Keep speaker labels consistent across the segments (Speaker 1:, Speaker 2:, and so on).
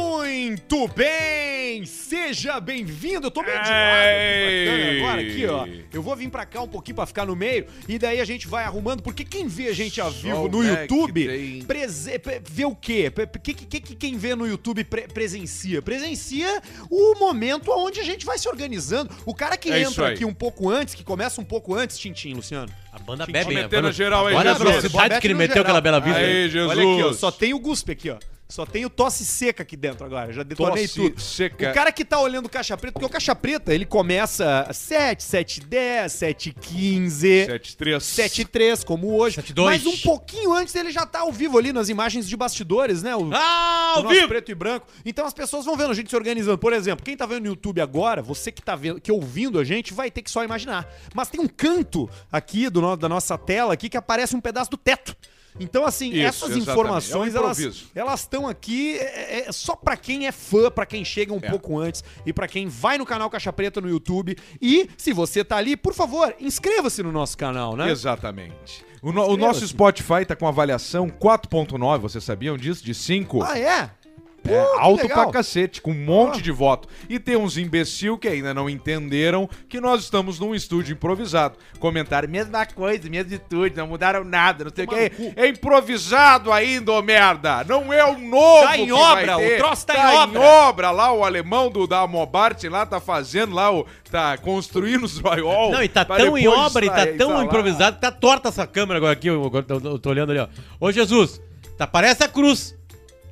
Speaker 1: Muito bem! Seja bem-vindo! Eu Tô meio de lado aqui, bacana,
Speaker 2: Ei!
Speaker 1: agora aqui, ó. Eu vou vir pra cá um pouquinho pra ficar no meio e daí a gente vai arrumando, porque quem vê a gente ao vivo no
Speaker 2: Solneck
Speaker 1: YouTube
Speaker 2: tem-
Speaker 1: prese- pre- vê o quê? Pre- que, que, que quem vê no YouTube pre- presencia? Presencia o momento onde a gente vai se organizando. O cara que
Speaker 2: É isso
Speaker 1: entra
Speaker 2: aí.
Speaker 1: aqui um pouco antes, que começa um pouco antes, Tintim, Luciano.
Speaker 3: A banda
Speaker 1: Gente,
Speaker 3: bebe,
Speaker 2: Tá
Speaker 3: né?
Speaker 2: metendo
Speaker 3: Banda-
Speaker 2: geral aí,
Speaker 3: Olha a
Speaker 2: Jesus.
Speaker 3: velocidade que ele
Speaker 1: no
Speaker 3: meteu
Speaker 1: geral.
Speaker 3: aquela Bela Vista.
Speaker 2: Aí, Jesus.
Speaker 1: Olha aqui, ó, só tem o guspe aqui, ó. Só tem o tosse seca aqui dentro agora. Já detonei
Speaker 2: Tosse
Speaker 1: tudo.
Speaker 2: seca.
Speaker 1: O cara que tá olhando o caixa preta, porque o caixa preta, ele começa às 7, 7 10, 7 15,
Speaker 2: 7-3.
Speaker 1: 7 3, como hoje.
Speaker 3: 7, 2.
Speaker 1: Mas um pouquinho antes ele já tá ao vivo ali nas imagens de bastidores, né? O,
Speaker 3: Ah,
Speaker 1: o
Speaker 3: ao
Speaker 1: nosso
Speaker 3: vivo!
Speaker 1: preto e branco. Então as pessoas vão vendo a gente se organizando. Por exemplo, quem tá vendo no YouTube agora, você que tá vendo, que ouvindo a gente, vai ter que só imaginar. Mas tem um canto aqui do no- da nossa tela aqui que aparece um pedaço do teto. Então, assim,
Speaker 2: Isso,
Speaker 1: essas
Speaker 2: exatamente.
Speaker 1: informações,
Speaker 2: É um
Speaker 1: elas
Speaker 2: improviso.
Speaker 1: elas estão aqui é, é, só pra quem é fã, pra quem chega um
Speaker 2: É.
Speaker 1: pouco antes e pra quem vai no canal Caixa Preta no YouTube. E se você tá ali, por favor, inscreva-se no nosso canal, né?
Speaker 2: Exatamente. O, no- o nosso Spotify tá com avaliação 4.9, vocês sabiam disso? De 5.
Speaker 1: Ah, é? Pô,
Speaker 2: É,
Speaker 1: que
Speaker 2: alto
Speaker 1: legal.
Speaker 2: pra cacete, com um monte
Speaker 3: Ah.
Speaker 2: de voto. E tem uns imbecil que ainda não entenderam que nós estamos num estúdio improvisado. Comentaram, mesma coisa, mesma atitude, não mudaram nada, não sei o
Speaker 1: Tomar
Speaker 2: que. É improvisado ainda, ô merda! Não é o novo
Speaker 3: Tá em
Speaker 2: que
Speaker 3: obra,
Speaker 2: vai ter.
Speaker 3: o troço tá em obra.
Speaker 2: obra lá, o alemão do, da Amobarte lá tá fazendo lá, o, tá construindo os royal.
Speaker 3: Não, e tá tão em obra e tá tão improvisado que tá torta essa câmera agora aqui. Eu, eu- eu- eu tô olhando ali, ó. Ô, Jesus, tá parece a cruz.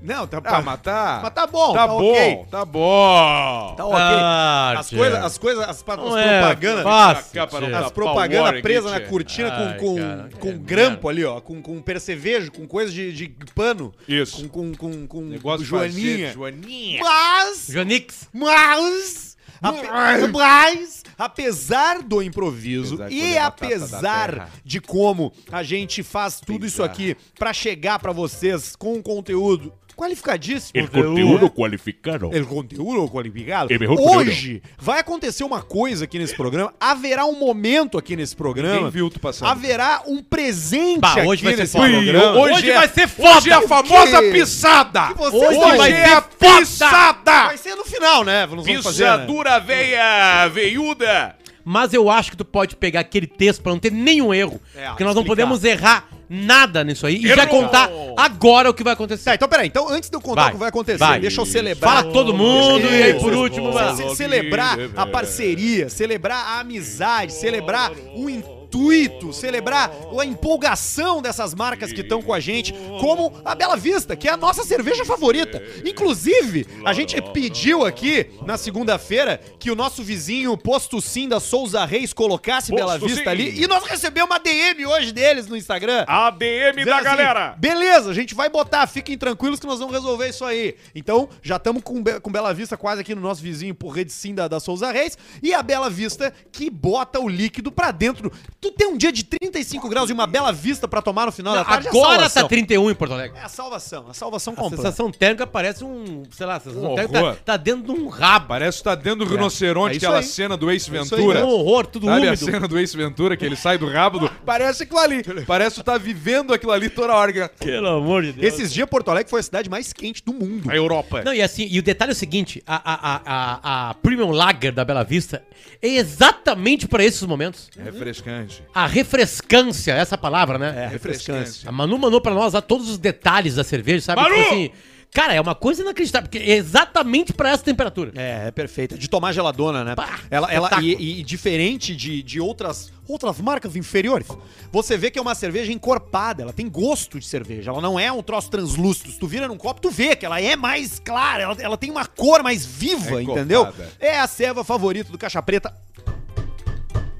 Speaker 1: Não, tá,
Speaker 2: Ah,
Speaker 1: pra-
Speaker 2: mas tá...
Speaker 1: Mas tá bom,
Speaker 2: tá,
Speaker 1: tá
Speaker 2: bom,
Speaker 1: ok.
Speaker 2: tá bom.
Speaker 1: Tá ok.
Speaker 3: Ah,
Speaker 1: as
Speaker 3: tchê.
Speaker 1: coisas, as coisas, as, pa- as
Speaker 3: Não é
Speaker 1: propagandas.
Speaker 3: fácil,
Speaker 2: A capa não
Speaker 3: tchê.
Speaker 2: tá
Speaker 1: As propaganda
Speaker 2: Warren,
Speaker 1: presa na
Speaker 2: gente.
Speaker 1: cortina com,
Speaker 3: Ai,
Speaker 1: com,
Speaker 3: cara,
Speaker 1: com
Speaker 3: é
Speaker 1: grampo ali, ó. Com, com percevejo, com coisa de, de pano.
Speaker 2: Isso.
Speaker 1: Com, com, com, com
Speaker 2: Negócio
Speaker 1: Hum. joaninha.
Speaker 2: Joaninha. Joaninha.
Speaker 1: Mas
Speaker 3: Jonix.
Speaker 1: Mas, ape- mas, apesar do improviso
Speaker 2: Apesar de
Speaker 1: e
Speaker 2: poder matar essa da
Speaker 1: apesar
Speaker 2: terra.
Speaker 1: de como a gente faz tudo isso
Speaker 2: Apesar.
Speaker 1: aqui pra chegar pra vocês com um conteúdo qualificadíssimo.
Speaker 4: El conteúdo cualificado.
Speaker 1: El conteúdo qualificado.
Speaker 4: É melhor conteúdo.
Speaker 1: Hoje vai acontecer uma coisa aqui nesse programa. Haverá um momento aqui nesse programa.
Speaker 2: Ninguém viu tu passando.
Speaker 1: Haverá um presente
Speaker 3: Bah,
Speaker 1: aqui
Speaker 3: hoje vai ser
Speaker 1: nesse
Speaker 3: foda.
Speaker 1: programa.
Speaker 3: Hoje vai ser foda.
Speaker 2: Hoje é a famosa
Speaker 1: Que-
Speaker 2: pisada.
Speaker 1: que você
Speaker 2: hoje
Speaker 1: tá
Speaker 3: vai
Speaker 2: é
Speaker 3: ser
Speaker 2: a
Speaker 3: foda.
Speaker 2: pisada.
Speaker 1: Vai ser no final, né? Nós vamos fazer, né?
Speaker 2: Pisadura veia veiuda.
Speaker 3: Mas eu acho que tu pode pegar aquele texto pra não ter nenhum erro.
Speaker 1: É,
Speaker 3: porque nós não
Speaker 1: explicar.
Speaker 3: podemos errar nada nisso aí. E já
Speaker 2: Errou.
Speaker 3: contar agora o que vai
Speaker 1: Tá,
Speaker 3: acontecer.
Speaker 1: então peraí. Então antes de eu contar
Speaker 3: Vai,
Speaker 1: o que vai acontecer,
Speaker 3: vai.
Speaker 1: deixa eu celebrar.
Speaker 3: Fala com todo mundo
Speaker 1: Deixa-
Speaker 3: e aí
Speaker 1: Isso.
Speaker 3: por último... vai lá.
Speaker 1: Ce- celebrar a parceria, celebrar a amizade, celebrar o intuito, celebrar a empolgação dessas marcas que estão com a gente, como a Bela Vista, que é a nossa cerveja favorita. Inclusive, a gente pediu aqui na segunda-feira que o nosso vizinho Posto Sim da Souza Reis colocasse
Speaker 2: Posto
Speaker 1: Bela Vista
Speaker 2: Sim.
Speaker 1: ali e nós recebemos uma DM hoje deles no Instagram.
Speaker 2: ADM da
Speaker 1: Dizendo assim,
Speaker 2: galera.
Speaker 1: Beleza, a gente vai botar, fiquem tranquilos que nós vamos resolver isso aí. Então, já estamos com, Be- com Bela Vista quase aqui no nosso vizinho por rede sim da, da Souza Reis. E a Bela Vista que bota o líquido pra dentro. Tu tem um dia de 35 graus e uma Bela Vista pra tomar no final da tarde é
Speaker 3: Agora
Speaker 1: salvação.
Speaker 3: tá 31 em Porto Alegre.
Speaker 1: É a salvação, a salvação
Speaker 3: A
Speaker 1: completa.
Speaker 3: sensação térmica parece um, sei lá, a sensação
Speaker 2: Um
Speaker 3: térmica tá,
Speaker 2: horror.
Speaker 3: tá dentro de um rabo.
Speaker 2: Parece que tá dentro do
Speaker 1: É.
Speaker 2: rinoceronte,
Speaker 1: É isso
Speaker 2: aquela
Speaker 1: aí.
Speaker 2: cena do Ace
Speaker 1: isso aí,
Speaker 2: Ventura.
Speaker 3: Um horror, tudo
Speaker 2: Sabe assim? a
Speaker 3: úmido.
Speaker 2: cena do Ace Ventura, que ele sai do rabo do... Parece aquilo ali. Parece que tu tá vivendo aquilo ali toda hora.
Speaker 3: Pelo amor de
Speaker 1: Esses dias Porto Alegre foi a cidade mais quente do mundo.
Speaker 2: A Europa.
Speaker 3: Não, e assim, e o detalhe é o seguinte, a, a, a, a, a Premium Lager da Bela Vista é exatamente pra esses momentos.
Speaker 2: É refrescante.
Speaker 3: A refrescância, essa palavra,
Speaker 1: É
Speaker 3: né?
Speaker 2: refrescante.
Speaker 3: A Manu mandou pra nós lá todos os detalhes da cerveja, sabe? Tipo
Speaker 2: Manu!
Speaker 3: cara, é uma coisa inacreditável, porque é exatamente pra essa temperatura.
Speaker 1: É, é perfeita. De tomar geladona, né?
Speaker 3: Pá,
Speaker 1: ela, ela,
Speaker 3: espetáculo.
Speaker 1: e, e diferente de, de outras, outras marcas inferiores, você vê que é uma cerveja encorpada, ela tem gosto de cerveja, ela não é um troço translúcido. Se tu vira num copo, tu vê que ela é mais clara, ela, ela tem uma cor mais viva,
Speaker 2: É
Speaker 1: entendeu?
Speaker 2: encorpada.
Speaker 1: É a ceva favorita do Caixa Preta.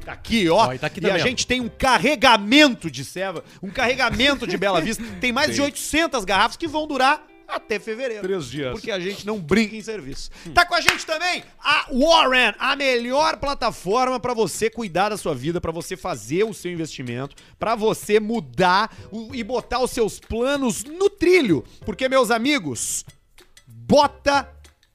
Speaker 1: Tá aqui, ó.
Speaker 3: Ó, e tá aqui
Speaker 1: e a
Speaker 3: também, ó.
Speaker 1: gente tem um carregamento de ceva, um carregamento de Bela Vista. Tem mais de 800 garrafas que vão durar até fevereiro.
Speaker 2: Três dias.
Speaker 1: Porque a gente não brinca em serviço. Tá com a gente também a Warren, a melhor plataforma pra você cuidar da sua vida, pra você fazer o seu investimento, pra você mudar o- e botar os seus planos no trilho. Porque, meus amigos, bota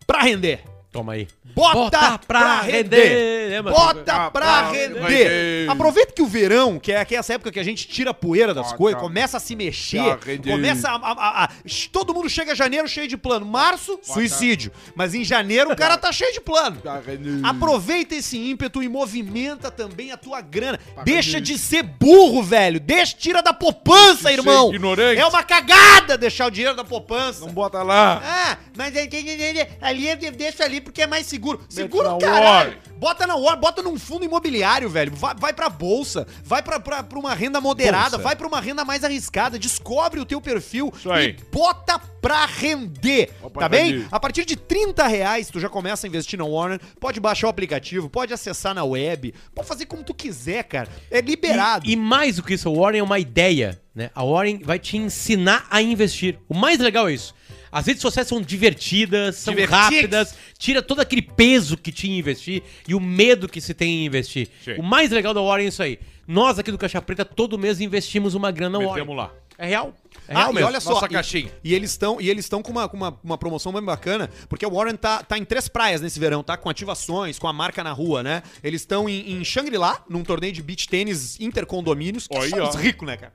Speaker 1: pra render.
Speaker 3: Toma aí.
Speaker 1: Bota, pra, render.
Speaker 3: né, mano?
Speaker 1: Bota pra
Speaker 2: pra
Speaker 1: render.
Speaker 2: render.
Speaker 1: Aproveita que o verão, que é, que é essa época que a gente tira a poeira das
Speaker 2: Bota
Speaker 1: coisas, começa a se mexer,
Speaker 2: pra render.
Speaker 1: começa a, a- a- a- Todo mundo chega a janeiro cheio de plano. Março, suicídio. Mas em janeiro o cara tá cheio de plano.
Speaker 2: Hum.
Speaker 1: Aproveita esse ímpeto e movimenta também a tua grana.
Speaker 2: Tá
Speaker 1: Deixa de ser burro, velho. Deixa, tira da poupança,
Speaker 2: De ser
Speaker 1: irmão.
Speaker 2: ignorante.
Speaker 1: É uma cagada deixar o dinheiro da poupança.
Speaker 2: Não bota lá.
Speaker 1: Ah, mas é que- que- que- ali eu deixo ali porque é mais seguro. Seguro,
Speaker 2: na
Speaker 1: caralho.
Speaker 2: Warren.
Speaker 1: Bota na hora, bota num fundo imobiliário, velho. Vai, vai pra bolsa, vai pra, pra, pra uma renda moderada,
Speaker 3: Bolsa.
Speaker 1: vai pra uma renda mais arriscada. Descobre o teu perfil
Speaker 4: Isso aí.
Speaker 1: e bota pra render.
Speaker 2: Opa,
Speaker 1: tá bem?
Speaker 2: entendi.
Speaker 1: A partir de 30 reais, tu já começa a investir na Warner. Pode baixar o aplicativo, pode acessar na web, pode fazer como tu quiser, cara. É liberado.
Speaker 3: E, e mais do que isso, a Warren é uma ideia, né? A Warren vai te ensinar a investir. O mais legal é isso. As redes sociais são divertidas, são
Speaker 1: Divertidas.
Speaker 3: rápidas, tira todo aquele peso que tinha em investir e o medo que se tem em investir.
Speaker 4: Sim.
Speaker 3: O mais legal da Warren é isso aí. Nós aqui do Caixa Preta, todo mês investimos uma grana na Warren.
Speaker 4: Metemos lá.
Speaker 3: É real. É
Speaker 1: Ah,
Speaker 3: real
Speaker 1: e
Speaker 3: mesmo.
Speaker 1: olha só,
Speaker 2: nossa
Speaker 1: e-
Speaker 2: caixinha.
Speaker 1: E, eles estão e eles estão com uma, com uma, uma promoção bem bacana, porque o Warren tá, tá em três praias nesse verão, tá? Com ativações, com a marca na rua, né? Eles estão em, em Shangri-La, num torneio de beach tênis intercondomínios, que
Speaker 4: Aí,
Speaker 1: só
Speaker 4: ó.
Speaker 1: os ricos, né, cara?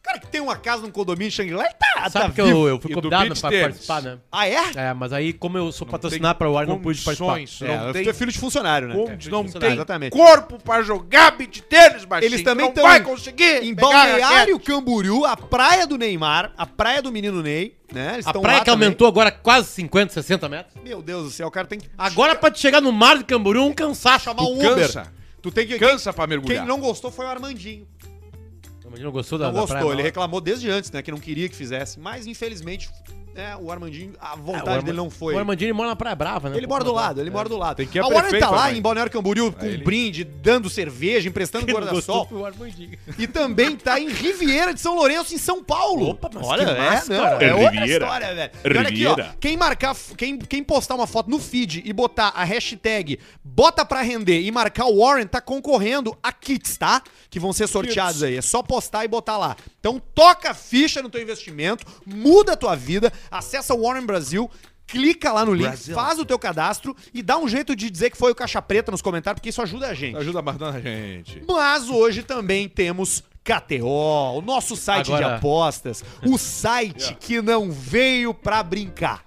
Speaker 1: O cara que tem uma casa num condomínio em Shangri-La, ele tá, tá
Speaker 3: Sabe que
Speaker 1: vivo.
Speaker 3: eu, eu fui
Speaker 2: E do
Speaker 3: convidado
Speaker 2: beach
Speaker 3: pra
Speaker 2: tennis.
Speaker 3: participar, né?
Speaker 1: Ah, é?
Speaker 3: É, mas aí, como eu sou patrocinado pra Warren, não pude participar.
Speaker 2: condições,
Speaker 1: É,
Speaker 2: Não
Speaker 1: tu
Speaker 2: tem
Speaker 1: é filho de funcionário, né?
Speaker 2: como,
Speaker 1: cara?
Speaker 2: não
Speaker 3: funcionário,
Speaker 2: tem
Speaker 1: exatamente.
Speaker 2: corpo pra jogar beat tênis, baixinho.
Speaker 1: Eles também
Speaker 2: não
Speaker 1: estão
Speaker 2: vai conseguir.
Speaker 1: em
Speaker 2: pegar a
Speaker 1: Balneário Camboriú, a praia do Neymar, a praia do menino Ney, né? Eles
Speaker 3: A
Speaker 1: tão
Speaker 3: praia
Speaker 1: lá
Speaker 3: que
Speaker 1: também.
Speaker 3: aumentou agora quase 50, 60 metros.
Speaker 1: Meu Deus do céu, o cara tem que
Speaker 3: Agora pra te chegar no mar do Camboriú, é um cansaço.
Speaker 1: chamar um Uber.
Speaker 2: cansa.
Speaker 1: Tu tem que
Speaker 2: raquete. Cansa pra
Speaker 1: quem
Speaker 2: mergulhar.
Speaker 1: não gostou foi o Armandinho.
Speaker 3: Não, não gostou da,
Speaker 1: Não
Speaker 3: da
Speaker 1: gostou,
Speaker 3: praia,
Speaker 1: ele
Speaker 3: não.
Speaker 1: reclamou desde antes, né? Que não queria que fizesse. Mas, infelizmente, né, o Armandinho, a
Speaker 3: É, o
Speaker 1: vontade
Speaker 3: Arma-
Speaker 1: dele não foi.
Speaker 3: O Armandinho ele mora na Praia Brava, né?
Speaker 1: Ele mora do lado, ele mora do lado.
Speaker 2: Tem que ir a
Speaker 1: a Warren
Speaker 2: prefeito,
Speaker 1: tá lá
Speaker 2: né?
Speaker 1: em Balneário Camboriú com um brinde, dando cerveja, emprestando
Speaker 3: Quem não gostou
Speaker 1: guarda-sol.
Speaker 3: foi o Armandinho.
Speaker 1: E também tá em Riviera de São Lourenço, em São Paulo.
Speaker 3: Opa, mas
Speaker 1: Olha,
Speaker 3: que
Speaker 1: é,
Speaker 3: massa,
Speaker 1: não,
Speaker 3: cara.
Speaker 1: é outra
Speaker 4: Riviera.
Speaker 1: história, velho. E olha aqui, ó,
Speaker 4: Riviera.
Speaker 1: quem marcar, quem, quem postar uma foto no feed e botar a hashtag bota pra render e marcar o Warren, tá concorrendo a kits, tá? Que vão ser sorteados aí. É só postar e botar lá. Então toca a ficha no teu investimento, muda a tua vida, acessa o Warren Brasil, clica lá no link, faz o teu cadastro e dá um jeito de dizer que foi o Caixa Preta nos comentários, porque isso ajuda a gente.
Speaker 2: Ajuda bastante a gente.
Speaker 1: Mas hoje também temos KTO, o nosso site de
Speaker 3: Agora- É.
Speaker 1: apostas, o site que não veio pra brincar.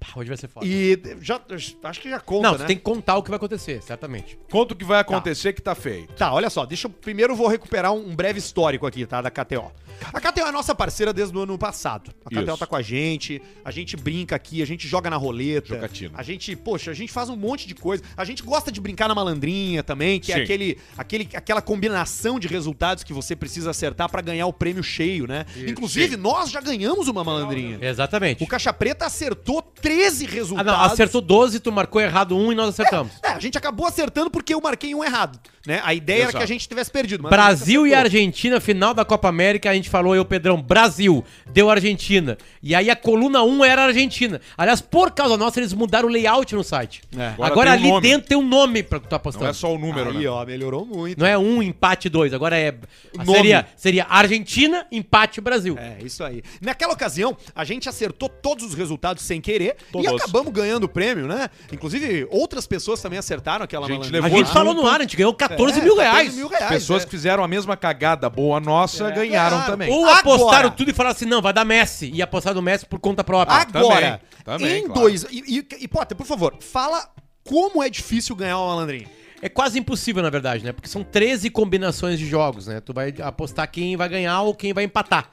Speaker 3: Pá, hoje vai ser foda.
Speaker 1: E já, acho que já conta,
Speaker 3: não,
Speaker 1: né?
Speaker 3: você tem que contar o que vai acontecer, certamente.
Speaker 2: Conta o que vai acontecer que tá feito.
Speaker 1: Tá, olha só, deixa eu primeiro eu vou recuperar um, um breve histórico aqui, tá, da KTO. A KTO é nossa parceira desde o ano passado. A KTO
Speaker 4: Isso.
Speaker 1: tá com a gente, a gente brinca aqui, a gente joga na roleta.
Speaker 2: Jogatina.
Speaker 1: A gente, poxa, a gente faz um monte de coisa. A gente gosta de brincar na malandrinha também, que é
Speaker 4: Sim.
Speaker 1: aquele, aquele, aquela combinação de resultados que você precisa acertar pra ganhar o prêmio cheio, né? Inclusive, nós já ganhamos uma malandrinha.
Speaker 3: Exatamente.
Speaker 1: O Caixa Preta acertou 13
Speaker 3: Ah,
Speaker 1: resultados.
Speaker 3: não, acertou 12, tu marcou errado um e nós acertamos.
Speaker 1: É, a gente acabou acertando porque eu marquei um errado, né? A ideia era
Speaker 2: Exato.
Speaker 1: que a gente tivesse perdido. mas a gente
Speaker 3: Brasil e
Speaker 1: acertou.
Speaker 3: Argentina, final da Copa América, a gente falou, eu, Pedrão, Brasil, deu Argentina. E aí a coluna 1 era Argentina. Aliás, por causa nossa, eles mudaram o layout no site.
Speaker 1: É.
Speaker 3: Agora,
Speaker 2: Agora tem um
Speaker 3: ali
Speaker 2: nome.
Speaker 3: dentro tem um nome pra tu tá apostando.
Speaker 2: Não é só o número,
Speaker 1: Aí,
Speaker 2: né?
Speaker 1: ó, melhorou muito.
Speaker 3: Não é um empate dois, agora é.
Speaker 1: Nome.
Speaker 3: Seria, seria Argentina, empate Brasil.
Speaker 1: É, isso aí. Naquela ocasião, a gente acertou todos os resultados sem querer e
Speaker 4: Todos.
Speaker 1: acabamos ganhando o prêmio, né? Inclusive, outras pessoas também acertaram aquela
Speaker 2: A gente
Speaker 1: malandra-
Speaker 2: levou
Speaker 3: a gente
Speaker 2: junto.
Speaker 3: falou no ar, a gente ganhou 14
Speaker 1: É,
Speaker 3: mil
Speaker 1: 14
Speaker 3: reais.
Speaker 1: mil reais,
Speaker 2: Pessoas
Speaker 1: é.
Speaker 2: que fizeram a mesma cagada boa nossa ganharam
Speaker 1: Claro.
Speaker 2: também.
Speaker 3: Ou
Speaker 1: Agora.
Speaker 3: apostaram tudo e falaram assim: não, vai dar Messi. E apostaram no Messi por conta própria.
Speaker 1: Agora,
Speaker 2: Ah, também, também,
Speaker 1: em
Speaker 2: claro.
Speaker 1: dois... E, e, e, Potter, por favor, fala como é difícil ganhar uma malandrinha.
Speaker 3: É quase impossível, na verdade, né? Porque são 13 combinações de jogos, né? Tu vai apostar quem vai ganhar ou quem vai empatar.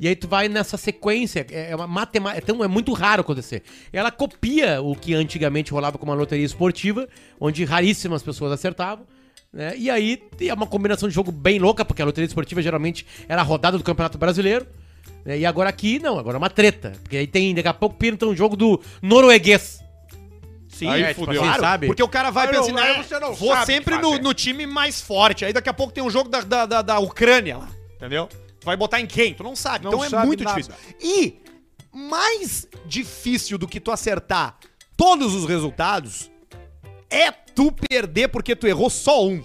Speaker 3: E aí tu vai nessa sequência, é é uma matemática, é, tão- é muito raro acontecer. Ela copia o que antigamente rolava com uma loteria esportiva, onde raríssimas pessoas acertavam. Né? E aí é uma combinação de jogo bem louca, porque a loteria esportiva geralmente era a rodada do Campeonato Brasileiro. né? E agora aqui, não, agora é uma treta. Porque aí tem, daqui a pouco, pinta um jogo do norueguês. assim,
Speaker 1: Sim,
Speaker 2: Aí
Speaker 1: é, tipo,
Speaker 4: assim,
Speaker 2: fudeu.
Speaker 1: claro,
Speaker 3: Sabe?
Speaker 1: porque o cara vai
Speaker 2: Aí não-
Speaker 1: pensando,
Speaker 2: aí
Speaker 1: "Ah,
Speaker 2: você não
Speaker 1: vou
Speaker 2: sabe
Speaker 1: sempre
Speaker 2: o que
Speaker 1: no,
Speaker 2: fazer."
Speaker 1: no time mais forte. Aí daqui a pouco tem um jogo da, da, da, da Ucrânia lá, entendeu? Tu vai botar em quem? Tu não sabe.
Speaker 2: Não
Speaker 1: então é
Speaker 2: sabe
Speaker 1: muito
Speaker 2: nada.
Speaker 1: difícil. E mais difícil do que tu acertar todos os resultados é tu perder porque tu errou só um.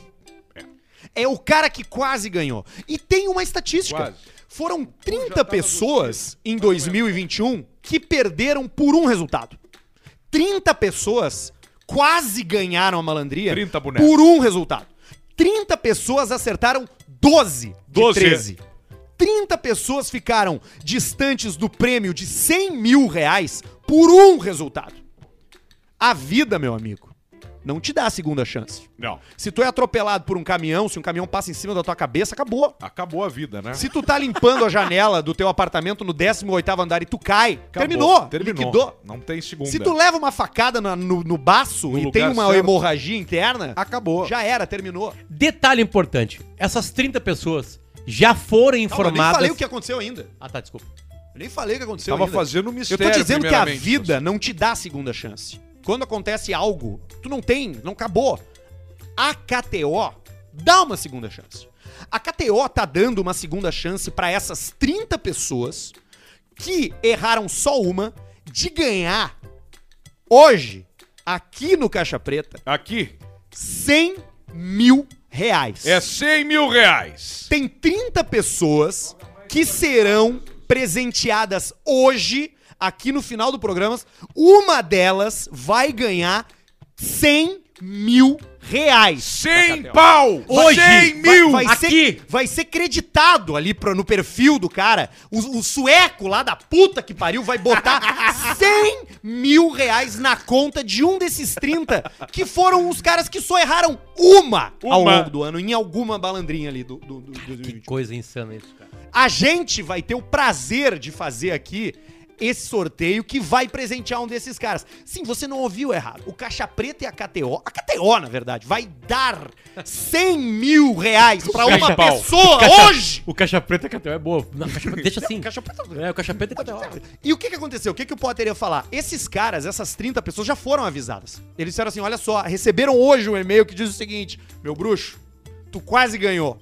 Speaker 1: É o cara que quase ganhou. E tem uma estatística.
Speaker 2: Quase.
Speaker 1: Foram
Speaker 2: já
Speaker 1: 30
Speaker 2: tava
Speaker 1: pessoas em 2021 que perderam por um resultado. 30 pessoas quase ganharam a malandria
Speaker 2: 30 bonecos.
Speaker 1: por um resultado. 30 pessoas acertaram 12 de
Speaker 4: 12.
Speaker 1: 13. 30 pessoas ficaram distantes do prêmio de 100 mil reais por um resultado. A vida, meu amigo, não te dá a segunda chance.
Speaker 4: Não.
Speaker 1: Se tu é atropelado por um caminhão, se um caminhão passa em cima da tua cabeça, acabou.
Speaker 2: Acabou a vida, né?
Speaker 1: Se tu tá limpando a janela do teu apartamento no 18º andar e tu cai, terminou,
Speaker 2: Terminou.
Speaker 1: liquidou.
Speaker 2: Não tem segunda.
Speaker 1: Se tu leva uma facada na- no, no baço
Speaker 2: No
Speaker 1: e tem
Speaker 2: lugar
Speaker 1: uma
Speaker 2: certo.
Speaker 1: hemorragia interna,
Speaker 2: Acabou.
Speaker 1: já era, terminou.
Speaker 3: Detalhe importante: essas 30 pessoas já foram
Speaker 1: Calma, eu
Speaker 3: informadas.
Speaker 1: nem falei o que é. aconteceu ainda.
Speaker 3: Ah, tá, desculpa.
Speaker 1: Eu nem falei o que aconteceu
Speaker 2: Tava
Speaker 1: ainda.
Speaker 2: fazendo um
Speaker 1: eu
Speaker 2: mistério.
Speaker 1: tô dizendo que a
Speaker 2: primeiramente,
Speaker 1: vida não te dá segunda chance. Quando acontece algo, tu não tem, não acabou. A KTO dá uma segunda chance. A KTO tá dando uma segunda chance pra essas 30 pessoas que erraram só uma de ganhar hoje, aqui no Caixa Preta,
Speaker 2: Aqui
Speaker 1: 100 mil reais.
Speaker 2: é 100 mil reais.
Speaker 1: Tem 30 pessoas que serão presenteadas hoje, aqui no final do programa. Uma delas vai ganhar 100 mil reais.
Speaker 2: 100 pau!
Speaker 3: Hoje!
Speaker 2: 100 mil!
Speaker 1: Vai, vai
Speaker 3: Aqui!
Speaker 1: Ser, vai ser creditado ali pro- no perfil do cara. O, o sueco lá da puta que pariu vai botar 100 mil reais na conta de um desses 30 que foram os caras que só erraram uma, ao
Speaker 4: Uma.
Speaker 1: longo do ano, em alguma balandrinha ali do, do, do, do-
Speaker 3: Que coisa insana isso, cara.
Speaker 1: A gente vai ter o prazer de fazer aqui esse sorteio que vai presentear um desses caras. Sim, você não ouviu errado. O Caixa Preta e a KTO, a KTO, na verdade, vai dar 100 mil reais pra uma
Speaker 3: Caixa pau.
Speaker 1: pessoa hoje!
Speaker 3: O caixa preta que é boa. Não, caixa preta, deixa assim.
Speaker 1: Caixa Preta...
Speaker 3: É, o caixa preta é KTO.
Speaker 1: E o que, que aconteceu? O que, que o Potter ia falar? Esses caras, essas 30 pessoas, já foram avisadas. Eles disseram assim: olha só, receberam hoje um e-mail que diz o seguinte: meu bruxo, tu quase ganhou.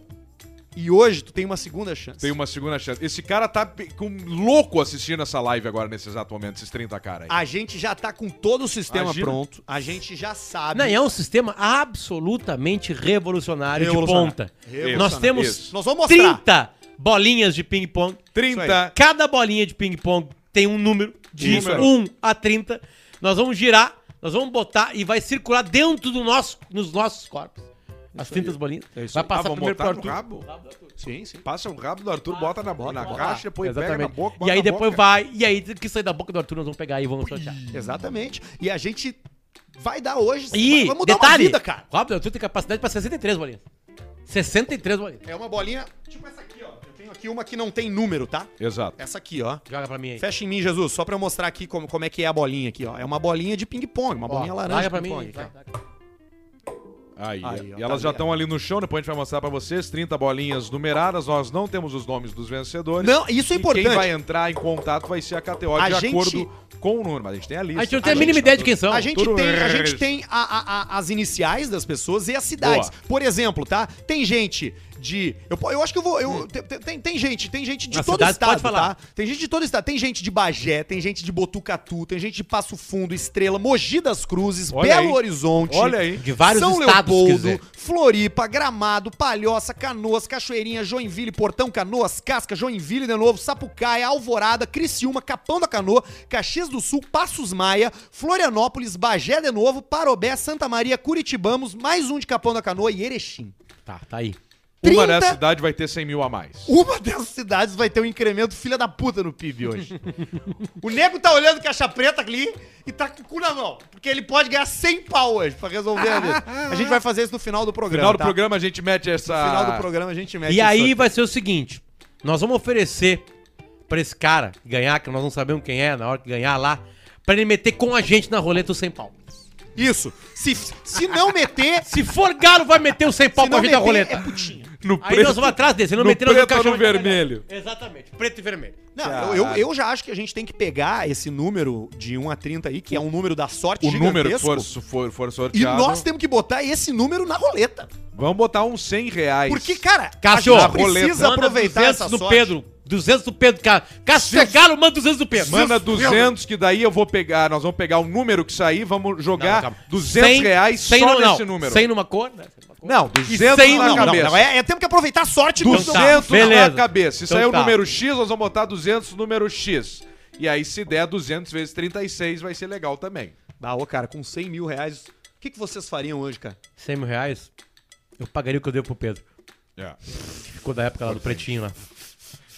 Speaker 1: E hoje tu tem uma segunda chance.
Speaker 2: Tem uma segunda chance. Esse cara tá pe- com louco assistindo essa live agora nesse exato momento, esses 30 caras aí.
Speaker 1: A gente já tá com todo o sistema
Speaker 2: Imagina.
Speaker 1: pronto. A gente já sabe.
Speaker 3: Não, é um sistema absolutamente revolucionário,
Speaker 1: Revolucionário.
Speaker 3: de ponta.
Speaker 1: Revolucionário.
Speaker 3: Nós temos
Speaker 2: Isso.
Speaker 1: Nós vamos mostrar.
Speaker 3: 30 bolinhas de ping-pong.
Speaker 2: 30.
Speaker 3: Cada bolinha de ping-pong tem um número de
Speaker 2: Isso aí.
Speaker 3: 1 a 30. Nós vamos girar, nós vamos botar e vai circular dentro do nosso, nos nossos corpos. As 30 bolinhas.
Speaker 1: É Tá
Speaker 2: Ah,
Speaker 3: vai passar
Speaker 2: vamos
Speaker 3: primeiro pro
Speaker 2: botar no
Speaker 3: Arthur.
Speaker 2: rabo?
Speaker 1: Sim, sim.
Speaker 2: Passa o rabo do Arthur, bota na, na
Speaker 3: Vamos
Speaker 2: caixa,
Speaker 3: botar.
Speaker 2: depois pega na
Speaker 3: Exatamente.
Speaker 2: boca, bota
Speaker 3: E aí
Speaker 2: na
Speaker 3: depois
Speaker 2: boca.
Speaker 3: vai, e aí o que sair da boca do Arthur nós vamos pegar e vamos sortear.
Speaker 1: Exatamente. E a gente vai dar hoje.
Speaker 3: E,
Speaker 1: vamos mudar
Speaker 3: detalhe,
Speaker 1: uma vida, cara.
Speaker 3: o Arthur tem capacidade pra 63 bolinhas. 63 bolinhas.
Speaker 1: É uma bolinha tipo essa aqui, ó. Eu tenho aqui uma que não tem número, tá?
Speaker 2: Exato.
Speaker 1: Essa aqui, ó.
Speaker 3: Joga pra mim aí.
Speaker 1: Fecha em mim, Jesus, só pra eu mostrar aqui como, como é que é a bolinha aqui, ó. É uma bolinha de ping-pong, uma
Speaker 3: Ó,
Speaker 1: bolinha laranja. tá?
Speaker 3: larga
Speaker 1: de
Speaker 3: pra mim. tá?
Speaker 1: ping-pong
Speaker 3: vai,
Speaker 1: aqui, ó.
Speaker 3: vai.
Speaker 2: Aí,
Speaker 1: Aí, ó,
Speaker 2: e
Speaker 1: tá
Speaker 2: elas já
Speaker 1: ali,
Speaker 2: estão ali no chão, depois a gente vai mostrar pra vocês, 30 bolinhas numeradas, nós não temos os nomes dos vencedores.
Speaker 1: Não, isso é
Speaker 2: E Quem vai
Speaker 1: importante.
Speaker 2: entrar em contato vai ser a KTO
Speaker 1: A
Speaker 2: de
Speaker 1: gente-
Speaker 2: acordo com o número, mas a gente tem a lista.
Speaker 3: A gente não tem a,
Speaker 1: gente-
Speaker 3: mínima ideia de quem são.
Speaker 1: A gente
Speaker 2: tudo
Speaker 1: tem, a
Speaker 2: resto.
Speaker 1: gente tem a- a- a- as iniciais das pessoas e as cidades.
Speaker 2: Boa.
Speaker 1: Por exemplo, tá? Tem gente de. Eu, po- eu acho que eu vou. eu-
Speaker 2: Hum.
Speaker 1: tem- tem, tem, tem gente, tem gente de
Speaker 3: Nas
Speaker 1: todo
Speaker 3: cidades,
Speaker 1: estado,
Speaker 3: pode falar.
Speaker 1: tá? Tem gente de todo estado. Tem gente de Bagé, tem gente de Botucatu, tem gente de Passo Fundo, Estrela, Mogi das Cruzes,
Speaker 2: Olha
Speaker 1: Belo
Speaker 2: aí.
Speaker 1: Horizonte.
Speaker 2: Olha aí.
Speaker 3: De vários
Speaker 1: São
Speaker 3: estados, quer
Speaker 1: Leopoldo,
Speaker 3: dizer.
Speaker 1: Floripa, Gramado, Palhoça, Canoas, Cachoeirinha, Joinville, Portão, Canoas, Casca, Joinville de novo, Sapucaia, Alvorada, Criciúma, Capão da Canoa, Caxias do Sul, Passos Maia, Florianópolis, Bagé de novo, Parobé, Santa Maria, Curitibamos, mais um de Capão da Canoa e Erechim.
Speaker 3: Tá, tá aí.
Speaker 2: Uma
Speaker 1: 30
Speaker 2: dessa cidade vai ter 100 mil a mais.
Speaker 1: Uma dessas cidades vai ter um incremento filha da puta no PIB hoje. o nego tá olhando caixa preta ali e tá com o cu na mão. Porque ele pode ganhar 100 pau hoje pra resolver a vida. A gente vai fazer isso no final do
Speaker 2: No
Speaker 1: programa.
Speaker 2: final do
Speaker 1: tá?
Speaker 2: programa a gente mete essa...
Speaker 1: No final do programa a gente mete
Speaker 3: Ah. E aí
Speaker 1: isso
Speaker 3: vai ser o seguinte: nós vamos oferecer pra esse cara que ganhar, que nós não sabemos quem é na hora que ganhar lá, pra ele meter com a gente na roleta o 100 pau.
Speaker 1: aqui. Isso. Se, se não meter. se
Speaker 3: Se for galo, vai meter o 100 pau
Speaker 1: não
Speaker 3: pra gente
Speaker 1: meter,
Speaker 3: na roleta.
Speaker 1: é putinha.
Speaker 2: No
Speaker 3: Aí nós vamos atrás dele, se não
Speaker 2: no
Speaker 3: meter nós vamos
Speaker 2: preto ou
Speaker 3: encaixar
Speaker 2: no
Speaker 3: ele na
Speaker 2: vermelho?
Speaker 3: galera. Exatamente, preto e vermelho.
Speaker 1: Não, eu, eu, eu já acho que a gente tem que pegar esse número de 1 a 30 aí, que é um número da sorte
Speaker 2: O número que
Speaker 1: gigantesco,
Speaker 2: for, for, for
Speaker 1: E
Speaker 2: sorteado...
Speaker 1: nós temos que botar esse número na roleta.
Speaker 2: Vamos botar uns 100 reais.
Speaker 1: Porque, cara,
Speaker 3: Cássio,
Speaker 1: a
Speaker 3: na
Speaker 1: gente precisa
Speaker 3: Manda
Speaker 1: aproveitar
Speaker 3: 200
Speaker 1: essa
Speaker 3: do
Speaker 1: sorte.
Speaker 3: Pedro. 200 do Pedro, cara. Cássio, se é galo, manda 200 do Pedro.
Speaker 2: Manda 200, que daí eu vou pegar... Nós vamos pegar o número que sair, vamos jogar 200 reais só
Speaker 3: Tá? no,
Speaker 2: nesse
Speaker 3: não,
Speaker 2: número.
Speaker 3: 100 numa cor, né?
Speaker 2: Não,
Speaker 3: E
Speaker 2: 200
Speaker 3: 100
Speaker 2: na
Speaker 3: não,
Speaker 1: Não,
Speaker 2: cabeça.
Speaker 1: não, é, é temos que aproveitar a sorte. então.
Speaker 2: 200
Speaker 3: Então tá, beleza.
Speaker 2: na cabeça. Se
Speaker 3: Então
Speaker 2: sair o
Speaker 3: tá.
Speaker 2: número X, nós vamos botar 200 número X. E aí, se der 200 vezes 36, vai ser legal também.
Speaker 1: Ah, ô, cara, com 100 mil reais, o que, que vocês fariam hoje, cara?
Speaker 3: 100 mil reais, eu pagaria o que eu devo pro Pedro.
Speaker 2: É.
Speaker 3: que Ficou da época lá do pretinho lá.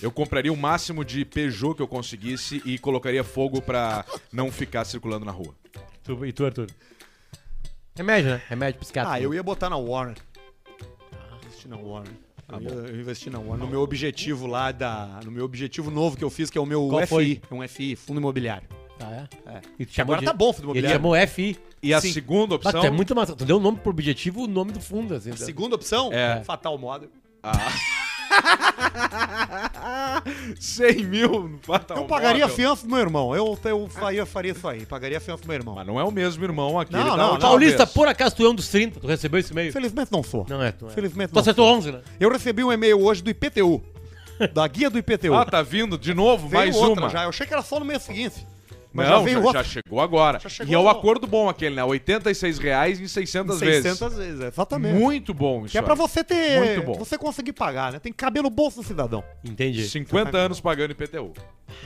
Speaker 2: Eu compraria o máximo de Peugeot que eu conseguisse e colocaria fogo pra não ficar circulando na rua.
Speaker 3: Tu- e tu, Arthur? Remédio, né? Remédio psiquiátrico.
Speaker 1: Ah, eu ia botar na Warner. Ah, Investir na Warner. Eu, ia, eu investi na Warner. No meu objetivo lá da. No meu objetivo novo que eu fiz, que é o meu
Speaker 3: Qual
Speaker 1: FI.
Speaker 3: foi?
Speaker 1: É um FI, fundo imobiliário.
Speaker 3: Ah, é?
Speaker 1: É.
Speaker 3: E tu chamou
Speaker 1: Agora
Speaker 3: de-
Speaker 1: tá bom o fundo
Speaker 3: Ele
Speaker 1: imobiliário.
Speaker 3: chamou FI.
Speaker 2: E a
Speaker 1: Sim.
Speaker 2: segunda
Speaker 3: Ah,
Speaker 2: opção.
Speaker 3: tu é muito massa. Tu deu o nome pro objetivo o nome do fundo, assim.
Speaker 1: A segunda opção?
Speaker 2: É.
Speaker 1: Fatal Model.
Speaker 2: Ah. 100 mil no Fatal
Speaker 1: eu pagaria
Speaker 2: Model.
Speaker 1: fiança pro meu irmão. Eu, eu faria, faria isso aí. Pagaria fiança pro meu irmão.
Speaker 2: Mas não é o mesmo irmão aqui.
Speaker 1: Não,
Speaker 2: ele tá
Speaker 1: não,
Speaker 2: outra
Speaker 1: não.
Speaker 3: Paulista,
Speaker 2: vez.
Speaker 3: por acaso tu é um dos 30? Tu recebeu esse e-mail?
Speaker 1: Felizmente não sou.
Speaker 3: Não é, tu é.
Speaker 1: Felizmente
Speaker 3: Tu
Speaker 1: não.
Speaker 3: acertou 11, né?
Speaker 1: Eu recebi um e-mail hoje do IPTU. Da guia do IPTU.
Speaker 2: Ah, tá vindo de novo?
Speaker 1: Veio
Speaker 2: mais
Speaker 1: outra
Speaker 2: uma.
Speaker 1: já. Eu achei que era só no mês seguinte. Mas
Speaker 2: não,
Speaker 1: já
Speaker 2: já,
Speaker 1: veio
Speaker 2: já
Speaker 1: outra.
Speaker 2: chegou agora.
Speaker 1: Já chegou
Speaker 2: e é o
Speaker 1: agora.
Speaker 2: acordo bom aquele, né? R$ 86 reais em 600, vezes.
Speaker 1: 600 vezes, exatamente.
Speaker 2: Muito bom isso.
Speaker 1: Que é pra
Speaker 2: aí.
Speaker 1: você ter.
Speaker 2: Muito bom.
Speaker 1: Você conseguir pagar, né? Tem que caber no bolso do cidadão.
Speaker 3: Entendi.
Speaker 2: 50 anos pagando IPTU.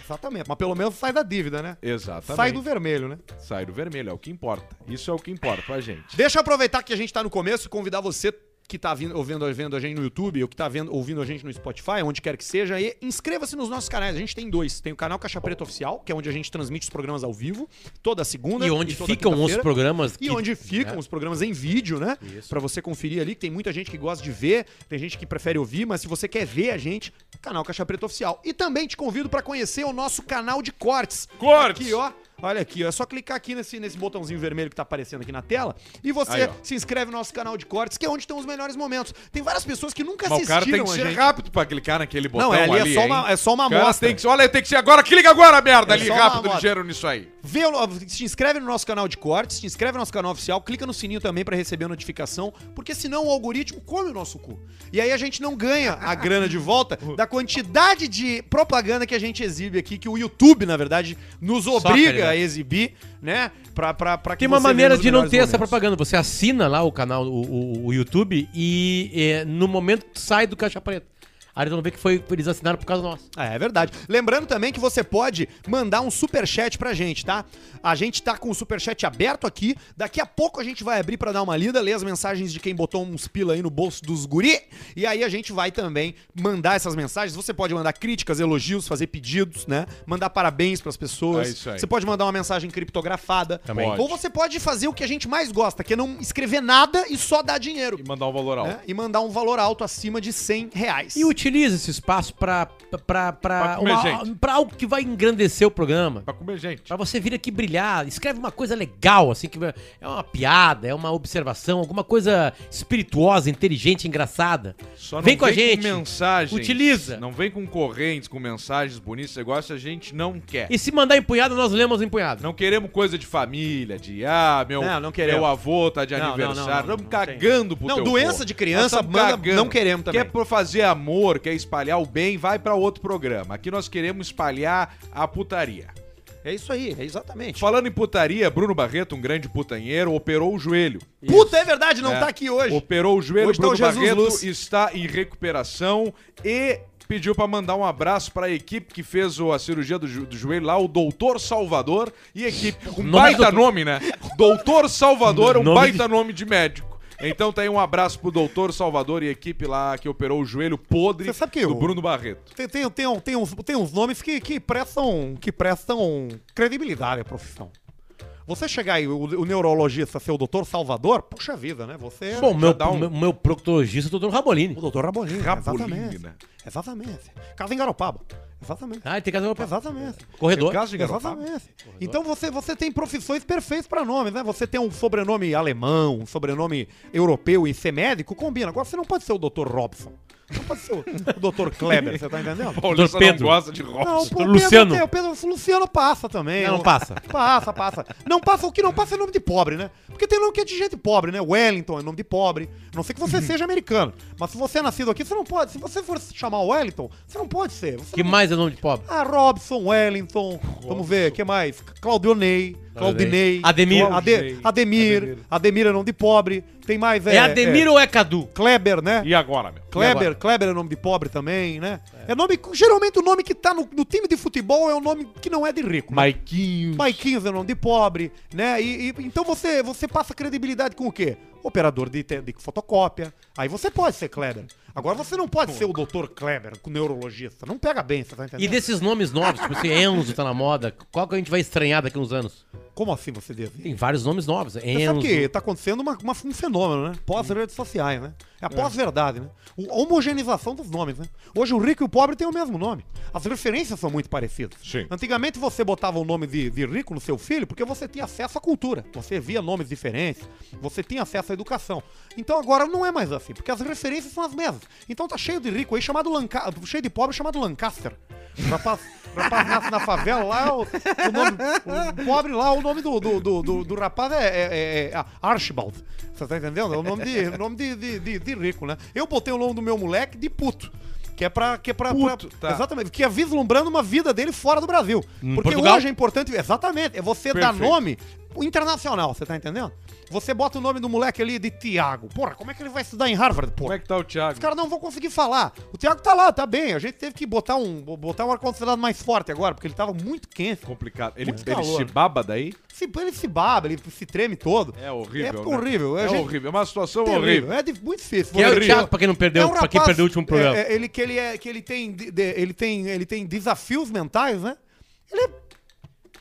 Speaker 1: Exatamente. Mas pelo menos sai da dívida, né?
Speaker 2: Exatamente.
Speaker 1: Sai do vermelho, né?
Speaker 2: Sai do vermelho, é o que importa. Isso é o que importa pra gente.
Speaker 1: Deixa eu aproveitar que a gente tá no começo e convidar você que tá vindo, ouvindo, ouvindo a gente no YouTube ou que tá vendo, ouvindo a gente no Spotify, onde quer que seja, e inscreva-se nos nossos canais. A gente tem dois. Tem o canal Caixa Preta Oficial, que é onde a gente transmite os programas ao vivo, toda segunda
Speaker 3: E onde
Speaker 1: toda
Speaker 3: ficam os
Speaker 1: quinta-feira.
Speaker 3: programas
Speaker 1: E onde ficam
Speaker 3: né?
Speaker 1: os programas em vídeo, né?
Speaker 3: Isso.
Speaker 1: Pra você conferir ali, que tem muita gente que gosta de ver, tem gente que prefere ouvir, mas se você quer ver a gente, canal Caixa Preta Oficial. E também te convido pra conhecer o nosso canal de cortes.
Speaker 2: Cortes!
Speaker 1: Aqui, ó. Olha aqui, ó. é só clicar aqui nesse, nesse botãozinho vermelho que tá aparecendo aqui na tela e
Speaker 2: Aí,
Speaker 1: você
Speaker 2: ó.
Speaker 1: se inscreve no nosso canal de cortes, que é onde estão os melhores momentos. Tem várias pessoas que nunca
Speaker 2: Mas o cara tem
Speaker 1: assistiram
Speaker 2: que
Speaker 1: a
Speaker 2: ser
Speaker 1: gente.
Speaker 2: rápido pra clicar naquele botão
Speaker 1: Não, é, ali
Speaker 2: ali,
Speaker 1: é só
Speaker 2: hein?
Speaker 1: uma, é só uma
Speaker 2: O cara
Speaker 1: amostra.
Speaker 2: tem que ser- olha, tem que ser agora. Clica agora, merda,
Speaker 1: É
Speaker 2: ali,
Speaker 1: só uma
Speaker 2: rápido,
Speaker 1: amostra.
Speaker 2: ligeiro nisso aí.
Speaker 1: Vê, o- se inscreve no nosso canal de cortes, se inscreve no nosso canal oficial, clica no sininho também pra receber a notificação, porque senão o algoritmo come o nosso cu. E aí a gente não ganha a grana de volta da quantidade de propaganda que a gente exibe aqui, que o YouTube, na verdade, nos obriga
Speaker 3: cara, né?
Speaker 1: a exibir, né? Pra, pra, pra que
Speaker 3: Tem uma
Speaker 1: você veja
Speaker 3: maneira
Speaker 1: nos
Speaker 3: de não ter
Speaker 1: melhores
Speaker 3: essa
Speaker 1: momentos.
Speaker 3: propaganda. Você assina lá o canal, o, o- o YouTube, e é, no momento que tu sai do Caixa Preta. Aí eles vão ver que foi, eles assinaram por causa nossa.
Speaker 1: É, é verdade. Lembrando também que você pode mandar um superchat pra gente, tá? A gente tá com o superchat aberto aqui. Daqui a pouco a gente vai abrir pra dar uma lida, ler as mensagens de quem botou uns pila aí no bolso dos guri. E aí a gente vai também mandar essas mensagens. Você pode mandar críticas, elogios, fazer pedidos, né? Mandar parabéns pras pessoas.
Speaker 2: É isso aí.
Speaker 1: Você pode mandar uma mensagem criptografada.
Speaker 3: Também.
Speaker 2: Pode.
Speaker 1: Ou você pode fazer o que a gente mais gosta, que é não escrever nada e só dar dinheiro.
Speaker 2: E mandar um valor alto.
Speaker 1: né? E mandar um valor alto acima de 100 reais.
Speaker 3: E utiliza esse espaço pra, pra,
Speaker 2: Pra
Speaker 3: pra,
Speaker 2: comer
Speaker 3: uma-
Speaker 2: gente.
Speaker 3: pra algo que vai engrandecer o programa.
Speaker 2: Pra comer gente.
Speaker 3: Pra você vir aqui brilhar, escreve uma coisa legal, assim, que é uma piada, é uma observação, alguma coisa espirituosa, inteligente, engraçada.
Speaker 2: Só
Speaker 3: vem com a gente.
Speaker 2: mensagens.
Speaker 3: Utiliza.
Speaker 2: Não vem com correntes, com mensagens bonitas. Esse negócio a gente não quer.
Speaker 3: E se mandar empunhado, nós lemos empunhado.
Speaker 2: Não queremos coisa de família, de ah, meu,
Speaker 1: Não, não queremos.
Speaker 2: meu avô tá de
Speaker 1: Não, não, não, não,
Speaker 2: aniversário. Estamos
Speaker 1: não tem.
Speaker 2: cagando pro
Speaker 1: Não,
Speaker 2: teu
Speaker 1: doença
Speaker 2: vô.
Speaker 1: de criança,
Speaker 2: Nós tamo
Speaker 1: manda- não queremos também.
Speaker 2: Quer pro- fazer amor, quer espalhar o bem, vai pra outro programa. Aqui nós queremos espalhar a putaria.
Speaker 1: É isso aí, é exatamente.
Speaker 2: Falando em putaria, Bruno Barreto, um grande putanheiro, operou o joelho.
Speaker 1: Puta, é verdade, não
Speaker 2: É.
Speaker 1: tá aqui hoje.
Speaker 2: Operou o joelho,
Speaker 1: Hoje tá o
Speaker 2: Bruno
Speaker 1: Jesus
Speaker 2: Barreto
Speaker 1: Luz.
Speaker 2: está em recuperação e pediu para mandar um abraço para a equipe que fez o- a cirurgia do, jo- do joelho lá, o Doutor Salvador e equipe. Um
Speaker 3: Nome
Speaker 2: baita
Speaker 3: do-
Speaker 2: nome, né? Doutor Salvador é um
Speaker 3: Nome
Speaker 2: baita nome de médico. Então tá aí um abraço pro Doutor Salvador e equipe lá que operou o joelho podre
Speaker 1: Você sabe que
Speaker 2: do
Speaker 1: eu-
Speaker 2: Bruno Barreto.
Speaker 1: Tem, tem, tem, um- tem uns, tem uns nomes que, que, prestam, que prestam credibilidade à profissão. Você chegar aí, o, o neurologista ser o doutor Salvador, puxa vida, né? Você é
Speaker 3: Bom, meu,
Speaker 2: dá um-
Speaker 3: meu, meu proctologista é o Dr. Rabolini.
Speaker 1: o doutor Rabolini.
Speaker 2: Rabolini,
Speaker 1: exatamente.
Speaker 2: né?
Speaker 1: Exatamente. Casa em Garopaba. Exatamente.
Speaker 3: Ah, ele tem casa pra
Speaker 1: Exatamente. um
Speaker 3: corredor.
Speaker 2: Tem casa de Garopaba?
Speaker 1: Exatamente. Então você, você tem profissões perfeitas pra nomes, né? Você tem um sobrenome alemão, um sobrenome europeu e ser médico, combina. Agora você não pode ser o Dr. Robson. Não pode ser o, o Dr. Kleber, você tá entendendo?
Speaker 2: Paulista
Speaker 3: Pedro.
Speaker 2: não gosta de
Speaker 1: Não,
Speaker 2: Robson.
Speaker 1: pô, o
Speaker 3: Luciano.
Speaker 1: Pedro, o Pedro, o Luciano passa também.
Speaker 3: Não,
Speaker 1: O-
Speaker 3: passa.
Speaker 1: Passa, passa. Não passa, o que não passa é nome de pobre, né? Porque tem nome que é de gente pobre, né? Wellington é nome de pobre. A Não sei que você seja americano. Mas se você é nascido aqui, você não pode. Se você for se chamar Wellington, você não pode ser. Você
Speaker 3: Que
Speaker 1: não-
Speaker 3: mais é nome de pobre?
Speaker 1: Ah, Robson, Wellington. Vamos ver, o que mais? Claudionei. Claudinei,
Speaker 3: Ademir.
Speaker 1: Ade- Ademir, Ademir, é nome de pobre. Tem mais,
Speaker 3: É Ademir ou é Cadu?
Speaker 1: Kleber, né?
Speaker 2: E agora, meu?
Speaker 1: Kleber,
Speaker 3: agora?
Speaker 1: Kleber é nome de pobre também, né? É, nome, geralmente o nome que tá no, no time de futebol é um nome que não é de rico. né?
Speaker 2: Maiquinho.
Speaker 1: Maiquinhos é nome de pobre, né? E, e- então você, você passa credibilidade com o quê? Operador de, te- de fotocópia. Aí você pode ser Kleber. Agora você não pode ser o doutor Kleber, o neurologista. Não pega bem, você tá entendendo?
Speaker 3: E desses nomes novos, tipo assim, Enzo tá na moda, qual que a gente vai estranhar daqui uns anos?
Speaker 1: Como assim você diz?
Speaker 3: Tem vários nomes novos.
Speaker 1: Você
Speaker 3: Enzo.
Speaker 1: sabe que tá acontecendo uma, uma- um fenômeno, né? Pós-redes sociais, né? É a pós-verdade, né? O- a homogenização dos nomes, né? Hoje o rico e o pobre têm o mesmo nome. As referências são muito parecidas.
Speaker 4: Sim.
Speaker 1: Antigamente você botava o nome de, de rico no seu filho porque você tinha acesso à cultura. Você via nomes diferentes, você tinha acesso à educação. Então agora não é mais assim, porque as referências são as mesmas. Então tá cheio de rico aí chamado Lancaster, cheio de pobre chamado Lancaster. Rapaz, rapaz na, na favela lá, o, o nome, o pobre lá, o nome do, do, do, do- do rapaz é, é- é- é Archibald. Você tá entendendo? É o nome, de, nome de, de, de- de rico, né? Eu botei o nome do meu moleque de puto. Que é pra. Que é pra, pra-
Speaker 2: Puto, tá.
Speaker 1: Exatamente. Que é vislumbrando uma vida dele fora do Brasil. Porque
Speaker 3: Portugal?
Speaker 1: hoje é importante. Exatamente. É você dar
Speaker 2: Perfeito.
Speaker 1: nome internacional, você tá entendendo? Você bota o nome do moleque ali de Tiago. Porra, como é que ele vai estudar em Harvard, porra?
Speaker 2: Como é que tá o Thiago?
Speaker 1: Os caras não vão conseguir falar. O Thiago tá lá, tá bem. A gente teve que botar um, botar um ar-condicionado mais forte agora, porque ele tava muito quente.
Speaker 2: Complicado. Ele,
Speaker 1: Muito
Speaker 2: ele
Speaker 1: calor.
Speaker 2: se baba daí?
Speaker 1: Se, ele se baba, ele se treme todo.
Speaker 2: É horrível.
Speaker 1: É
Speaker 2: né?
Speaker 1: horrível.
Speaker 2: É,
Speaker 1: gente-
Speaker 2: horrível. É uma situação
Speaker 1: terrível.
Speaker 2: horrível.
Speaker 1: É de- muito difícil.
Speaker 3: Que é
Speaker 1: Você-
Speaker 3: o Thiago, pra quem não perdeu,
Speaker 1: um
Speaker 3: pra quem
Speaker 1: rapaz,
Speaker 3: perdeu o último programa.
Speaker 1: é, é, ele que ele é que ele tem de- de- ele tem ele tem desafios mentais, né? Ele é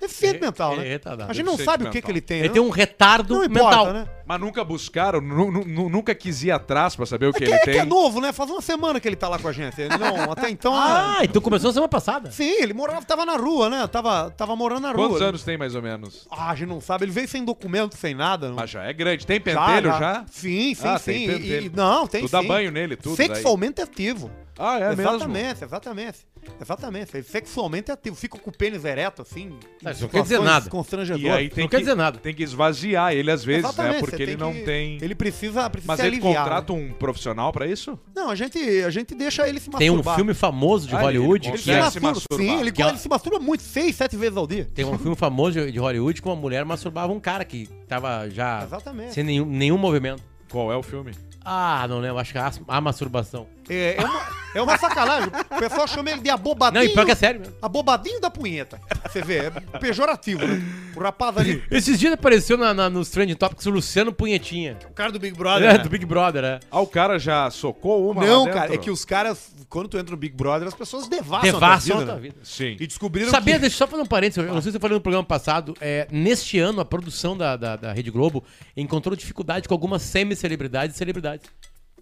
Speaker 1: deficiente
Speaker 3: É-
Speaker 1: mental,
Speaker 3: é
Speaker 1: né?
Speaker 3: retardado.
Speaker 1: a gente não
Speaker 2: Deficiente
Speaker 1: sabe o que,
Speaker 2: mental.
Speaker 1: que ele tem,
Speaker 3: Ele
Speaker 1: né?
Speaker 3: tem um retardo
Speaker 1: não
Speaker 3: mental.
Speaker 1: importa, né?
Speaker 2: Mas nunca buscaram, nu- nu- nu- nunca quis ir atrás pra saber o que
Speaker 1: Que,
Speaker 2: ele
Speaker 1: é, que
Speaker 2: tem.
Speaker 1: é novo, né? Faz uma semana que ele tá lá com a gente. Ele não, até então.
Speaker 3: Ah, então começou semana passada.
Speaker 1: Sim, ele morava, tava na rua, né? Tava, tava morando na rua.
Speaker 2: Quantos anos tem, mais ou menos?
Speaker 1: Ah, a gente não sabe. Ele veio sem documento, sem nada. Não.
Speaker 2: Mas já é grande. Tem pentelho já?
Speaker 1: Sim, sim,
Speaker 2: Ah,
Speaker 1: sim.
Speaker 2: tem
Speaker 1: E- e-
Speaker 2: pentelho.
Speaker 1: não, tem
Speaker 2: Tu
Speaker 1: sim.
Speaker 2: dá banho nele, tudo daí?
Speaker 1: Sexualmente ativo.
Speaker 2: Ah, é mesmo?
Speaker 1: exatamente, exatamente. Exatamente. Ele sexualmente é ativo. Fica com o pênis ereto, assim.
Speaker 3: Ah,
Speaker 1: em
Speaker 3: isso não quer dizer
Speaker 1: situações
Speaker 3: nada.
Speaker 2: E
Speaker 1: Constrangedoras.
Speaker 2: aí tem
Speaker 3: Não
Speaker 2: que,
Speaker 3: quer dizer nada.
Speaker 2: Tem que esvaziar ele às vezes, né?
Speaker 1: Exatamente,
Speaker 2: Porque
Speaker 1: você
Speaker 2: ele não
Speaker 1: que-
Speaker 2: tem.
Speaker 1: Ele precisa, precisa
Speaker 2: Mas
Speaker 1: se
Speaker 2: ele
Speaker 1: aliviar,
Speaker 2: contrata
Speaker 1: né?
Speaker 2: um profissional pra isso?
Speaker 1: Não, a gente, a gente deixa ele se
Speaker 3: Tem um
Speaker 1: masturbar.
Speaker 3: filme famoso de
Speaker 2: Ah, ele-
Speaker 3: Hollywood
Speaker 2: ele
Speaker 1: Ele
Speaker 3: que
Speaker 1: se
Speaker 2: consegue
Speaker 3: é,
Speaker 2: se
Speaker 1: masturba. Sim,
Speaker 2: masturbar.
Speaker 1: ele,
Speaker 3: Que ela-
Speaker 1: ele se masturba muito, seis, sete vezes ao dia.
Speaker 3: tem um filme famoso de- de Hollywood que uma mulher masturbava um cara que tava já
Speaker 1: Exatamente.
Speaker 3: sem nenhum, nenhum movimento.
Speaker 2: Qual é o filme?
Speaker 3: Ah, não lembro, acho que é a, a masturbação.
Speaker 1: É, é uma, é uma sacanagem. O pessoal chama ele de
Speaker 3: Não,
Speaker 1: abobadinho.
Speaker 3: e pior que é sério mesmo.
Speaker 1: Abobadinho da punheta. Você vê, é pejorativo, né? O rapaz ali,
Speaker 3: Esses dias apareceu na, na- nos Trending Topics o Luciano Punhetinha.
Speaker 1: o cara do Big
Speaker 3: É,
Speaker 1: Brother. né?
Speaker 3: do Big Brother, é.
Speaker 2: Ah, o cara já socou uma lá
Speaker 1: Não,
Speaker 2: dentro?
Speaker 1: cara, é que os caras, quando tu entra no Big Brother, as pessoas devassam,
Speaker 3: Devassa
Speaker 1: a
Speaker 3: a
Speaker 1: tua
Speaker 3: tua
Speaker 1: vida.
Speaker 3: vida.
Speaker 2: Sim.
Speaker 1: né? E descobriram
Speaker 3: Sabia,
Speaker 1: que...
Speaker 3: deixa eu só fazer um parênteses, eu não sei se eu falei no programa passado, é, neste ano a produção da, da, da Rede Globo encontrou dificuldade com algumas semi-celebridades e celebridades.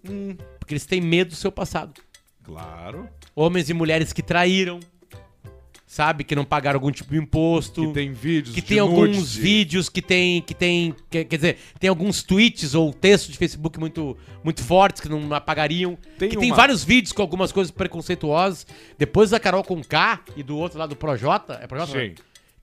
Speaker 3: Hum, Porque eles têm medo do seu passado.
Speaker 2: Claro.
Speaker 3: Homens e mulheres que traíram, sabe? Que não pagaram algum tipo de imposto.
Speaker 2: Que tem vídeos
Speaker 3: que
Speaker 2: de
Speaker 3: tem alguns
Speaker 2: nudes.
Speaker 3: vídeos que tem que tem que- quer dizer tem alguns tweets ou textos de Facebook muito muito fortes que não apagariam
Speaker 2: Tem
Speaker 3: que tem
Speaker 2: uma-
Speaker 3: vários vídeos com algumas coisas preconceituosas depois da Carol com K e do outro lá do Projota é Projota
Speaker 2: Sim.
Speaker 3: né?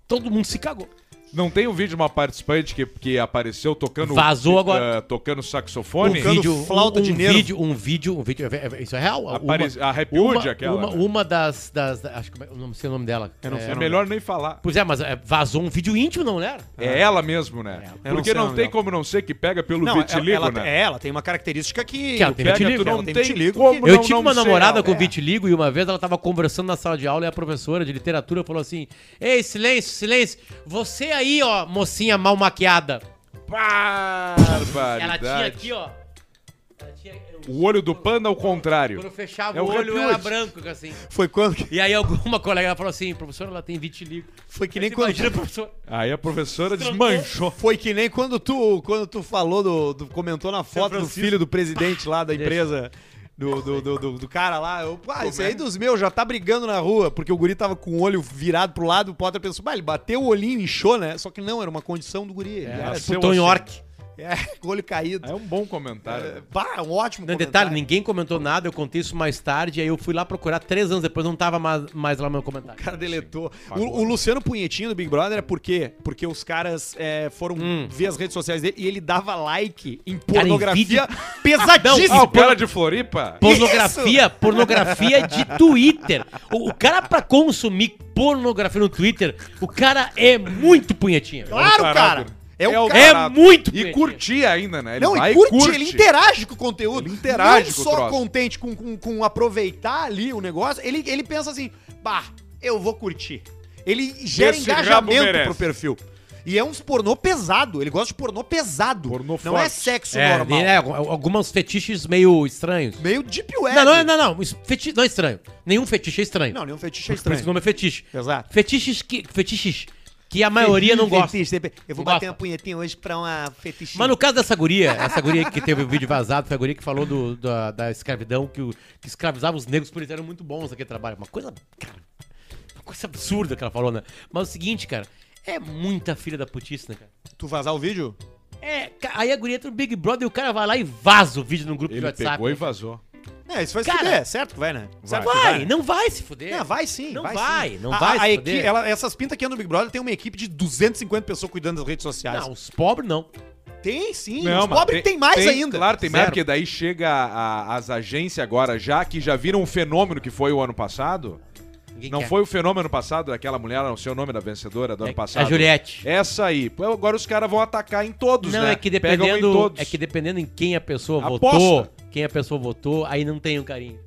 Speaker 3: todo mundo se cagou
Speaker 2: Não tem um vídeo de uma participante que, que apareceu tocando...
Speaker 3: Vazou agora.
Speaker 2: eh, tocando saxofone?
Speaker 1: Tocando flauta
Speaker 3: um,
Speaker 1: de
Speaker 3: um
Speaker 1: nervo.
Speaker 3: vídeo um vídeo um vídeo é- é- isso é real
Speaker 2: Apare- a Happy
Speaker 3: uma,
Speaker 2: Hood, aquela,
Speaker 3: uma,
Speaker 2: né?
Speaker 3: uma das, das da- acho que eu não sei o nome dela
Speaker 1: Eu não sei
Speaker 2: É
Speaker 1: o nome
Speaker 2: melhor nem falar.
Speaker 3: pois é mas é, vazou um vídeo íntimo não era
Speaker 2: É ela mesmo, né?
Speaker 1: Ah. Eu
Speaker 2: Porque
Speaker 1: não sei
Speaker 2: não,
Speaker 1: o nome
Speaker 2: tem
Speaker 1: dela.
Speaker 2: como não ser que pega pelo
Speaker 1: Não, ela,
Speaker 2: vitiligo,
Speaker 1: ela,
Speaker 2: né?
Speaker 1: é, ela tem uma característica que...
Speaker 3: Que ela tem
Speaker 1: pega, tu
Speaker 3: vitiligo.
Speaker 1: não
Speaker 2: Ela tem
Speaker 1: tem
Speaker 2: vitiligo.
Speaker 1: vitiligo.
Speaker 2: Como-
Speaker 1: que-
Speaker 3: Eu
Speaker 2: Tipo, não-
Speaker 3: tive
Speaker 2: não
Speaker 3: uma
Speaker 2: sei,
Speaker 3: namorada
Speaker 2: não.
Speaker 3: com
Speaker 2: É.
Speaker 3: vitiligo e uma vez ela tava conversando na sala de aula e a professora de literatura falou assim: Ei, silêncio, silêncio. Você aí, ó, mocinha mal maquiada.
Speaker 2: Barbaridade.
Speaker 3: Ela tinha aqui, ó. ela tinha-
Speaker 2: O olho do panda ao
Speaker 3: Quando eu
Speaker 2: contrário.
Speaker 3: fechava
Speaker 2: É
Speaker 3: o
Speaker 2: o
Speaker 3: olho,
Speaker 2: Happy
Speaker 3: era
Speaker 2: Hood.
Speaker 3: branco, assim.
Speaker 1: Foi quando que...
Speaker 3: E aí alguma colega falou assim, professora, ela tem vitiligo.
Speaker 1: Foi que
Speaker 3: Aí
Speaker 1: nem
Speaker 3: você
Speaker 1: quando...
Speaker 3: Imagina, professor.
Speaker 2: Aí a professora desmanchou.
Speaker 1: Foi que nem quando tu, quando tu falou, do, do- comentou na foto do
Speaker 3: Francisco.
Speaker 1: filho do presidente lá da empresa. Do, do, do, do- do cara lá, eu, ah, esse aí dos meus já tá brigando na rua, porque o guri tava com o olho virado pro lado, o Potter pensou, bah, ele bateu o olhinho, inchou, né? Só que não, era uma condição do guri. ele era-
Speaker 2: nasceu
Speaker 3: Tom
Speaker 2: assim.
Speaker 3: York.
Speaker 1: É, É, com o olho caído.
Speaker 2: É um bom comentário.
Speaker 1: É, pá, um ótimo
Speaker 3: Não,
Speaker 1: comentário.
Speaker 3: detalhe, ninguém comentou nada, eu contei isso mais tarde, aí eu fui lá procurar três anos depois, não tava mais, mais lá meu
Speaker 1: O
Speaker 3: comentário.
Speaker 1: cara deletou. O,
Speaker 2: pagou.
Speaker 1: o Luciano Punhetinho do Big Brother é por quê? Porque os caras é, foram ver as redes sociais dele e ele dava like em
Speaker 3: Cara, em
Speaker 1: pornografia
Speaker 3: vídeo-
Speaker 1: pesadíssima.
Speaker 2: Ah, o cara de Floripa?
Speaker 3: Pornografia, pornografia de Twitter. O, o cara pra consumir pornografia no Twitter, o cara é muito punhetinha.
Speaker 1: Claro,
Speaker 2: É
Speaker 1: cara.
Speaker 2: um tarado.
Speaker 1: É o
Speaker 2: É o
Speaker 1: cara.
Speaker 3: É muito
Speaker 2: E
Speaker 3: punhetinha.
Speaker 2: curtir ainda, né?
Speaker 1: Não,
Speaker 2: vai
Speaker 1: e curte, ele interage com o conteúdo.
Speaker 2: Ele interage
Speaker 1: não
Speaker 2: com o
Speaker 1: só
Speaker 2: troço.
Speaker 1: contente com, com, com aproveitar ali o negócio, ele, ele pensa assim, bah, eu vou curtir. Ele gera
Speaker 2: Esse rabo
Speaker 1: engajamento
Speaker 2: merece.
Speaker 1: pro perfil. E é uns pornô pesado, ele gosta de pornô pesado.
Speaker 2: Pornô
Speaker 1: não
Speaker 2: forte.
Speaker 1: é sexo
Speaker 3: É,
Speaker 1: normal.
Speaker 3: é, alguns fetiches meio estranhos.
Speaker 1: Meio deep web.
Speaker 3: Não, não, é- não, não, isso- feti- não é estranho. Nenhum fetiche é estranho.
Speaker 1: Não, nenhum fetiche é
Speaker 3: Por isso que o
Speaker 1: estranho.
Speaker 3: nome é fetiche.
Speaker 1: Exato.
Speaker 3: Fetiches que, fetiches que a maioria não gosta.
Speaker 1: Fetiche, eu vou
Speaker 3: Não
Speaker 1: bater
Speaker 3: gosta.
Speaker 1: uma punhetinha hoje pra uma fetichinha.
Speaker 3: Mas no caso dessa guria, essa guria que teve o vídeo vazado, foi a guria que falou do- da, da escravidão, que, o- que escravizava os negros por eles eram muito bons naquele trabalho. Uma coisa, cara, uma coisa absurda que ela falou, né? Mas é o seguinte, cara, é muita filha da putice, né, cara?
Speaker 1: Tu vazar o vídeo?
Speaker 3: É, ca- aí a guria entra no Big Brother e o cara vai lá e vaza o vídeo no grupo de
Speaker 2: Ele
Speaker 3: WhatsApp.
Speaker 2: pegou e
Speaker 3: né?
Speaker 2: vazou.
Speaker 1: É, isso vai
Speaker 3: Cara-
Speaker 1: se fuder, certo que vai, né? Certo que
Speaker 3: Vai,
Speaker 1: né?
Speaker 3: não vai se fuder.
Speaker 1: Não, vai sim.
Speaker 3: Não
Speaker 1: vai,
Speaker 3: vai,
Speaker 1: sim.
Speaker 3: não
Speaker 1: A-
Speaker 3: vai
Speaker 1: a,
Speaker 3: se
Speaker 1: equipe-
Speaker 3: fuder.
Speaker 1: ela- Essas pintas aqui no Big Brother tem uma equipe de 250 pessoas cuidando das redes sociais.
Speaker 3: Não, os pobres não.
Speaker 1: Tem sim.
Speaker 2: Não,
Speaker 1: os
Speaker 2: mas
Speaker 1: pobres tem, mais ainda.
Speaker 2: Claro, tem mais,
Speaker 3: Zero.
Speaker 2: porque daí chega a- as agências agora já, que já viram o fenômeno que foi o ano passado.
Speaker 3: Ninguém
Speaker 2: Não
Speaker 3: quer.
Speaker 2: foi o fenômeno passado daquela mulher, não sei o nome da vencedora do
Speaker 3: É-
Speaker 2: ano passado.
Speaker 3: a Juliette.
Speaker 2: Essa aí. Pô, Agora os caras vão atacar em todos,
Speaker 3: Não,
Speaker 2: né?
Speaker 3: é que
Speaker 2: Pegam em
Speaker 3: dependendo.
Speaker 2: todos.
Speaker 3: É que dependendo em quem a pessoa
Speaker 2: Aposta.
Speaker 3: votou, quem a pessoa votou, aí não tem o carinho.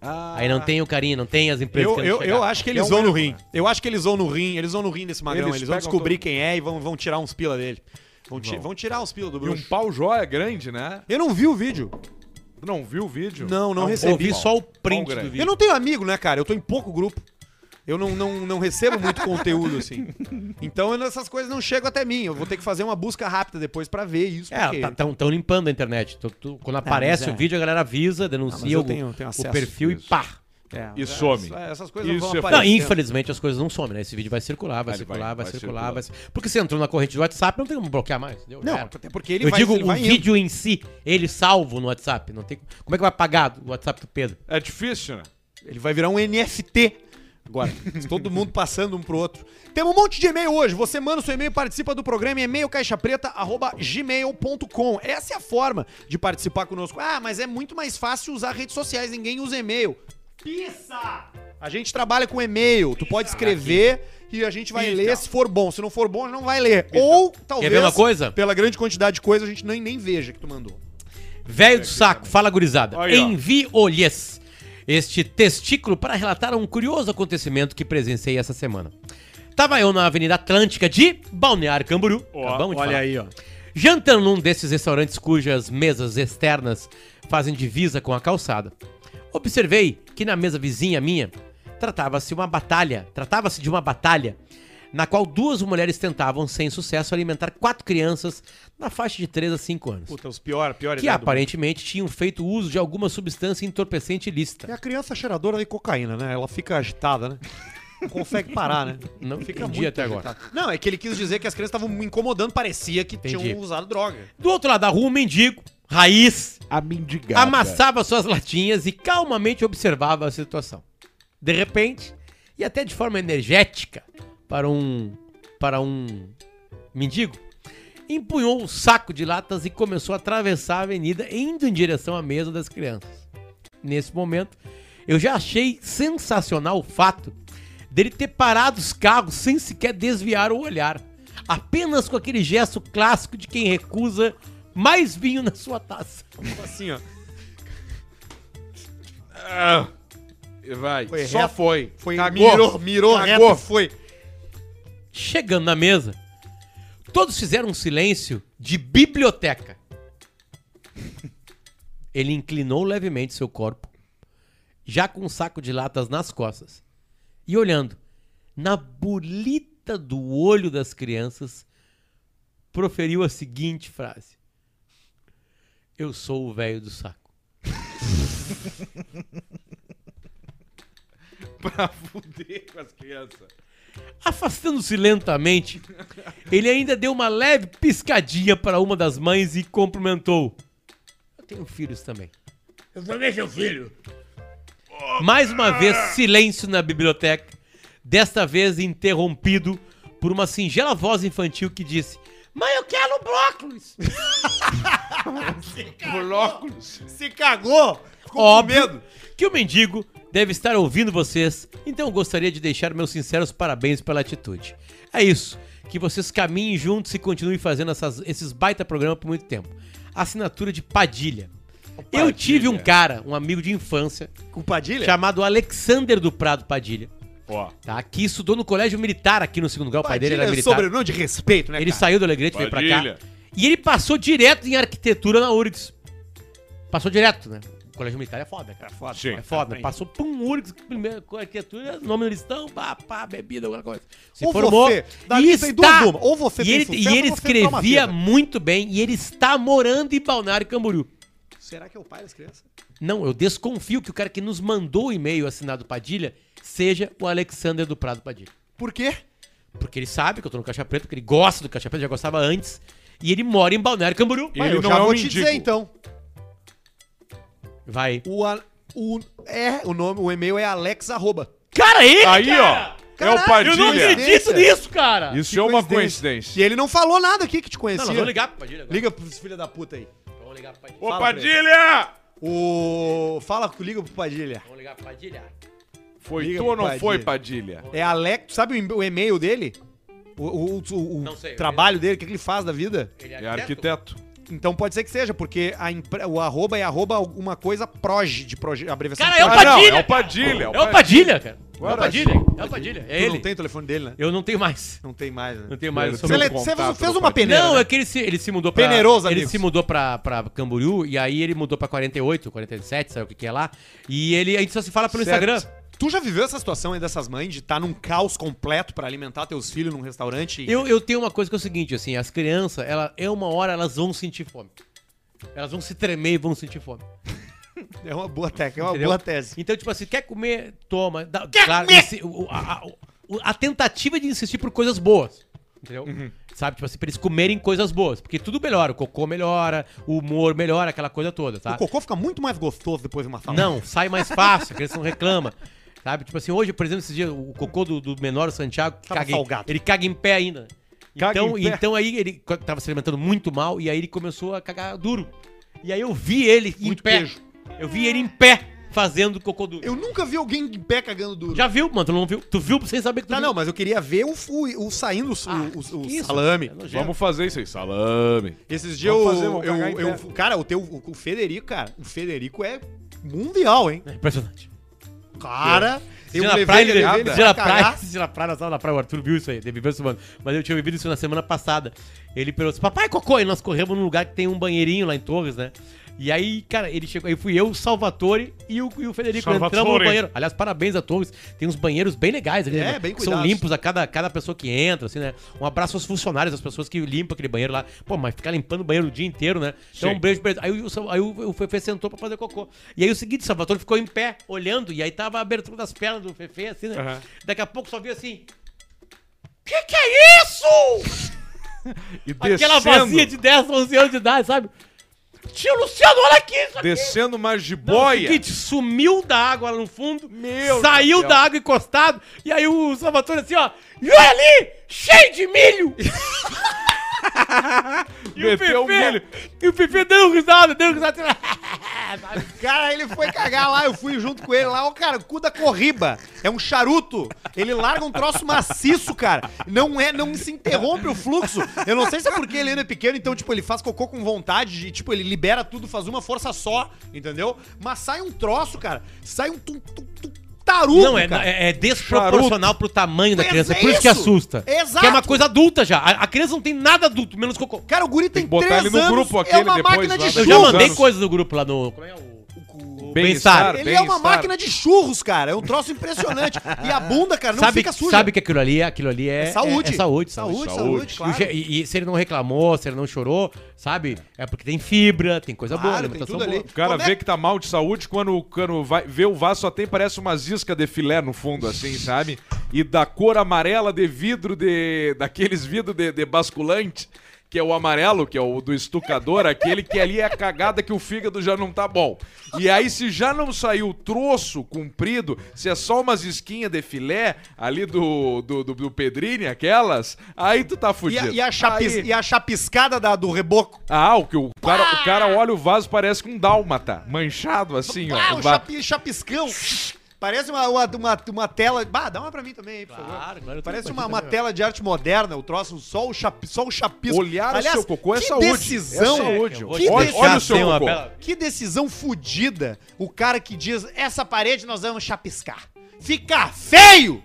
Speaker 2: Ah,
Speaker 3: Aí não tem o carinho, não tem as empresas
Speaker 1: Eu,
Speaker 3: que
Speaker 1: eu, eu acho que eles
Speaker 2: É um
Speaker 1: vão no
Speaker 2: erro,
Speaker 1: rim.
Speaker 2: né?
Speaker 1: Eu acho que eles vão no rim. Eles vão no rim desse magrão. Eles,
Speaker 2: Eles
Speaker 1: vão
Speaker 2: pegam
Speaker 1: descobrir
Speaker 2: todo.
Speaker 1: quem é e vão, vão tirar uns pila dele. Vão, ti- vão tirar uns pila do
Speaker 2: E um
Speaker 1: bruxo.
Speaker 2: pau joia grande, né?
Speaker 1: Eu não vi o vídeo.
Speaker 2: Não viu o vídeo?
Speaker 1: Não, não
Speaker 2: É um
Speaker 1: recebi.
Speaker 2: bom
Speaker 3: Ouvi
Speaker 2: pau.
Speaker 3: só o print
Speaker 2: Pau grande.
Speaker 3: do vídeo.
Speaker 1: Eu não tenho amigo, né, cara? Eu tô em pouco grupo. Eu não, não, não recebo muito conteúdo, assim. Então eu- essas coisas não chegam até mim. Eu vou ter que fazer uma busca rápida depois pra ver isso. porque-
Speaker 3: É, estão limpando a internet. Tu- tu- quando aparece
Speaker 1: mas é. Ah,
Speaker 3: o vídeo, a galera avisa,
Speaker 1: mas
Speaker 3: denuncia
Speaker 1: eu
Speaker 3: o,
Speaker 1: tenho- tenho
Speaker 3: o
Speaker 1: acesso
Speaker 3: perfil
Speaker 2: disso.
Speaker 3: e pá.
Speaker 1: É,
Speaker 4: E
Speaker 1: mas
Speaker 4: some.
Speaker 1: Essas, essas coisas
Speaker 2: Isso
Speaker 1: vão
Speaker 2: é
Speaker 3: Não,
Speaker 2: Parece
Speaker 1: aparecendo.
Speaker 3: infelizmente as coisas não somem, né? Esse vídeo vai circular, vai
Speaker 2: Ele vai-
Speaker 3: circular, vai,
Speaker 2: vai
Speaker 3: circular,
Speaker 2: circular.
Speaker 3: vai circular. Porque se entrou na corrente do WhatsApp, não tem como bloquear mais, entendeu?
Speaker 1: Não,
Speaker 3: Já era.
Speaker 1: É, até porque ele
Speaker 3: eu
Speaker 1: vai,
Speaker 3: digo
Speaker 1: ele
Speaker 3: o
Speaker 1: vai indo.
Speaker 3: vídeo em si, ele salvo no WhatsApp. Não tem, como é que vai apagar o WhatsApp do Pedro?
Speaker 2: É difícil, né?
Speaker 1: Ele vai virar um NFT agora. Todo mundo passando um pro outro. Temos um monte de e-mail hoje. Você manda o seu e-mail, participa do programa em e-mailcaixapreta.gmail.com. Essa é a forma de participar conosco. Ah, mas é muito mais fácil usar redes sociais, ninguém usa e-mail. Pizza! A gente trabalha com e-mail, tu pode escrever e a gente vai ler se for bom. Se não for bom, a gente não vai ler. Ou talvez.
Speaker 3: ver uma coisa?
Speaker 1: Pela grande quantidade de coisa, a gente nem, nem veja que tu mandou.
Speaker 3: Velho do saco, fala gurizada.
Speaker 2: Aí, ó.
Speaker 3: Envio-lhes este testículo para relatar um curioso acontecimento que presenciei essa semana. Tava eu na Avenida Atlântica de Balneário Camboriú. Acabamos Tá de falar.
Speaker 1: aí, ó.
Speaker 3: Jantando num desses restaurantes cujas mesas externas fazem divisa com a calçada. Observei que na mesa vizinha minha tratava-se uma batalha, tratava-se de uma batalha na qual duas mulheres tentavam sem sucesso alimentar quatro crianças na faixa de 3 a 5 anos
Speaker 1: Puta, os pior, piores.
Speaker 3: que aparentemente tinham feito uso de alguma substância entorpecente
Speaker 1: É
Speaker 3: ilícita.
Speaker 1: a criança cheiradora de cocaína, né? Ela fica agitada, né? Não consegue parar, né?
Speaker 3: Não
Speaker 1: fica
Speaker 3: entendi tá.
Speaker 1: muito
Speaker 3: até agora.
Speaker 1: agitada. Não, é que ele quis dizer que as crianças estavam me incomodando, parecia que
Speaker 3: Entendi.
Speaker 1: tinham usado droga.
Speaker 3: Do outro lado da rua, um mendigo, raiz,
Speaker 4: A mendigada.
Speaker 3: amassava suas latinhas e calmamente observava a situação. De repente, e até de forma energética, para um para um mendigo, empunhou o saco de latas e começou a atravessar a avenida indo em direção à mesa das crianças. Nesse momento, eu já achei sensacional o fato dele ter parado os carros sem sequer desviar o olhar, apenas com aquele gesto clássico de quem recusa mais vinho na sua taça.
Speaker 1: Assim, ó.
Speaker 2: Ah, e vai.
Speaker 1: Foi
Speaker 2: Só
Speaker 1: reto.
Speaker 2: foi.
Speaker 1: Foi,
Speaker 2: Cagou.
Speaker 1: mirou, mirou,
Speaker 2: Cagou.
Speaker 1: reto, foi.
Speaker 3: Chegando na mesa, todos fizeram um silêncio de biblioteca. Ele inclinou levemente seu corpo, já com um saco de latas nas costas, e olhando na bolita do olho das crianças, proferiu a seguinte frase: Eu sou o velho do saco.
Speaker 2: pra fuder com as crianças.
Speaker 3: Afastando-se lentamente, ele ainda deu uma leve piscadinha para uma das mães e cumprimentou. Eu tenho filhos também.
Speaker 5: Eu também sou filho.
Speaker 3: Mais uma vez, silêncio na biblioteca, desta vez interrompido por uma singela voz infantil que disse: Mãe, eu quero brócolis!
Speaker 2: Por óculos.
Speaker 1: Se cagou! Ficou
Speaker 3: Óbvio que o mendigo deve estar ouvindo vocês, então eu gostaria de deixar meus sinceros parabéns pela atitude. É isso, que vocês caminhem juntos e continuem fazendo essas- esses baita programas por muito tempo. Assinatura de Padilha. Eu tive um cara, um amigo de infância,
Speaker 1: Com Padilha?
Speaker 3: chamado Alexander do Prado Padilha,
Speaker 4: Ó,
Speaker 3: tá? que estudou no colégio militar aqui no segundo grau, o pai dele era
Speaker 1: Padilha é
Speaker 3: militar.
Speaker 1: sobrenome de respeito, né,
Speaker 3: Ele
Speaker 1: cara?
Speaker 3: saiu do Alegrete, veio pra cá.
Speaker 4: Padilha.
Speaker 3: E ele passou direto em arquitetura na URGS. Passou direto, né? O colégio militar é foda, cara.
Speaker 1: É foda.
Speaker 4: Sim.
Speaker 3: É foda. Passou por um URGS, primeiro com arquitetura, é nome no listão, pá, pá, bebida, alguma coisa. Se
Speaker 1: Ou
Speaker 3: formou.
Speaker 1: você, da
Speaker 3: e
Speaker 1: lista
Speaker 3: está...
Speaker 1: tem duas uma, ou você
Speaker 3: e
Speaker 1: tem
Speaker 3: ele,
Speaker 1: sucesso,
Speaker 3: e ele
Speaker 1: ou você entra uma
Speaker 3: escrevia
Speaker 1: vida.
Speaker 3: muito bem e ele está morando em Balneário Camboriú.
Speaker 1: Será que é o pai das crianças?
Speaker 3: Não, eu desconfio que o cara que nos mandou o e-mail assinado Padilha seja o Alexander do Prado Padilha.
Speaker 1: Por quê?
Speaker 3: Porque ele sabe que eu tô no Caixa Preta, porque ele gosta do Caixa Preta, já gostava antes. E ele mora em Balneário Camboriú.
Speaker 2: Ele
Speaker 1: Mas eu
Speaker 2: não
Speaker 1: já
Speaker 2: é um
Speaker 1: vou te
Speaker 2: mendigo.
Speaker 1: dizer, então.
Speaker 3: Vai.
Speaker 1: O, a- o, é, o, nome, o e-mail é alex, arroba.
Speaker 3: Cara, ele,
Speaker 2: Aí,
Speaker 3: cara!
Speaker 2: ó. é
Speaker 1: Caralho,
Speaker 2: o
Speaker 3: Eu não
Speaker 2: Padilha.
Speaker 3: acredito nisso, cara!
Speaker 2: Isso
Speaker 1: Que
Speaker 2: é uma
Speaker 1: E
Speaker 2: coincidência.
Speaker 1: ele não falou nada aqui que te
Speaker 3: Não,
Speaker 1: conhecia.
Speaker 3: nós vamos ligar pro Padilha agora.
Speaker 1: Liga pros filhos da puta aí.
Speaker 3: Vamos ligar pro Padilha.
Speaker 4: Ô,
Speaker 1: Fala,
Speaker 4: Padilha!
Speaker 1: O... Fala, com- liga pro Padilha.
Speaker 3: Vamos ligar pro Padilha.
Speaker 2: Foi
Speaker 1: Liga
Speaker 2: tu ou não
Speaker 1: pro Padilha.
Speaker 2: foi, Padilha?
Speaker 1: É Alex, tu sabe o em- o e-mail dele? O, o- o- o
Speaker 3: Não sei,
Speaker 1: trabalho dele, o que que ele faz da vida?
Speaker 3: Ele
Speaker 2: É arquiteto.
Speaker 1: Então pode ser que seja, porque a impre- o arroba é arroba alguma coisa proj, de proje, abreviação.
Speaker 3: Cara, é o
Speaker 1: proj.
Speaker 2: Ah, não,
Speaker 3: Padilha,
Speaker 2: é
Speaker 3: cara.
Speaker 2: o Padilha.
Speaker 3: É o Padilha, cara. É o
Speaker 2: Agora
Speaker 3: Padilha.
Speaker 2: sim.
Speaker 3: É o Padilha. É
Speaker 1: Tu
Speaker 3: ele.
Speaker 1: não tem o telefone dele, né?
Speaker 3: Eu não tenho mais.
Speaker 1: Não tem mais, né?
Speaker 3: Não tenho mais. eu sou
Speaker 1: Você,
Speaker 3: meu-
Speaker 1: le- você
Speaker 2: contato
Speaker 1: fez
Speaker 2: do
Speaker 1: uma
Speaker 2: Padilha.
Speaker 1: peneira,
Speaker 3: Não,
Speaker 1: né?
Speaker 3: é que ele se, ele se mudou pra...
Speaker 1: Peneiroso,
Speaker 3: Ele
Speaker 1: amigos.
Speaker 3: se mudou pra, pra Camboriú e aí ele mudou pra 48, 47, sabe o que que é lá. E ele, a gente só se fala pelo
Speaker 2: Certo.
Speaker 3: Instagram.
Speaker 1: Tu já viveu essa situação aí dessas mães de estar num caos completo pra alimentar teus filhos num restaurante? e-
Speaker 3: Eu, eu tenho uma coisa que é o seguinte, assim, as crianças, ela, é uma hora elas vão sentir fome. Elas vão se tremer e vão sentir fome.
Speaker 1: É uma boa técnica, é uma
Speaker 3: Entendeu?
Speaker 1: boa tese.
Speaker 3: Então, tipo assim, quer comer, toma. Dá- claro, esse- o- a, a- o- a tentativa de insistir por coisas boas. Entendeu?
Speaker 1: Uhum.
Speaker 3: Sabe, tipo assim, pra eles comerem coisas boas. Porque tudo melhora, o cocô melhora, o humor melhora, aquela coisa toda, tá?
Speaker 1: O cocô fica muito mais gostoso depois de uma salada.
Speaker 3: Não, sai mais fácil, a criança não reclama. Sabe? Tipo assim, hoje, por exemplo, esses dias, o cocô do, do menor Santiago, que
Speaker 1: Tava
Speaker 3: caga em-
Speaker 1: salgado.
Speaker 3: ele caga em pé ainda.
Speaker 2: Caga
Speaker 3: então,
Speaker 2: em pé.
Speaker 3: então aí ele co- tava se alimentando muito mal e aí ele começou a cagar duro. E aí eu vi ele em
Speaker 1: Muito
Speaker 3: pé.
Speaker 1: queijo.
Speaker 3: Eu vi ele em pé fazendo cocô duro.
Speaker 1: Eu nunca vi alguém em pé cagando duro.
Speaker 3: Já viu, mano? Tu não viu? Tu viu sem saber que tu
Speaker 1: Tá,
Speaker 3: viu.
Speaker 1: não, mas eu queria ver o, o, o saindo o,
Speaker 3: Ah,
Speaker 1: o- o
Speaker 3: que isso?
Speaker 1: salame.
Speaker 3: É nojento.
Speaker 2: Vamos fazer isso aí. Salame.
Speaker 1: Esses dias eu,
Speaker 2: Vamos fazer, vamos
Speaker 1: eu-
Speaker 2: cagar em
Speaker 1: eu- Cara, o teu. O, o Federico, cara. O Federico é mundial, hein?
Speaker 3: É impressionante. É.
Speaker 1: Cara.
Speaker 3: Eu
Speaker 1: Eu
Speaker 3: na
Speaker 1: levei
Speaker 3: praia,
Speaker 1: ele,
Speaker 3: ele,
Speaker 1: levei ele
Speaker 3: ele,
Speaker 1: pra
Speaker 3: na
Speaker 1: cagar.
Speaker 3: praia, ele na praia, na sala da praia, o Arthur viu isso aí, ele viveu semana. Mas eu tinha vivido isso na semana passada. Ele perguntou assim, papai, cocô, e nós corremos num lugar que tem um banheirinho lá em Torres, né? E aí, cara, ele chegou, aí fui eu, o Salvatore e o, e o Federico, né? entramos no
Speaker 4: Salvatore.
Speaker 3: banheiro. Aliás, parabéns a Torres, tem uns banheiros bem legais ali,
Speaker 1: É,
Speaker 3: né?
Speaker 1: bem
Speaker 3: que São
Speaker 1: cuidados.
Speaker 3: limpos a cada, cada pessoa que entra, assim, né? Um abraço aos funcionários, às pessoas que limpam aquele banheiro lá. Pô, mas ficar limpando o banheiro o dia inteiro, né? Então,
Speaker 4: Sim.
Speaker 3: um beijo pra eles. Aí, o, Sal- aí o, o Fefe sentou pra fazer cocô. E aí o seguinte, o Salvatore ficou em pé, olhando, e aí tava a abertura das pernas do Fefe, assim, né? Daqui a pouco só viu assim. Que que é isso?
Speaker 2: E
Speaker 3: Aquela vazia de 10, 11 anos de idade, sabe? Tio Luciano, olha aqui! Isso aqui.
Speaker 2: Descendo uma
Speaker 3: Não,
Speaker 2: jiboia.
Speaker 3: seguinte, sumiu da água lá no fundo,
Speaker 2: Meu
Speaker 3: saiu
Speaker 2: Deus.
Speaker 3: da água encostado, e aí o Salvatore assim, ó, e olha ali, cheio de milho! e o
Speaker 2: Meteu
Speaker 3: Fefe,
Speaker 2: milho.
Speaker 3: e o Fefe deu risada, deu risada. assim,
Speaker 1: Cara, ele foi cagar lá, eu fui junto com ele lá, ó, cara, o cu da corriba. É um charuto. Ele larga um troço maciço, cara. Não é, não se interrompe o fluxo. Eu não sei se é porque ele ainda é pequeno, então, tipo, ele faz cocô com vontade, e, tipo, ele libera tudo, faz uma força só, entendeu? Mas sai um troço, cara. Sai um tum, tum, tum, tarugo,
Speaker 3: Não, é,
Speaker 1: cara.
Speaker 3: é, é desproporcional pro tamanho da
Speaker 1: Mas
Speaker 3: criança,
Speaker 1: é
Speaker 3: por isso que
Speaker 1: isso.
Speaker 3: assusta.
Speaker 1: Exato.
Speaker 3: Que é uma coisa adulta já. A, a criança não tem nada adulto, menos cocô.
Speaker 1: Cara, o guri tem,
Speaker 2: Tem que botar
Speaker 1: três
Speaker 2: ele no
Speaker 1: anos,
Speaker 2: grupo
Speaker 1: é
Speaker 2: aquele
Speaker 1: uma
Speaker 2: depois,
Speaker 1: máquina
Speaker 2: lá,
Speaker 1: de
Speaker 2: daqui a
Speaker 3: Eu
Speaker 1: churros.
Speaker 3: já
Speaker 2: uns
Speaker 3: mandei
Speaker 2: anos.
Speaker 3: coisa no grupo lá no. Como é o.
Speaker 1: O,
Speaker 3: bem-estar.
Speaker 1: Ele é uma máquina de churros, cara. É um troço impressionante. E a bunda, cara, não
Speaker 3: sabe,
Speaker 1: fica é suja.
Speaker 3: sabe que aquilo ali, aquilo ali é,
Speaker 1: É saúde.
Speaker 3: é- é saúde.
Speaker 1: Saúde, saúde,
Speaker 4: Saúde.
Speaker 3: E o
Speaker 1: claro.
Speaker 3: che- E, e se ele não reclamou, se ele não chorou, sabe? É porque tem fibra, tem coisa boa,
Speaker 1: Claro, tem
Speaker 3: alimentação
Speaker 1: tudo ali.
Speaker 3: boa.
Speaker 2: O cara
Speaker 1: Como é
Speaker 2: vê que tá mal de saúde, quando, quando vai, vê o vaso só tem, parece uma zisca de filé no fundo, assim, sabe? E da cor amarela de vidro de. daqueles vidros de, de basculante, que é o amarelo, que é o do estucador, aquele que ali é a cagada que o fígado já não tá bom. E aí, se já não saiu o troço comprido, se é só umas esquinhas de filé ali do, do, do, do Pedrini, aquelas, aí tu tá
Speaker 1: E a,
Speaker 2: fudido.
Speaker 1: e a chapis-
Speaker 2: Aí-
Speaker 1: e a chapiscada da- do reboco.
Speaker 2: ah, o que o cara, o cara olha o vaso parece com um dálmata, manchado assim, ó.
Speaker 1: Ah,
Speaker 2: o
Speaker 1: o
Speaker 2: va-
Speaker 1: chapi- chapiscão. Parece uma, uma, uma, uma tela. Bah, dá uma pra mim também aí, por favor.
Speaker 3: Claro, claro, eu
Speaker 1: Parece
Speaker 3: tenho
Speaker 1: uma,
Speaker 3: aqui
Speaker 1: uma
Speaker 3: também, ó.
Speaker 1: tela de arte moderna, o troço, só o, chapi, só o chapisco.
Speaker 2: Olhar o seu cocô é
Speaker 1: que
Speaker 2: saúde.
Speaker 1: Decisão,
Speaker 2: É saúde.
Speaker 1: Que
Speaker 2: Olha- olha
Speaker 1: decisão.
Speaker 2: o seu
Speaker 3: tem uma
Speaker 2: cocô.
Speaker 3: bela-
Speaker 1: Que decisão fodida o cara que diz: essa parede nós vamos chapiscar. Fica feio!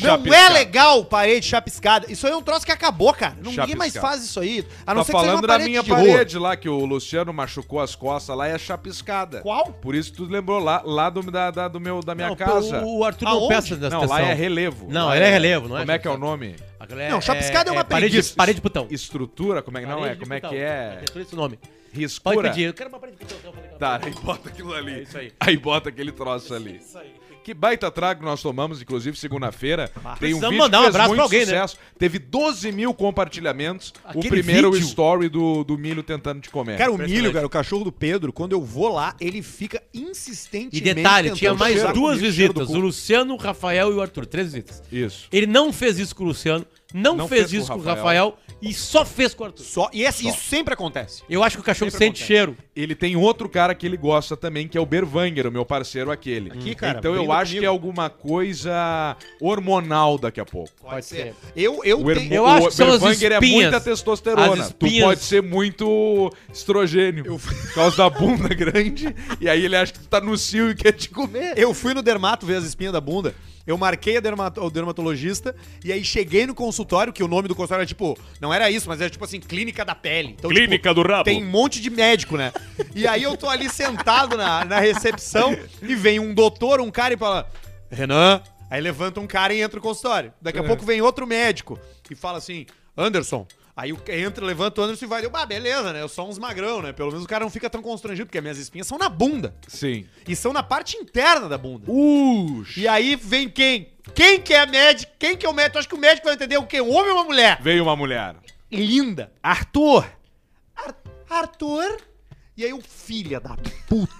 Speaker 1: Não é
Speaker 2: Chapiscar.
Speaker 1: legal parede chapiscada. Isso aí é um troço que acabou, cara. Ninguém mais
Speaker 2: Chapiscar.
Speaker 1: faz isso aí. A não
Speaker 2: Tá
Speaker 1: ser que seja
Speaker 2: falando
Speaker 1: uma
Speaker 2: da
Speaker 1: parede
Speaker 2: minha
Speaker 1: de rua.
Speaker 2: parede lá, que o Luciano machucou as costas lá, é chapiscada.
Speaker 1: Qual?
Speaker 2: Por isso que tu lembrou lá, lá do, da, da- do meu, da minha
Speaker 3: Não,
Speaker 2: casa.
Speaker 3: O, o Arthur não
Speaker 1: Aonde?
Speaker 3: peça nessa
Speaker 2: Não, lá é relevo.
Speaker 3: Não,
Speaker 2: Lá
Speaker 3: ele é relevo, não é
Speaker 2: Como é que é o
Speaker 3: chapiscada.
Speaker 2: nome?
Speaker 3: Aquilo é-
Speaker 1: Não, chapiscada é uma
Speaker 3: parede,
Speaker 1: preguiça.
Speaker 3: parede putão.
Speaker 2: Estrutura? Como é que não é?
Speaker 3: Parede
Speaker 2: Como é
Speaker 3: putão.
Speaker 2: que é?
Speaker 3: Arquitetura, esse nome. Pode
Speaker 2: Riscura?
Speaker 3: pedir, eu quero uma parede putão. eu falei que
Speaker 2: Tá,
Speaker 3: era
Speaker 2: aí bota aquilo ali.
Speaker 3: É isso aí.
Speaker 2: Aí bota aquele troço ali.
Speaker 3: Isso aí.
Speaker 2: Que baita trago nós tomamos, inclusive, segunda-feira. Tem um
Speaker 3: Precisamos
Speaker 2: vídeo
Speaker 3: mandar um
Speaker 2: que fez
Speaker 3: abraço
Speaker 2: muito
Speaker 3: pra alguém, né?
Speaker 2: sucesso. Teve 12 mil compartilhamentos.
Speaker 3: Aquele
Speaker 2: o primeiro
Speaker 3: vídeo.
Speaker 2: story do, do milho tentando te comer.
Speaker 1: Cara, o milho,
Speaker 3: Impressionante.
Speaker 1: cara, o cachorro do Pedro, quando eu vou lá, ele fica insistentemente.
Speaker 3: E detalhe, tinha
Speaker 1: tentando
Speaker 3: mais
Speaker 1: tirar comigo o
Speaker 3: duas
Speaker 1: então, cheiro do
Speaker 3: visitas.
Speaker 1: cu.
Speaker 3: O Luciano, o Rafael e o Arthur. Três visitas.
Speaker 2: Isso.
Speaker 3: Ele não fez isso com o Luciano, não,
Speaker 2: Não fez
Speaker 3: fez,
Speaker 2: com o
Speaker 3: isso com o
Speaker 2: Rafael.
Speaker 3: Rafael e só fez com o Arthur.
Speaker 1: Só, e esse- isso sempre acontece.
Speaker 3: Eu acho que o cachorro
Speaker 1: Sempre
Speaker 3: sente cheiro.
Speaker 2: Ele tem outro cara que ele gosta também, que é o Berwanger, o meu parceiro aquele.
Speaker 1: Aqui, cara,
Speaker 2: então eu
Speaker 1: brinda
Speaker 2: acho
Speaker 1: comigo.
Speaker 2: que é alguma coisa hormonal daqui a pouco.
Speaker 3: Pode ser.
Speaker 1: Eu, eu
Speaker 2: O,
Speaker 1: tenho.
Speaker 2: hermo-
Speaker 3: Eu acho
Speaker 2: o
Speaker 3: que são as
Speaker 2: Berwanger é
Speaker 3: espinhas.
Speaker 2: muita testosterona.
Speaker 3: As
Speaker 2: Tu
Speaker 3: espinhas.
Speaker 2: pode ser muito estrogênio. Por causa da bunda grande. E aí ele acha que tu tá no cio e quer te comer.
Speaker 1: Eu fui no dermato ver as espinhas da bunda. Eu marquei a dermato- o dermatologista e aí cheguei no consultório, que o nome do consultório era tipo, não era isso, mas era tipo assim, clínica da pele. Então,
Speaker 4: Clínica
Speaker 1: tipo,
Speaker 4: do rabo.
Speaker 1: Tem um monte de médico, né? E aí eu tô ali sentado na, na recepção e vem um doutor, um cara e fala, Renan. Aí levanta um cara e entra no consultório. Daqui
Speaker 2: É.
Speaker 1: a pouco vem outro médico e fala assim, Anderson. Aí o ca- entra, levanta o Anderson e vai, eu, bah, beleza, né? Eu sou uns magrão, né? Pelo menos o cara não fica tão constrangido, porque as minhas espinhas são na bunda.
Speaker 2: Sim.
Speaker 1: E são na parte interna da bunda.
Speaker 2: Uh,
Speaker 1: E aí vem quem? Quem que é médico? Quem que é o médico? Tu acha que o médico vai entender o quê? Um homem ou uma mulher?
Speaker 2: veio uma mulher.
Speaker 1: Linda. Arthur. Ar- Arthur. E aí o filha da puta.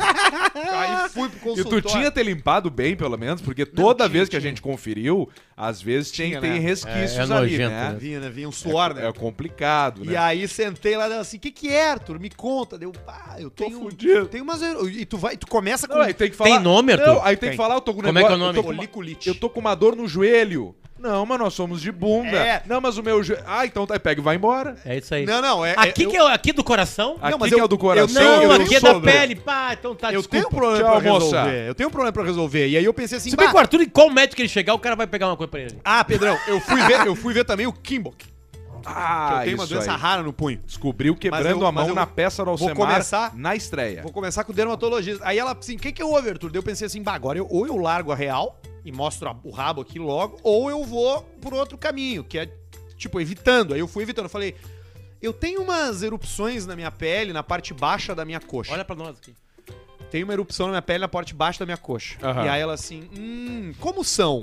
Speaker 1: aí fui pro
Speaker 2: E tu tinha ter limpado bem, pelo menos, porque toda
Speaker 1: tinha,
Speaker 2: vez que a
Speaker 1: tinha.
Speaker 2: gente conferiu, às vezes tem,
Speaker 1: Tinha,
Speaker 2: tem
Speaker 1: né?
Speaker 2: resquícios
Speaker 3: É, é
Speaker 2: ali,
Speaker 3: nojento,
Speaker 2: né?
Speaker 3: né?
Speaker 1: Vinha, né? Vinha um suor, né?
Speaker 2: É complicado, né?
Speaker 1: E aí sentei lá dela assim, o que que é, Arthur? Me conta. Deu, pá, eu
Speaker 2: Tô
Speaker 1: tenho...
Speaker 2: fudido.
Speaker 1: Tenho umas... E tu vai, tu começa com...
Speaker 2: Não, aí tem que falar.
Speaker 3: Tem nome, Arthur?
Speaker 2: Não, aí tem,
Speaker 1: Tem.
Speaker 2: que falar, eu tô com um
Speaker 3: Como é que é o
Speaker 2: negócio-
Speaker 3: nome?
Speaker 2: Eu tô, com uma,
Speaker 1: Policulite.
Speaker 2: eu tô com uma dor no joelho. Não, mas nós somos de bunda.
Speaker 1: É.
Speaker 2: Não, mas o meu joelho. Ah, então tá, pega e vai embora.
Speaker 3: É isso aí.
Speaker 1: Não, não, é...
Speaker 3: aqui
Speaker 1: é,
Speaker 3: que é o- aqui do coração?
Speaker 2: Aqui
Speaker 1: mas
Speaker 2: que
Speaker 1: eu-
Speaker 2: é o do
Speaker 1: eu
Speaker 2: coração.
Speaker 1: não,
Speaker 2: eu
Speaker 3: não, aqui é da
Speaker 2: sou, né?
Speaker 3: pele. Pá, então tá,
Speaker 1: Eu tenho um problema
Speaker 2: Tchau,
Speaker 1: pra
Speaker 2: moça.
Speaker 1: resolver. Eu tenho um problema pra resolver. E aí eu pensei assim,
Speaker 3: Se bem
Speaker 1: bah,
Speaker 3: que o Arthur, em qual médico ele chegar, o cara vai pegar uma coisa pra ele.
Speaker 1: Ah, Pedrão, eu fui ver, eu fui ver também o Kimbok. que
Speaker 2: Ah,
Speaker 1: eu tenho uma
Speaker 2: isso
Speaker 1: doença
Speaker 2: aí.
Speaker 1: rara no punho.
Speaker 2: Descobriu
Speaker 1: Mas
Speaker 2: quebrando
Speaker 1: eu-
Speaker 2: a
Speaker 1: mas
Speaker 2: mão
Speaker 1: eu
Speaker 2: na peça do
Speaker 1: vou
Speaker 2: Alcemar
Speaker 1: começar-
Speaker 2: na estreia.
Speaker 1: Vou começar com o dermatologista. Aí ela assim, o que que houve, Arthur? Daí eu pensei assim, bah, agora eu, ou eu largo a real e mostro a- o rabo aqui logo, ou eu vou por outro caminho, que é, tipo, evitando. Aí eu fui evitando, eu falei... Eu tenho umas erupções na minha pele, na parte baixa da minha coxa.
Speaker 3: Olha pra nós aqui.
Speaker 1: tem uma erupção na minha pele, na parte de baixo da minha coxa.
Speaker 2: Aham.
Speaker 1: E aí ela assim, hum, como são?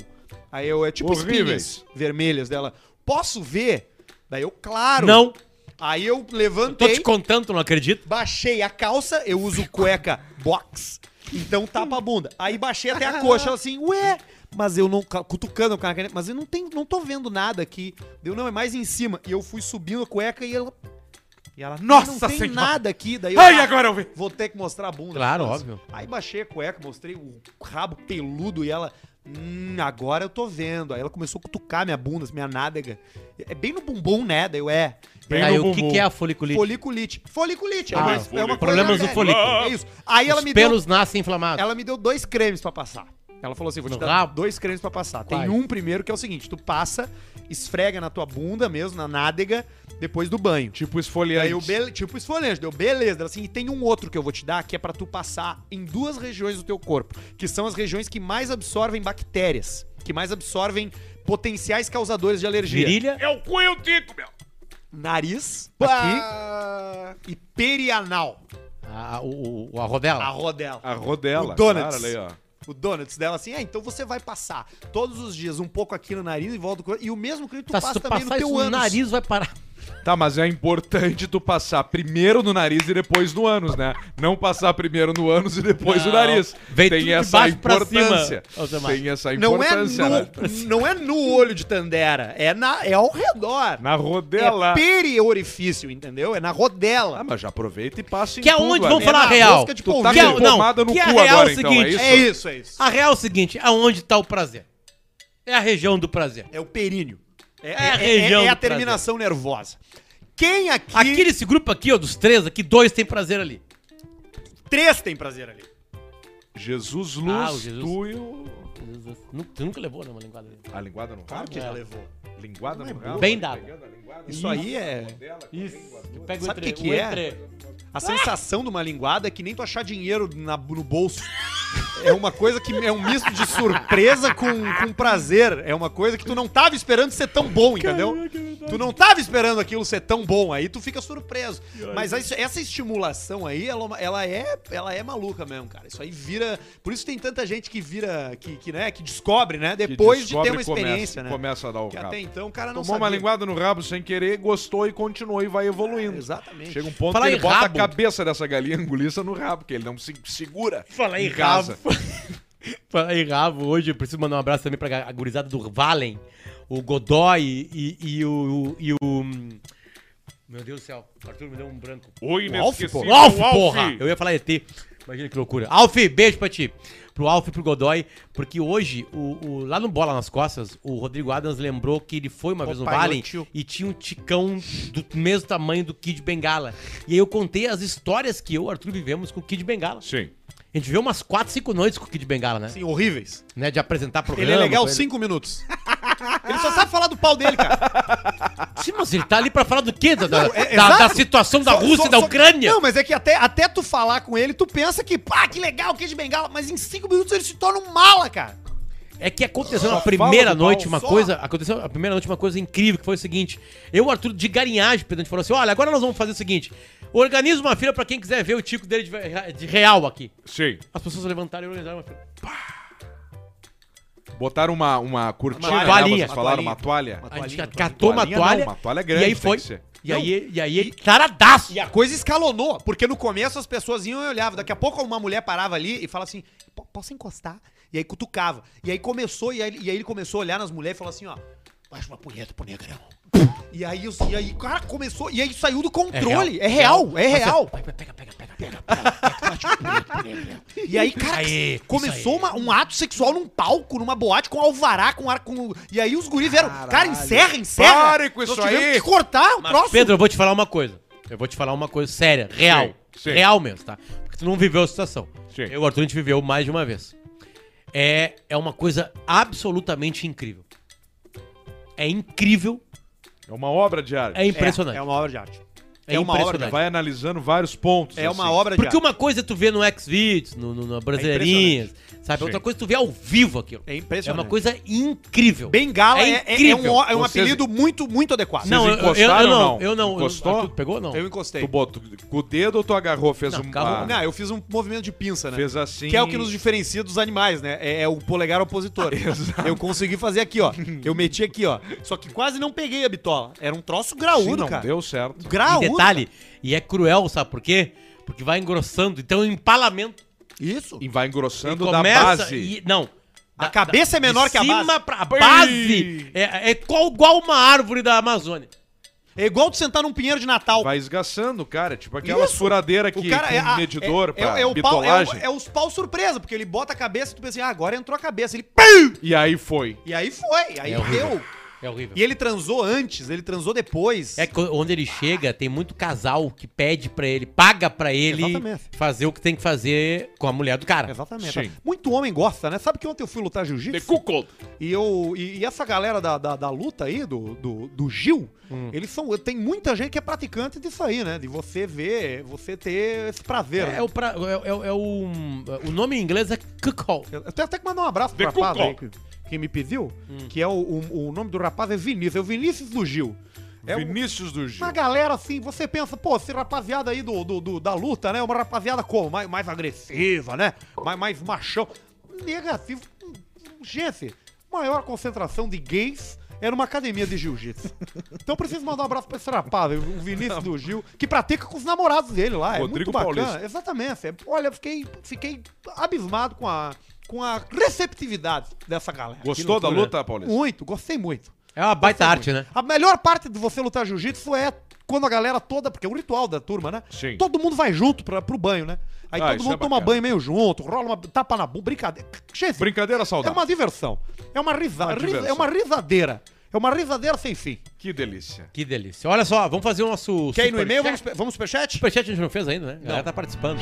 Speaker 1: Aí eu, é tipo
Speaker 2: Horríveis.
Speaker 1: espinhas vermelhas dela. Posso ver? Daí eu, claro.
Speaker 3: Não,
Speaker 1: Aí eu
Speaker 3: tô
Speaker 1: levantei,
Speaker 3: te contando, tu não acredito.
Speaker 1: baixei a calça, eu uso cueca box, então tapa a bunda. Aí baixei até a coxa, ela assim, ué, mas eu não, ca- cutucando com a caneta, mas eu não, tenho, não tô vendo nada aqui. Deu, não, é mais em cima. E eu fui subindo a cueca e ela... E ela,
Speaker 2: Nossa
Speaker 1: não tem
Speaker 2: Senhora.
Speaker 1: nada aqui. Daí eu,
Speaker 2: Ai, agora eu vi.
Speaker 1: Vou ter que mostrar a bunda.
Speaker 3: Claro,
Speaker 1: Nossa.
Speaker 3: óbvio.
Speaker 1: Aí baixei a cueca, mostrei o rabo peludo e ela. Hum, agora eu tô vendo. Aí ela começou a cutucar minha bunda, minha nádega. É bem no bumbum, né? Daí eu é.
Speaker 2: Bem
Speaker 3: aí,
Speaker 2: no
Speaker 3: o que,
Speaker 2: bumbum.
Speaker 3: que é a foliculite?
Speaker 1: Foliculite. Foliculite. é
Speaker 3: Ah,
Speaker 1: uma- é
Speaker 4: foliculite.
Speaker 1: uma coisa
Speaker 3: Problemas do
Speaker 1: séria.
Speaker 3: folículo.
Speaker 1: É isso. Aí ela
Speaker 3: Os
Speaker 1: me,
Speaker 3: pelos nascem
Speaker 1: deu,
Speaker 3: inflamados.
Speaker 1: ela me deu dois cremes pra passar. Ela falou assim: vou te
Speaker 3: No
Speaker 1: dar
Speaker 3: rabo?
Speaker 1: dois cremes pra passar. Tem
Speaker 3: Quais?
Speaker 1: um primeiro que é o seguinte: tu passa, esfrega na tua bunda mesmo, na nádega, depois do banho.
Speaker 2: Tipo
Speaker 1: E
Speaker 2: esfoliante.
Speaker 1: aí, eu bele... tipo esfoliante, deu beleza. Ela assim, e tem um outro que eu vou te dar que é pra tu passar em duas regiões do teu corpo, que são as regiões que mais absorvem bactérias, que mais absorvem potenciais causadores de alergia.
Speaker 3: Virilha.
Speaker 4: É o cunho tico, meu.
Speaker 1: Nariz,
Speaker 3: Pá.
Speaker 1: aqui e perianal.
Speaker 3: A, o, o- a
Speaker 1: A
Speaker 3: rodela.
Speaker 1: rodela.
Speaker 2: A rodela.
Speaker 1: O donuts.
Speaker 2: claro, ali, ó.
Speaker 1: O donuts dela assim, é, então você vai passar todos os dias um pouco aqui no nariz e volta com... e o mesmo creme tu
Speaker 3: Tá, se
Speaker 1: passa
Speaker 3: tu
Speaker 1: também no
Speaker 3: passar
Speaker 1: teu
Speaker 3: isso no
Speaker 1: ânus.
Speaker 3: nariz, vai parar.
Speaker 2: Tá, mas é importante tu passar primeiro no nariz e depois no ânus, né? Não passar primeiro no ânus e depois no
Speaker 3: Não.
Speaker 2: nariz.
Speaker 3: Vem tudo
Speaker 2: Tem
Speaker 3: de
Speaker 2: essa
Speaker 3: baixo pra
Speaker 2: importância.
Speaker 3: cima, Alcemar.
Speaker 2: Tem essa
Speaker 1: Não é,
Speaker 2: importância. né?
Speaker 1: no, não é no olho de Tandera, é, na, é ao redor.
Speaker 2: Na rodela.
Speaker 1: É periorifício, entendeu? É na rodela.
Speaker 2: Ah, mas já aproveita e passa em
Speaker 3: Que é
Speaker 2: tudo,
Speaker 3: onde?
Speaker 2: amigo.
Speaker 3: Vamos falar a
Speaker 1: na
Speaker 3: real.
Speaker 1: rosca de
Speaker 2: Tu tá
Speaker 1: Que é-
Speaker 2: com pomada no
Speaker 3: que a
Speaker 2: cu
Speaker 3: real
Speaker 2: agora,
Speaker 3: é o
Speaker 2: então, é
Speaker 3: seguinte,
Speaker 2: isso? Ah.
Speaker 1: É isso, é isso.
Speaker 3: A real é o seguinte, aonde tá o prazer? É aonde tá o prazer.
Speaker 1: É o períneo. É,
Speaker 3: É a
Speaker 1: é-
Speaker 3: região
Speaker 1: é- é a
Speaker 3: do
Speaker 1: terminação nervosa. Quem aqui...
Speaker 3: Aqui nesse grupo aqui, ó, dos três aqui, dois tem prazer ali.
Speaker 1: Três tem prazer ali.
Speaker 2: Jesus
Speaker 3: Ah, o
Speaker 2: Luz,
Speaker 3: Jesus.
Speaker 2: tu e o...
Speaker 3: Nu- Tu nunca levou, né, uma linguada dele.
Speaker 2: A linguada no rabo?
Speaker 1: Claro que Ah, já levou.
Speaker 2: Linguada no rabo?
Speaker 3: Bem dada.
Speaker 1: Isso aí é...
Speaker 3: Pega
Speaker 1: Sabe o que
Speaker 3: entre-
Speaker 1: que é?
Speaker 3: entre-
Speaker 1: A sensação de uma linguada é que nem tu achar dinheiro na- no bolso. É uma coisa que é um misto de surpresa com, com prazer. É uma coisa que tu não tava esperando ser tão bom, entendeu?
Speaker 2: é
Speaker 1: tu não tava esperando aquilo ser tão bom, aí tu fica surpreso. Mas isso- essa estimulação aí, ela, é uma- ela é, ela é maluca mesmo, cara. Isso aí vira. Por isso tem tanta gente que vira. que, que, né, que descobre, né?
Speaker 2: Que
Speaker 1: Depois de
Speaker 2: descobre
Speaker 1: ter uma
Speaker 2: e começa-
Speaker 1: experiência, né?
Speaker 2: Começa a dar o
Speaker 1: Que
Speaker 2: rabo.
Speaker 1: até então o cara não
Speaker 2: Tomou uma linguada no rabo sem querer, gostou e continuou e vai evoluindo.
Speaker 1: Exatamente.
Speaker 2: Chega um ponto
Speaker 3: Falar
Speaker 2: que ele
Speaker 3: em
Speaker 2: bota
Speaker 3: rabo.
Speaker 2: a cabeça dessa galinha anguliça no rabo, que ele não se segura.
Speaker 5: Falar em
Speaker 2: casa.
Speaker 5: rabo.
Speaker 3: Falar em rabo hoje, eu preciso mandar um abraço também pra ga- a gurizada do Valen, o Godoy e, e o, e o. hum, Meu Deus do céu, o Arthur me deu um branco.
Speaker 4: Oi,
Speaker 1: Alf, pô.
Speaker 4: inesquecível.
Speaker 3: O Alf, porra! Eu ia falar ET. Imagina que loucura. Alf, beijo pra ti. Pro Alf e pro Godoy, porque hoje, o, o- lá no Bola nas Costas, o Rodrigo Adams lembrou que ele foi uma vez no
Speaker 1: pai,
Speaker 3: Valen
Speaker 1: meu tio.
Speaker 3: e tinha um ticão do mesmo tamanho do Kid Bengala. E aí eu contei as histórias que eu e o Arthur vivemos com o Kid Bengala.
Speaker 4: Sim.
Speaker 3: A gente viveu umas 4, 5 noites com o Kid Bengala, né?
Speaker 1: Assim, horríveis.
Speaker 3: né? De apresentar programa.
Speaker 1: Ele é legal
Speaker 3: com ele.
Speaker 1: cinco minutos. Ele só sabe falar do pau dele, cara.
Speaker 3: Sim, mas ele tá ali pra falar do quê? Da, da,
Speaker 1: é-
Speaker 3: da-
Speaker 1: exato.
Speaker 3: da situação da
Speaker 1: Só-
Speaker 3: Rússia
Speaker 1: só-
Speaker 3: e da
Speaker 1: só-
Speaker 3: Ucrânia.
Speaker 1: Não, mas é que até, até tu falar com ele, tu pensa que, pá, que legal, o de bengala. Mas em cinco minutos ele se torna um mala, cara.
Speaker 3: É que aconteceu
Speaker 2: Só
Speaker 3: na primeira
Speaker 2: fala do
Speaker 3: noite
Speaker 2: pau,
Speaker 3: uma
Speaker 1: só.
Speaker 3: coisa. Aconteceu na primeira noite uma coisa incrível, que foi o seguinte. Eu, Arthur, de garinhagem, a gente falou assim: olha, agora nós vamos fazer o seguinte: organiza uma fila pra quem quiser ver o tico dele de, de real aqui.
Speaker 4: Sim.
Speaker 3: As pessoas levantaram e organizaram uma fila.
Speaker 2: Botaram uma, uma cortina,
Speaker 1: Uma
Speaker 2: né,
Speaker 3: toalhinha.
Speaker 2: vocês falaram,
Speaker 1: Uma
Speaker 2: uma toalha.
Speaker 1: Uma
Speaker 3: A gente
Speaker 1: toalhinha,
Speaker 3: catou uma
Speaker 2: toalhinha não,
Speaker 3: toalha.
Speaker 2: uma toalha grande
Speaker 3: E aí
Speaker 2: tem
Speaker 3: foi.
Speaker 2: que ser.
Speaker 3: E aí, e aí, ele taradaço.
Speaker 1: E a coisa escalonou, porque no começo as pessoas iam e olhavam. Daqui a pouco uma mulher parava ali e falava assim: "Po- posso encostar? E aí cutucava. E aí começou, e aí, e aí ele começou a olhar nas mulheres e falou assim: ó, baixa uma punheta pro negrão. E aí, os- e aí, cara, começou, e aí saiu do controle. É real, é real.
Speaker 3: Pega, pega, pega, pega, pega.
Speaker 1: E aí, cara,
Speaker 3: Aí,
Speaker 1: começou
Speaker 3: isso
Speaker 1: uma- um ato sexual num palco, numa boate, com alvará, com ar com. E aí os guris vieram. Cara, encerra, encerra.
Speaker 2: Pare com isso
Speaker 1: Nós tivemos
Speaker 2: aí.
Speaker 1: que cortar o troço.
Speaker 3: Pedro, eu vou te falar uma coisa. Eu vou te falar uma coisa séria, real.
Speaker 4: sim.
Speaker 3: Real mesmo, tá? Porque tu não viveu a situação.
Speaker 4: Sim.
Speaker 3: Eu e o Arthur, a gente viveu mais de uma vez. É, é uma coisa absolutamente incrível. É incrível,
Speaker 2: É uma obra de arte.
Speaker 3: é impressionante. É,
Speaker 1: É, é uma obra de arte.
Speaker 3: É
Speaker 1: É, uma obra.
Speaker 3: impressionante.
Speaker 1: de arte.
Speaker 2: Vai analisando vários pontos.
Speaker 1: É uma
Speaker 2: assim.
Speaker 1: obra de
Speaker 3: Porque
Speaker 1: arte.
Speaker 3: uma coisa tu vê no X-Videos, no, no, no Brasileirinhas, sabe? Outra coisa é tu vê ao vivo aquilo.
Speaker 1: É
Speaker 3: É
Speaker 1: impressionante.
Speaker 3: uma coisa incrível.
Speaker 1: Bengala
Speaker 3: é
Speaker 1: é, é- é
Speaker 3: incrível.
Speaker 1: um, é um
Speaker 2: Vocês-
Speaker 1: apelido muito, muito adequado.
Speaker 3: não, eu, eu- eu,
Speaker 2: encostaram ou
Speaker 3: não,
Speaker 2: não?
Speaker 3: eu não.
Speaker 2: Encostou?
Speaker 3: Arthur, pegou ou não?
Speaker 1: eu encostei.
Speaker 2: Tu botou com o dedo ou tu agarrou? Fez
Speaker 3: Não,
Speaker 2: um...
Speaker 3: agarrou.
Speaker 2: ah,
Speaker 1: Não, eu fiz um movimento de pinça, né?
Speaker 2: Fez assim...
Speaker 1: Que é o que nos diferencia dos animais, né? É, é o polegar opositor. eu consegui fazer aqui, ó. Eu meti aqui, ó. Só que quase não peguei a bitola. Era um troço graúdo,
Speaker 2: Sim, não
Speaker 1: cara.
Speaker 2: deu certo.
Speaker 3: E
Speaker 1: Graúdo.
Speaker 3: detalhe, e é cruel, sabe por quê? Porque vai engrossando. Então, o empalamento
Speaker 1: Isso.
Speaker 2: E vai engrossando
Speaker 3: e
Speaker 2: da base.
Speaker 1: é
Speaker 3: e- não.
Speaker 1: A cabeça é menor
Speaker 3: de
Speaker 1: que a base.
Speaker 3: cima pra base. É, é qual- igual uma árvore da Amazônia.
Speaker 1: É igual tu sentar num pinheiro de Natal.
Speaker 2: Vai esgaçando, cara. Tipo aquelas
Speaker 1: Isso.
Speaker 2: furadeiras que com um
Speaker 1: a-
Speaker 2: medidor
Speaker 1: é,
Speaker 2: pra
Speaker 1: é, é, o pau, é, o-
Speaker 2: bitolagem.
Speaker 1: é os pau surpresa, porque ele bota a cabeça e tu pensa, assim, ah, agora entrou a cabeça. Ele. Pum!
Speaker 2: E aí foi.
Speaker 1: E aí foi, aí
Speaker 3: É horrível.
Speaker 1: deu.
Speaker 3: É horrível.
Speaker 1: E ele transou antes, ele transou depois.
Speaker 3: É que onde ele chega, tem muito casal que pede pra ele, paga pra ele
Speaker 1: Exatamente.
Speaker 3: fazer o que tem que fazer com a mulher do cara.
Speaker 1: Exatamente.
Speaker 2: Sim.
Speaker 1: Muito homem gosta, né? Sabe que ontem eu fui lutar
Speaker 4: The
Speaker 1: jiu-jitsu?
Speaker 4: Cuckold.
Speaker 1: E, eu, e, e essa galera da, da, da luta aí, do, do, do Gil,
Speaker 2: Hum.
Speaker 1: eles são. Tem muita gente que é praticante disso aí, né? De você ver, você ter esse prazer. né?
Speaker 3: É, é o, pra- é- é- é o, o nome em inglês é cuckold.
Speaker 1: Eu tenho até que mandar um abraço pro
Speaker 4: The
Speaker 1: rapaz aí que,
Speaker 4: Cuckoo.
Speaker 1: que me pediu, que é o, o, o nome do rapaz é Vinícius, é o Vinícius do Gil. É um-
Speaker 2: Vinícius do Gil.
Speaker 1: uma galera assim, você pensa, pô, esse rapaziada aí do, do, do- da luta, né? Uma rapaziada como? Mais, mais agressiva, né? Mais, mais machão. Negativo. um, Gente, maior concentração de gays era uma academia de jiu-jitsu. Então eu preciso mandar um abraço pra esse rapaz, o Vinícius do Gil, que pratica com os namorados dele lá. é muito
Speaker 2: Rodrigo
Speaker 1: bacana.
Speaker 2: Paulista.
Speaker 1: Exatamente. é- Olha, eu fiquei, fiquei abismado com a, com a receptividade dessa galera.
Speaker 2: Gostou da luta, Paulista?
Speaker 1: Muito, gostei muito.
Speaker 3: É uma baita arte, né?
Speaker 1: A melhor parte de você lutar jiu-jitsu é quando a galera toda, porque é um ritual da turma, né?
Speaker 2: Sim.
Speaker 1: Todo mundo vai junto pra, pro banho, né? Aí
Speaker 2: Ah,
Speaker 1: todo
Speaker 2: isso
Speaker 1: mundo
Speaker 2: é
Speaker 1: toma
Speaker 2: bacana.
Speaker 1: banho meio junto, rola uma tapa na bunda, brincadeira. Gente,
Speaker 2: Brincadeira
Speaker 1: é
Speaker 2: saudável.
Speaker 1: uma diversão. É uma risada.
Speaker 2: Uma diversão.
Speaker 1: é uma risadeira. É uma risadeira sem fim.
Speaker 2: Que delícia.
Speaker 3: Que delícia. Olha só, vamos fazer o nosso.
Speaker 1: Quer ir no
Speaker 3: superchat.
Speaker 1: e-mail? Vamos, pro- vamos pro superchat?
Speaker 3: Superchat a gente não fez ainda, né? A galera tá participando.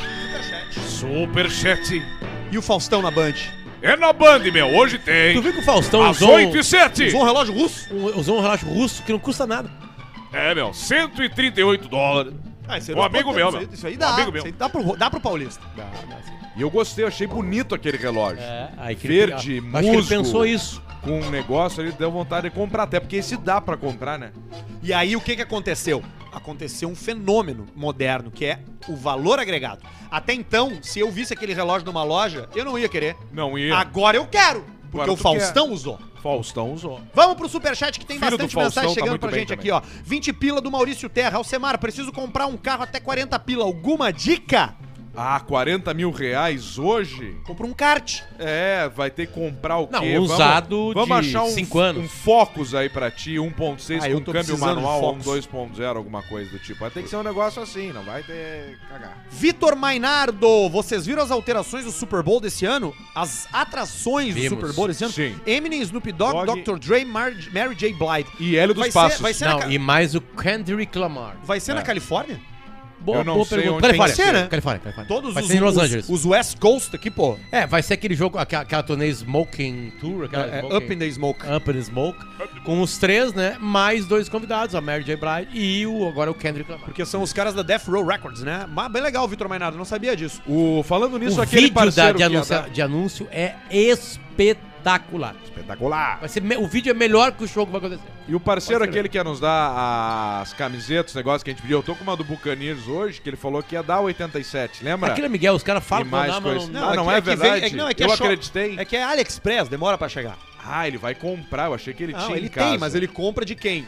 Speaker 2: Superchat.
Speaker 1: E o Faustão na Band.
Speaker 2: É na Band, meu. Hoje
Speaker 3: Tu
Speaker 2: tem.
Speaker 3: viu que o Faustão
Speaker 2: Às
Speaker 3: usou,
Speaker 2: 8
Speaker 3: um,
Speaker 2: e 7.
Speaker 1: Usou um relógio russo?
Speaker 3: um- usou um relógio russo que não custa nada. um
Speaker 2: É, meu. 138 dólares.
Speaker 1: Ah, isso
Speaker 2: aí nós podemos, isso aí-
Speaker 1: Isso aí dá.
Speaker 2: amigo
Speaker 1: isso aí
Speaker 2: meu.
Speaker 1: dá, pro, dá pro Paulista.
Speaker 2: E eu gostei, achei bonito aquele relógio.
Speaker 3: É, aí que
Speaker 2: Verde,
Speaker 3: ele, Acho que ele
Speaker 2: musgo.
Speaker 3: pensou isso.
Speaker 2: Com um negócio ali, deu vontade de comprar. Até porque esse dá pra comprar, né?
Speaker 1: E aí o que, que aconteceu? Aconteceu um fenômeno moderno, que é o valor agregado. Até então, se eu visse aquele relógio numa loja, eu não ia querer.
Speaker 2: Não ia.
Speaker 1: Agora eu quero, porque
Speaker 2: Agora
Speaker 1: o
Speaker 2: tu
Speaker 1: Faustão usou.
Speaker 2: Faustão usou.
Speaker 1: Vamos pro superchat que tem
Speaker 2: Filho do
Speaker 1: bastante
Speaker 2: Faustão
Speaker 1: mensagem
Speaker 2: tá
Speaker 1: chegando
Speaker 2: muito
Speaker 1: pra
Speaker 2: bem
Speaker 1: gente
Speaker 2: também.
Speaker 1: aqui, ó. 20 pila do Maurício Terra. Alcemar, preciso comprar um carro até 40 pila. Alguma dica?
Speaker 2: Ah, 40 mil reais hoje?
Speaker 1: Compra um kart.
Speaker 2: É, vai ter que comprar o
Speaker 3: Não,
Speaker 2: quê?
Speaker 3: um usado
Speaker 2: vamos, vamos
Speaker 3: de
Speaker 2: achar um,
Speaker 3: cinco anos.
Speaker 2: um Focus aí pra ti, 1.6
Speaker 1: Ah, eu
Speaker 2: com
Speaker 1: tô
Speaker 2: câmbio
Speaker 1: precisando de
Speaker 2: manual ou um
Speaker 1: Focus.
Speaker 2: 2.0, alguma coisa do tipo. Vai ter que ser um negócio assim, não vai ter cagar.
Speaker 1: Vitor Mainardo, vocês viram as alterações do Super Bowl desse ano? As atrações do
Speaker 3: Vimos,
Speaker 1: Super Bowl desse ano?
Speaker 2: sim.
Speaker 1: Eminem, Snoop Dogg,
Speaker 2: Dog-
Speaker 1: Dr. Dre, Mar- Mary J. Blige.
Speaker 2: E Hélio dos
Speaker 1: Vai
Speaker 2: Passos. É.
Speaker 1: ser, vai ser, na,
Speaker 3: Não,
Speaker 1: Ca-
Speaker 3: e mais o Kendrick Lamar.
Speaker 1: vai ser na Califórnia?
Speaker 3: Boa,
Speaker 2: Eu não sei onde tem
Speaker 3: Califórnia,
Speaker 1: que ser, né?
Speaker 3: Califórnia, Califórnia.
Speaker 1: Todos
Speaker 3: vai
Speaker 1: os,
Speaker 3: ser em Los
Speaker 1: os-
Speaker 3: Angeles.
Speaker 1: os West Coast aqui, pô.
Speaker 3: É, vai ser aquele jogo, aquela, aquela turnê Smoking Tour, aquela
Speaker 1: É,
Speaker 3: Smoking-
Speaker 1: up in the Smoke.
Speaker 3: Up in Smoke, com os três, né? Mais dois convidados, a Mary J. Blige e o, agora o Kendrick Lamar.
Speaker 1: Porque são os caras da Death Row Records, né? Mas bem legal, Vitor Mainardo, não sabia disso.
Speaker 2: O, falando nisso,
Speaker 3: o
Speaker 2: é aquele
Speaker 3: vídeo da,
Speaker 2: parceiro
Speaker 3: de,
Speaker 2: que ia
Speaker 3: anúncio,
Speaker 2: dar-
Speaker 3: de anúncio é espetacular.
Speaker 2: Espetacular.
Speaker 3: Vai ser, me- o vídeo é melhor que o show que vai acontecer.
Speaker 2: E o parceiro aquele que ia nos dar as camisetas, os negócios que a gente pediu. Eu tô com uma do Buccaneers hoje, que ele falou que ia dar 87, lembra?
Speaker 3: Aquilo é Miguel, os caras
Speaker 2: E
Speaker 3: falam
Speaker 2: mais
Speaker 3: não, mas
Speaker 2: coisa.
Speaker 3: não-
Speaker 2: Ah, não é
Speaker 1: que
Speaker 2: verdade?
Speaker 1: que- não, é que
Speaker 2: Eu
Speaker 1: é shop-
Speaker 2: acreditei.
Speaker 1: É que é AliExpress, demora pra chegar.
Speaker 2: Ah, ele vai comprar, eu achei que ele
Speaker 1: Não,
Speaker 2: tinha
Speaker 1: ele
Speaker 2: em casa.
Speaker 1: tem, mas ele compra de quem?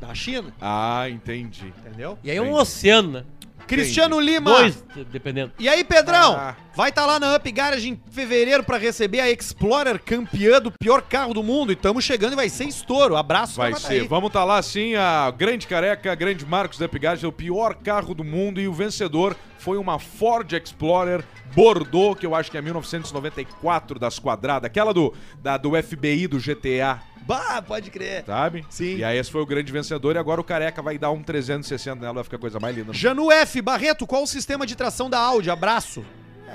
Speaker 1: Da China,
Speaker 2: Ah, entendi.
Speaker 1: entendeu?
Speaker 3: E aí é um oceano, né?
Speaker 1: Cristiano
Speaker 2: é
Speaker 1: Lima.
Speaker 3: Dois, de- dependendo.
Speaker 1: E aí, Pedrão?
Speaker 2: Ah.
Speaker 1: Vai estar lá na Up Garage em fevereiro pra receber a Explorer campeã do pior carro do mundo. E tamo chegando e vai ser estouro. Abraço
Speaker 2: Vai
Speaker 1: pra
Speaker 2: ser.
Speaker 1: Gravataí.
Speaker 2: Vamos estar lá sim, a grande careca, a grande Marcos da Epigage, é o pior carro do mundo e o vencedor foi uma Ford Explorer Bordeaux, que eu acho que é 1994 das quadradas, aquela do, da, do FBI do GTA,
Speaker 1: Bah, pode crer.
Speaker 2: sabe?
Speaker 1: Sim.
Speaker 2: E aí esse foi o grande vencedor e agora o careca vai dar um 360 nela, vai ficar a coisa mais linda.
Speaker 1: Janu F. Barreto, qual o sistema de tração da Audi? Abraço.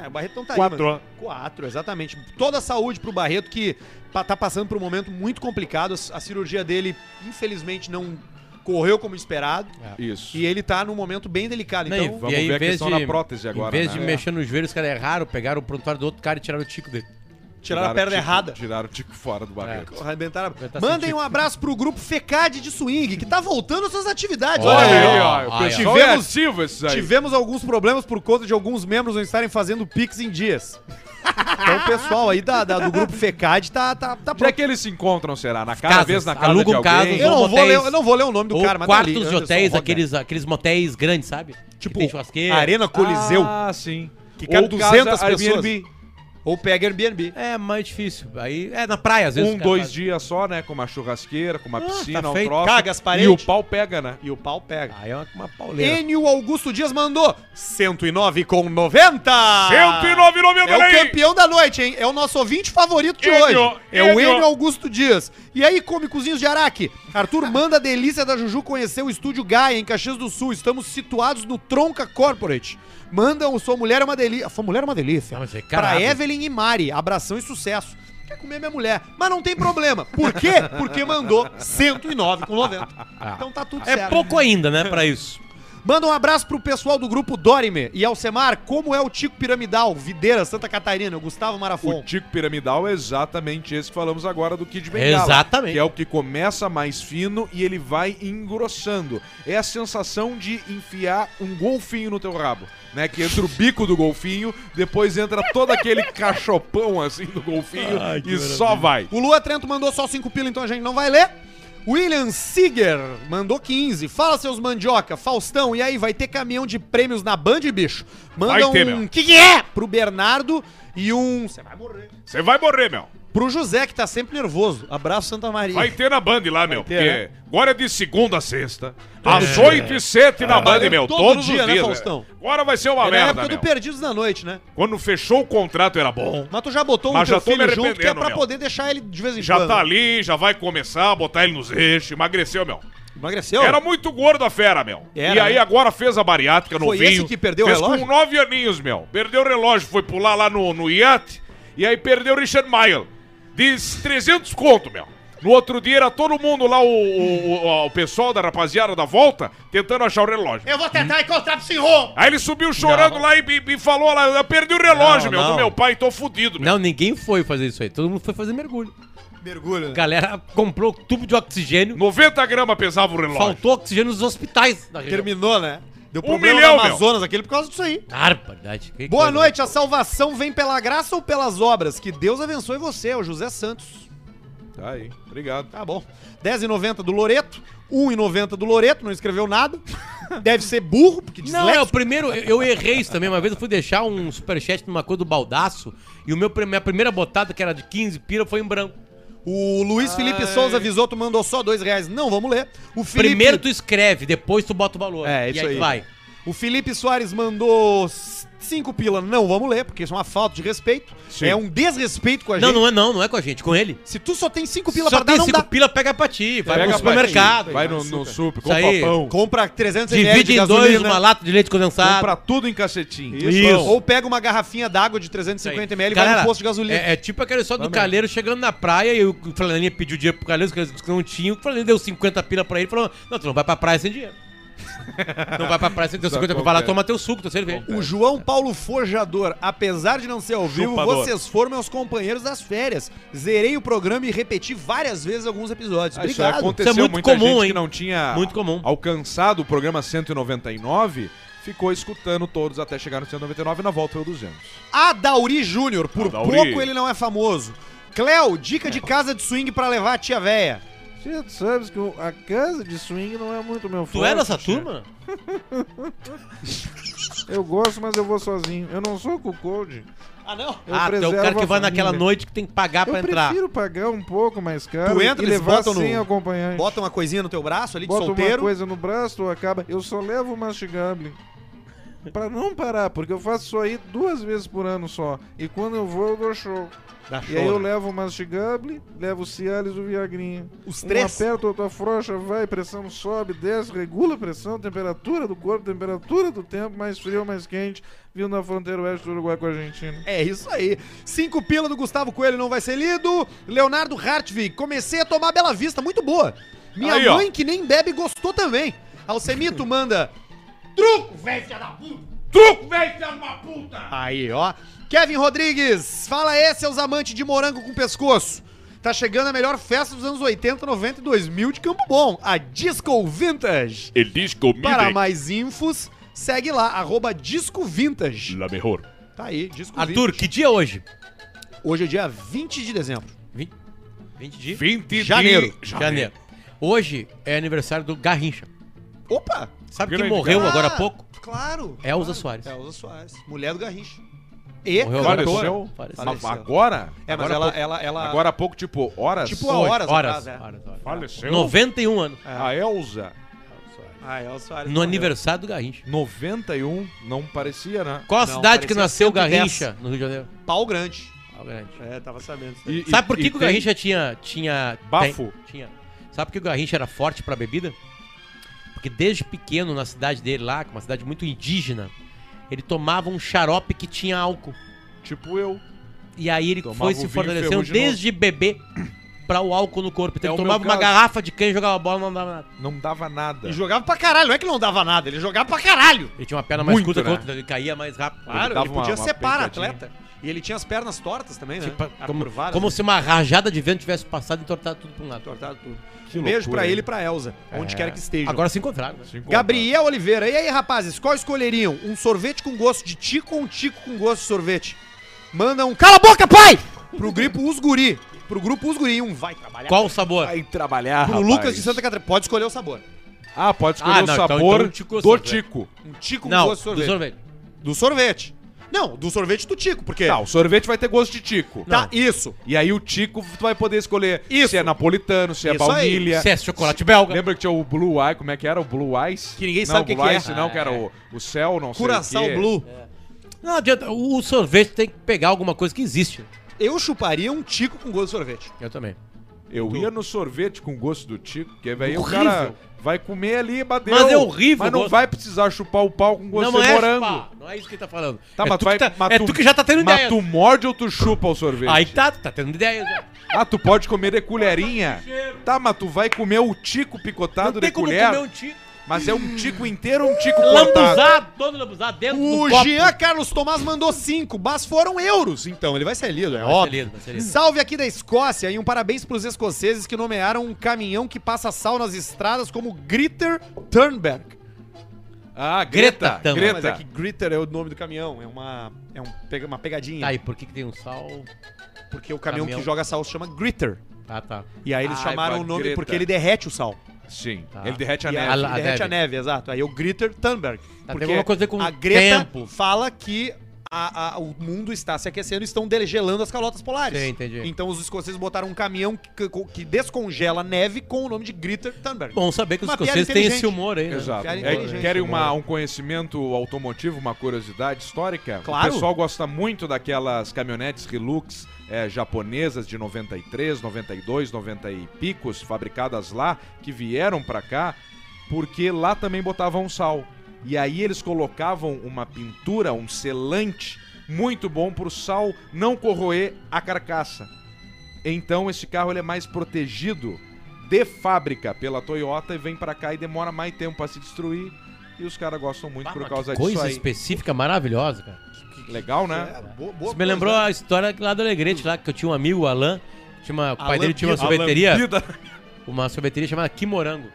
Speaker 1: É, o Barretão tá
Speaker 4: Quatro,
Speaker 1: aí. Quatro. Quatro, exatamente. Toda a saúde pro Barreto, que pa- tá passando por um momento muito complicado. A a cirurgia dele, infelizmente, não correu como esperado.
Speaker 2: Isso.
Speaker 1: E ele tá num momento bem delicado.
Speaker 3: Não,
Speaker 1: Então,
Speaker 2: vamos
Speaker 3: e aí,
Speaker 2: ver a
Speaker 3: em vez
Speaker 2: questão
Speaker 3: de-
Speaker 2: da prótese agora,
Speaker 3: Em vez
Speaker 2: né?
Speaker 3: de
Speaker 2: É.
Speaker 3: mexer no joelho, os caras erraram, pegaram o prontuário do outro cara e tiraram o tico dele.
Speaker 1: tiraram a
Speaker 2: o
Speaker 1: perna
Speaker 2: tico-
Speaker 1: errada. É.
Speaker 2: Tiraram o tico fora do barreto.
Speaker 1: Arrebentaram.
Speaker 3: Vai tá
Speaker 1: Mandem
Speaker 3: sentindo.
Speaker 1: um abraço pro grupo FECAD de Swing, que tá voltando às suas atividades.
Speaker 2: Olha
Speaker 1: Olha aí,
Speaker 2: aí,
Speaker 1: ó.
Speaker 2: ó. O
Speaker 3: Olha aí,
Speaker 2: pessoal é
Speaker 1: Tivemos-
Speaker 2: ativo esses aí.
Speaker 1: Tivemos alguns problemas por conta de alguns membros não estarem fazendo pix em dias. Então o pessoal aí da, da- do grupo FECAD tá, tá, tá
Speaker 2: Onde é que eles se encontram, será? Na casa,
Speaker 3: Casas,
Speaker 2: vez na casa
Speaker 3: alugam
Speaker 2: de alguém?
Speaker 3: casas,
Speaker 1: Eu não,
Speaker 3: Os
Speaker 1: vou
Speaker 3: motéis.
Speaker 1: ler, eu não vou ler o nome do
Speaker 3: Ou
Speaker 1: cara, mas tá
Speaker 3: quartos
Speaker 1: ali,
Speaker 3: de
Speaker 1: Anderson
Speaker 3: hotéis,
Speaker 1: Roda.
Speaker 3: aqueles, aqueles motéis grandes, sabe?
Speaker 1: Tipo,
Speaker 3: que tem churrasqueira.
Speaker 1: Arena Coliseu.
Speaker 2: Ah, sim.
Speaker 1: Que cabe
Speaker 2: Ou
Speaker 1: 200
Speaker 2: casa
Speaker 1: pessoas.
Speaker 2: Airbnb.
Speaker 1: Ou pega Airbnb.
Speaker 3: É mais difícil. Aí é na praia, às vezes.
Speaker 2: Um,
Speaker 3: os caras
Speaker 2: dois
Speaker 3: fazem.
Speaker 2: dias só, né? Com uma churrasqueira, com uma
Speaker 3: tá
Speaker 2: piscina, um
Speaker 3: feito.
Speaker 2: troço.
Speaker 1: Ah, Caga as
Speaker 2: e o
Speaker 1: paredes.
Speaker 2: pau pega, né?
Speaker 1: E o pau pega.
Speaker 3: Aí é uma, uma pauleira.
Speaker 1: Enio Augusto Dias mandou 109 com 90.
Speaker 2: 109,90
Speaker 1: É o
Speaker 2: lei.
Speaker 1: campeão da noite, hein? É o nosso ouvinte favorito de
Speaker 2: Enio,
Speaker 1: hoje. É o
Speaker 2: Enio.
Speaker 1: Enio Augusto Dias. E aí, cômicozinhos de Araque. Arthur manda a delícia da Juju conhecer o Estúdio Gaia, em Caxias do Sul. Estamos situados no Tronca Corporate. Mandam o Sua Mulher é uma Delícia. Sua Mulher é uma Delícia.
Speaker 3: Ah, mas é
Speaker 1: Pra
Speaker 3: caralho.
Speaker 1: Evelyn e Mari. Abração e sucesso. Quer comer minha mulher. Mas não tem problema. Por quê? Porque mandou 109,90. Então tá tudo
Speaker 3: É
Speaker 1: certo.
Speaker 3: pouco ainda, né, pra isso.
Speaker 1: Manda um abraço pro pessoal do grupo Dorime e Alcemar, como é o Tico Piramidal, Videira, Santa Catarina, o Gustavo
Speaker 2: O
Speaker 1: Marafon.
Speaker 2: tico piramidal é exatamente esse que falamos agora do Kid Bengala.
Speaker 3: Exatamente.
Speaker 2: Que é o que começa mais fino e ele vai engrossando. É a sensação de enfiar um golfinho no teu rabo, né? Que entra o bico do golfinho, depois entra todo aquele cachopão assim do golfinho e só vai.
Speaker 1: O Lua Trento mandou só 5 pila, então a gente não vai ler. William Siger mandou 15. Fala, seus mandioca. Faustão, e aí, vai ter caminhão de prêmios na Band, bicho? Manda
Speaker 4: Vai ter,
Speaker 1: um
Speaker 4: meu.
Speaker 1: que, que é pro Bernardo e um... Você vai morrer.
Speaker 4: Você vai morrer, meu.
Speaker 1: Pro José, que tá sempre nervoso. Abraço, Santa Maria.
Speaker 4: Vai ter na Band lá, meu.
Speaker 1: ter, né?
Speaker 4: porque agora é de segunda a sexta. Às oito e sete na Band,
Speaker 1: é
Speaker 4: meu.
Speaker 1: todo
Speaker 4: Todos
Speaker 1: dia,
Speaker 4: os
Speaker 1: né,
Speaker 4: dias.
Speaker 1: Faustão?
Speaker 4: né? Agora vai ser uma
Speaker 1: É na
Speaker 4: merda,
Speaker 1: época
Speaker 4: meu.
Speaker 1: do Perdidos na Noite, né?
Speaker 4: Quando fechou o contrato era bom.
Speaker 1: Mas tu já botou um
Speaker 4: Mas
Speaker 1: teu
Speaker 4: já tô me
Speaker 1: filho junto, que é
Speaker 4: arrependendo,
Speaker 1: pra
Speaker 4: meu.
Speaker 1: poder deixar ele de vez em
Speaker 4: Já
Speaker 1: quando.
Speaker 4: tá ali, já vai começar a botar ele nos eixos. Emagreceu, meu.
Speaker 1: Emagreceu?
Speaker 4: Era muito gordo a fera, meu.
Speaker 1: Era,
Speaker 4: e aí
Speaker 1: né?
Speaker 4: agora fez a bariátrica
Speaker 1: Foi
Speaker 4: novinho.
Speaker 1: esse que perdeu o
Speaker 4: fez
Speaker 1: relógio?
Speaker 4: com nove aninhos, meu. Perdeu o relógio, foi pular lá no, no iate. E aí perdeu o Richard Mile. Diz 300 conto, meu. No outro dia era todo mundo lá, o, o, o- o pessoal da rapaziada da volta, tentando achar o relógio.
Speaker 5: Eu vou tentar encontrar pro senhor.
Speaker 4: Aí ele subiu chorando lá e, e- e falou lá, eu perdi o relógio,
Speaker 3: Não,
Speaker 4: meu,
Speaker 3: não.
Speaker 4: do meu pai, tô fudido, meu.
Speaker 3: Não, ninguém foi fazer isso aí. Todo mundo foi fazer mergulho.
Speaker 1: Mergulho,
Speaker 3: A
Speaker 1: né?
Speaker 3: galera comprou tubo de oxigênio.
Speaker 4: 90 gramas pesava o relógio.
Speaker 3: Faltou oxigênio nos hospitais da região.
Speaker 1: Terminou, né? Deu
Speaker 4: Um
Speaker 1: problema
Speaker 4: milhão,
Speaker 1: no
Speaker 4: meu.
Speaker 1: Amazonas aquele por causa disso aí.
Speaker 3: Barbaridade. Ah, que
Speaker 1: Boa
Speaker 3: coisa. né?
Speaker 1: noite, a salvação vem pela graça ou pelas obras? Que Deus abençoe você, é o José Santos.
Speaker 2: Tá aí, obrigado.
Speaker 1: Tá bom. 10,90 do Loreto, 1,90 do Loreto, não escreveu nada. Deve ser burro, porque
Speaker 3: Não, é o
Speaker 1: disléxico.
Speaker 3: primeiro. Eu eu errei isso também. Uma vez eu fui deixar um superchat numa cor do baldaço e o meu, prim- minha primeira botada, que era de 15 pira, foi em branco.
Speaker 1: O Luiz Felipe Souza Visoto mandou só dois reais. Não, vamos ler. O Felipe...
Speaker 3: Primeiro tu escreve, depois tu bota o valor.
Speaker 1: É, isso
Speaker 3: e aí,
Speaker 1: aí.
Speaker 3: tu vai.
Speaker 1: O Felipe Soares mandou s- cinco pila. Não, vamos ler, porque isso é uma falta de respeito.
Speaker 2: Sim.
Speaker 1: É um desrespeito com a
Speaker 3: Não,
Speaker 1: gente.
Speaker 3: não é não, não é com a gente, com ele.
Speaker 1: Se tu só tem cinco pila
Speaker 3: Só
Speaker 1: pra dar,
Speaker 3: tem
Speaker 1: não
Speaker 3: cinco
Speaker 1: dá.
Speaker 3: pila, pega pra ti, vai
Speaker 2: Pega
Speaker 3: no
Speaker 2: pra
Speaker 3: supermercado.
Speaker 2: Vai no, no super,
Speaker 3: Isso
Speaker 2: compra
Speaker 3: aí.
Speaker 2: pão.
Speaker 1: Compra 300 ml
Speaker 3: Divide
Speaker 1: de
Speaker 3: em
Speaker 1: gasolina.
Speaker 3: dois uma lata de leite condensado.
Speaker 2: Compra tudo em cacetinho.
Speaker 1: Isso. Ou pega uma garrafinha d'água de 350 ml e vai no posto de gasolina.
Speaker 3: É, é tipo aquele só do Caleiro chegando na praia e o Flanelinha pediu dinheiro pro Caleiro, os Caleiros que não tinham, o Flanelinha deu 50 pila pra ele e falou: Não, tu não vai pra praia sem dinheiro. não vai pra praia sem deu
Speaker 2: Só
Speaker 3: 50 pila, vai lá
Speaker 2: acontece.
Speaker 3: tomar teu suco, teu cerveja.
Speaker 1: O João Paulo Forjador, apesar de não ser ao vivo,
Speaker 2: Chupador.
Speaker 1: vocês foram meus companheiros das férias. Zerei o programa e repeti várias vezes alguns episódios.
Speaker 2: Ah,
Speaker 1: Obrigado.
Speaker 2: Isso aí aconteceu
Speaker 3: Isso é muito
Speaker 2: muita
Speaker 3: comum,
Speaker 2: gente
Speaker 3: hein?
Speaker 2: que não tinha
Speaker 3: Muito comum.
Speaker 2: alcançado o programa 199, ficou escutando todos até chegar no 199 e na volta foi o 200.
Speaker 1: Adauri Júnior, por
Speaker 4: Adauri.
Speaker 1: pouco ele não é famoso. Cléo, dica de casa de swing pra levar a tia véia.
Speaker 2: Você sabe que a casa de swing não é muito meu
Speaker 3: Tu é dessa turma?
Speaker 2: Eu gosto, mas eu vou sozinho. Eu não sou com cold.
Speaker 1: Ah, não?
Speaker 2: Eu
Speaker 3: ah, tu é o
Speaker 2: preservo
Speaker 3: cara que
Speaker 2: a
Speaker 3: vai naquela
Speaker 2: família.
Speaker 3: noite que tem que pagar pra entrar.
Speaker 2: pagar um pouco mais caro
Speaker 1: Tu entra, eles botam no-
Speaker 2: acompanhante.
Speaker 1: Bota uma coisinha no teu braço ali de solteiro.
Speaker 2: coisa no braço ou acaba. Eu só levo o mastigambre. Pra não parar, porque eu faço isso aí duas vezes por ano só. E quando eu vou, eu dou show.
Speaker 1: Dá
Speaker 2: E aí eu
Speaker 1: show, né?
Speaker 2: levo o Mastigable, levo o Cialis e o Viagrinha.
Speaker 1: Os
Speaker 2: Um
Speaker 1: três.
Speaker 2: aperta, outro afrouxa, vai, pressão sobe, desce, regula a pressão, temperatura do corpo, temperatura do tempo, mais frio, mais quente. Viu na fronteira oeste do Uruguai com a Argentina.
Speaker 1: É isso aí. Cinco pila do Gustavo Coelho não vai ser lido. Leonardo Hartvig, comecei a tomar Bela Vista, muito boa. Minha
Speaker 4: Aí, ó.
Speaker 1: mãe, que nem bebe, gostou também. Alcemito manda.
Speaker 5: Truco, velho, filha da puta. Truco, velho, filha de uma puta.
Speaker 1: Aí, ó. Kevin Rodrigues, fala aí, seus amantes de morango com pescoço. Tá chegando a melhor festa dos anos 80, 90 e 2000 de Campo Bom, a Disco Vintage.
Speaker 4: Ele diz comigo,
Speaker 1: Para
Speaker 4: hein?
Speaker 1: mais infos, segue lá, arroba Disco Vintage.
Speaker 4: La mejor.
Speaker 1: Tá aí, Disco
Speaker 3: Arthur, que dia é hoje?
Speaker 1: Hoje é dia 20 de dezembro.
Speaker 3: 20, 20 de
Speaker 4: 20 de
Speaker 1: Janeiro.
Speaker 3: janeiro. Hoje é aniversário do Garrincha.
Speaker 1: Opa!
Speaker 3: Sabe
Speaker 4: Grande
Speaker 3: quem morreu
Speaker 1: Ah,
Speaker 3: agora há pouco?
Speaker 1: Claro. É
Speaker 3: Elza
Speaker 1: claro.
Speaker 3: Soares.
Speaker 1: Elza Soares, mulher do Garrincha.
Speaker 2: Ah,
Speaker 1: E
Speaker 3: Morreu
Speaker 1: cantora.
Speaker 3: agora?
Speaker 2: Faleceu?
Speaker 3: Faleceu.
Speaker 2: Mas Agora?
Speaker 1: É, mas
Speaker 2: agora
Speaker 1: ela,
Speaker 2: há pouco-
Speaker 1: ela, ela.
Speaker 2: Agora há pouco, tipo, horas?
Speaker 1: Tipo, há horas,
Speaker 3: horas,
Speaker 1: atrás, é.
Speaker 3: horas, horas.
Speaker 4: Faleceu.
Speaker 3: 91 anos.
Speaker 2: A Elza,
Speaker 1: Ah, Elza Soares
Speaker 3: No
Speaker 1: morreu.
Speaker 3: aniversário do Garrincha.
Speaker 2: 91, não parecia, né?
Speaker 3: Qual a
Speaker 1: Não,
Speaker 3: cidade que
Speaker 1: parecia
Speaker 3: nasceu o
Speaker 1: 110.
Speaker 3: Garrincha no Rio de Janeiro?
Speaker 1: Pau grande.
Speaker 3: Ah, grande.
Speaker 1: É, tava sabendo. isso daí.
Speaker 2: E-
Speaker 3: Sabe
Speaker 2: e-
Speaker 3: por que,
Speaker 2: e
Speaker 3: que o
Speaker 2: tem-
Speaker 3: Garrincha tinha. tinha
Speaker 2: Bafo.
Speaker 3: tem- tinha. Sabe por que o Garrincha era forte pra bebida? Porque desde pequeno, na cidade dele lá, que é uma cidade muito indígena, ele tomava um xarope que tinha álcool.
Speaker 2: Tipo eu.
Speaker 3: E aí ele
Speaker 2: Tomava
Speaker 3: foi
Speaker 2: o
Speaker 3: se
Speaker 2: vinho
Speaker 3: fortalecendo
Speaker 2: ferruginoso.
Speaker 3: desde bebê pra o álcool no corpo. Então
Speaker 2: É
Speaker 3: ele
Speaker 2: o meu
Speaker 3: tomava uma
Speaker 2: caso.
Speaker 3: garrafa de quem jogava bola não dava nada.
Speaker 2: Não dava nada. assim,
Speaker 1: E jogava pra caralho, não é que não dava nada, ele jogava pra caralho.
Speaker 3: Ele tinha uma perna mais
Speaker 2: Muito,
Speaker 3: curta que a
Speaker 2: né?
Speaker 3: outra, ele caía mais rápido.
Speaker 1: Claro, ele,
Speaker 2: dava uma-
Speaker 1: podia
Speaker 2: uma
Speaker 1: ser para
Speaker 2: penteadinha.
Speaker 1: atleta. E ele tinha as pernas tortas também, né?
Speaker 3: Tipo, como,
Speaker 1: Acurvadas,
Speaker 3: como
Speaker 1: né?
Speaker 3: se uma rajada de vento tivesse passado e entortado tudo pra um lado.
Speaker 1: Tortado tudo.
Speaker 2: Que
Speaker 1: um beijo
Speaker 2: loucura,
Speaker 1: pra
Speaker 2: hein?
Speaker 1: ele e pra Elza, onde
Speaker 3: É.
Speaker 1: quer que estejam.
Speaker 3: Agora se encontraram. né?
Speaker 2: Se encontrar.
Speaker 1: Gabriel Oliveira, e aí, rapazes, qual escolheriam? Um sorvete com gosto de tico ou um tico com gosto de sorvete? Manda um cala a boca, pai! Pro grupo Os Guri. Pro grupo Os Guri, um vai trabalhar.
Speaker 3: Qual o sabor?
Speaker 2: Vai trabalhar,
Speaker 1: Pro
Speaker 2: rapaz.
Speaker 1: Lucas de Santa Catarina. Pode escolher o sabor.
Speaker 2: Ah, pode escolher
Speaker 3: Ah,
Speaker 2: o
Speaker 3: não, então-
Speaker 2: sabor
Speaker 3: então tico ou
Speaker 2: do
Speaker 3: sorvete?
Speaker 2: tico.
Speaker 1: Um tico
Speaker 3: Não,
Speaker 1: com gosto de sorvete.
Speaker 3: do sorvete.
Speaker 1: Do sorvete. Não, do sorvete do tico, porque...
Speaker 2: Não, Tá, o sorvete vai ter gosto de tico.
Speaker 1: Tá,
Speaker 3: não.
Speaker 1: isso.
Speaker 2: E aí o tico tu vai poder escolher
Speaker 1: Isso.
Speaker 2: se é napolitano, se é
Speaker 1: Isso aí.
Speaker 2: baunilha.
Speaker 3: Se é chocolate belga.
Speaker 2: Lembra que tinha o Blue Eye, como é que era? O Blue Eyes?
Speaker 1: Que ninguém
Speaker 2: não,
Speaker 1: sabe o que
Speaker 2: Blue
Speaker 1: que é.
Speaker 2: Eyes, Não, que era o, o céu, não
Speaker 1: Curaçao
Speaker 2: sei o quê. É.
Speaker 1: Blue.
Speaker 3: Não adianta, o o sorvete tem que pegar alguma coisa que existe.
Speaker 1: Eu chuparia um tico com gosto de sorvete.
Speaker 3: Eu também.
Speaker 2: Eu ia no sorvete com gosto do tico, que aí o
Speaker 3: Horrível.
Speaker 2: cara vai comer ali e bateu.
Speaker 3: Mas é horrível
Speaker 2: Mas não
Speaker 3: o gosto.
Speaker 2: vai precisar chupar o pau com gosto de morango.
Speaker 3: chupar, não é isso que ele tá falando.
Speaker 2: Tá,
Speaker 3: é,
Speaker 2: mas
Speaker 3: tu
Speaker 2: tu vai-
Speaker 3: que tá-
Speaker 2: mas
Speaker 3: é
Speaker 2: tu-
Speaker 3: tu que já tá tendo
Speaker 2: Mas
Speaker 3: ideia.
Speaker 2: tu morde ou tu chupa o sorvete?
Speaker 3: Aí tá, tu tá tendo ideia. já.
Speaker 2: Ah, tu pode comer de colherinha? Tá, mas tu vai comer o tico picotado
Speaker 3: Não
Speaker 2: de
Speaker 3: tem como
Speaker 2: colher?
Speaker 3: comer um tico.
Speaker 2: Mas é um tico inteiro ou um tico cortado?
Speaker 3: Lambuzado, todo lambuzado dentro
Speaker 1: O
Speaker 3: do copo.
Speaker 1: Jean Carlos Tomás mandou cinco, mas foram euros. Então, ele vai ser lido, é
Speaker 3: Vai ser
Speaker 1: óbvio.
Speaker 3: lido, vai ser lido.
Speaker 1: Salve aqui da Escócia e um parabéns pros escoceses que nomearam um caminhão que passa sal nas estradas como Gritter Turnberg.
Speaker 2: Ah,
Speaker 3: Greta
Speaker 2: Greta,
Speaker 3: Thunberg.
Speaker 1: Não,
Speaker 2: Greta.
Speaker 1: Mas é que Gritter é o nome do caminhão, é uma, é um, pega- uma pegadinha.
Speaker 3: Tá, e por que que tem um sal?
Speaker 1: porque o caminhão,
Speaker 3: caminhão.
Speaker 1: que joga sal se chama Gritter.
Speaker 3: Ah, tá.
Speaker 1: E aí eles
Speaker 2: Ai,
Speaker 1: chamaram o
Speaker 2: vai,
Speaker 1: nome
Speaker 2: Greta.
Speaker 1: porque ele derrete o sal.
Speaker 2: Sim,
Speaker 3: Tá.
Speaker 2: ele derrete a
Speaker 1: E
Speaker 2: neve.
Speaker 1: aí
Speaker 3: a-
Speaker 1: ele derrete
Speaker 3: neve. Tá,
Speaker 1: a neve, exato. Aí é o Gritter Thunberg.
Speaker 3: tem alguma coisa a ver com
Speaker 1: a Greta
Speaker 3: tempo.
Speaker 1: fala que a- a- o mundo está se aquecendo e estão gelando as calotas polares.
Speaker 3: Sim, entendi.
Speaker 1: Então os escoceses botaram um caminhão que, que descongela a neve com o nome de Gritter Thunberg.
Speaker 3: Bom saber que os
Speaker 1: Uma piada
Speaker 3: escoceses têm esse
Speaker 1: inteligente.
Speaker 3: humor aí, né?
Speaker 2: Exato.
Speaker 1: Piada
Speaker 2: É,
Speaker 1: inteligente,
Speaker 2: querem
Speaker 1: né?
Speaker 2: uma- um conhecimento automotivo, uma curiosidade histórica?
Speaker 1: Claro.
Speaker 2: O pessoal gosta muito daquelas caminhonetes Hilux é, japonesas de 93, 92, 90 e picos, fabricadas lá, que vieram pra cá, porque lá também botavam sal. E aí eles colocavam uma pintura, um selante, muito bom pro sal não corroer a carcaça. Então esse carro ele é mais protegido de fábrica pela Toyota e vem pra cá e demora mais tempo pra se destruir. E os caras gostam muito
Speaker 3: Ah,
Speaker 2: por
Speaker 3: mas
Speaker 2: causa
Speaker 3: que
Speaker 2: disso
Speaker 3: coisa
Speaker 2: aí.
Speaker 3: específica maravilhosa, cara.
Speaker 2: Legal, né?
Speaker 1: É, boa- boa
Speaker 3: Isso me
Speaker 1: coisa,
Speaker 3: lembrou
Speaker 1: né?
Speaker 3: a história lá do Alegrete, lá que eu tinha um amigo, o Alan. Tinha uma, o pai
Speaker 1: Alan
Speaker 3: dele tinha uma
Speaker 1: Pio-
Speaker 3: sorveteria,
Speaker 2: Vida-
Speaker 3: uma sorveteria chamada Kimorango.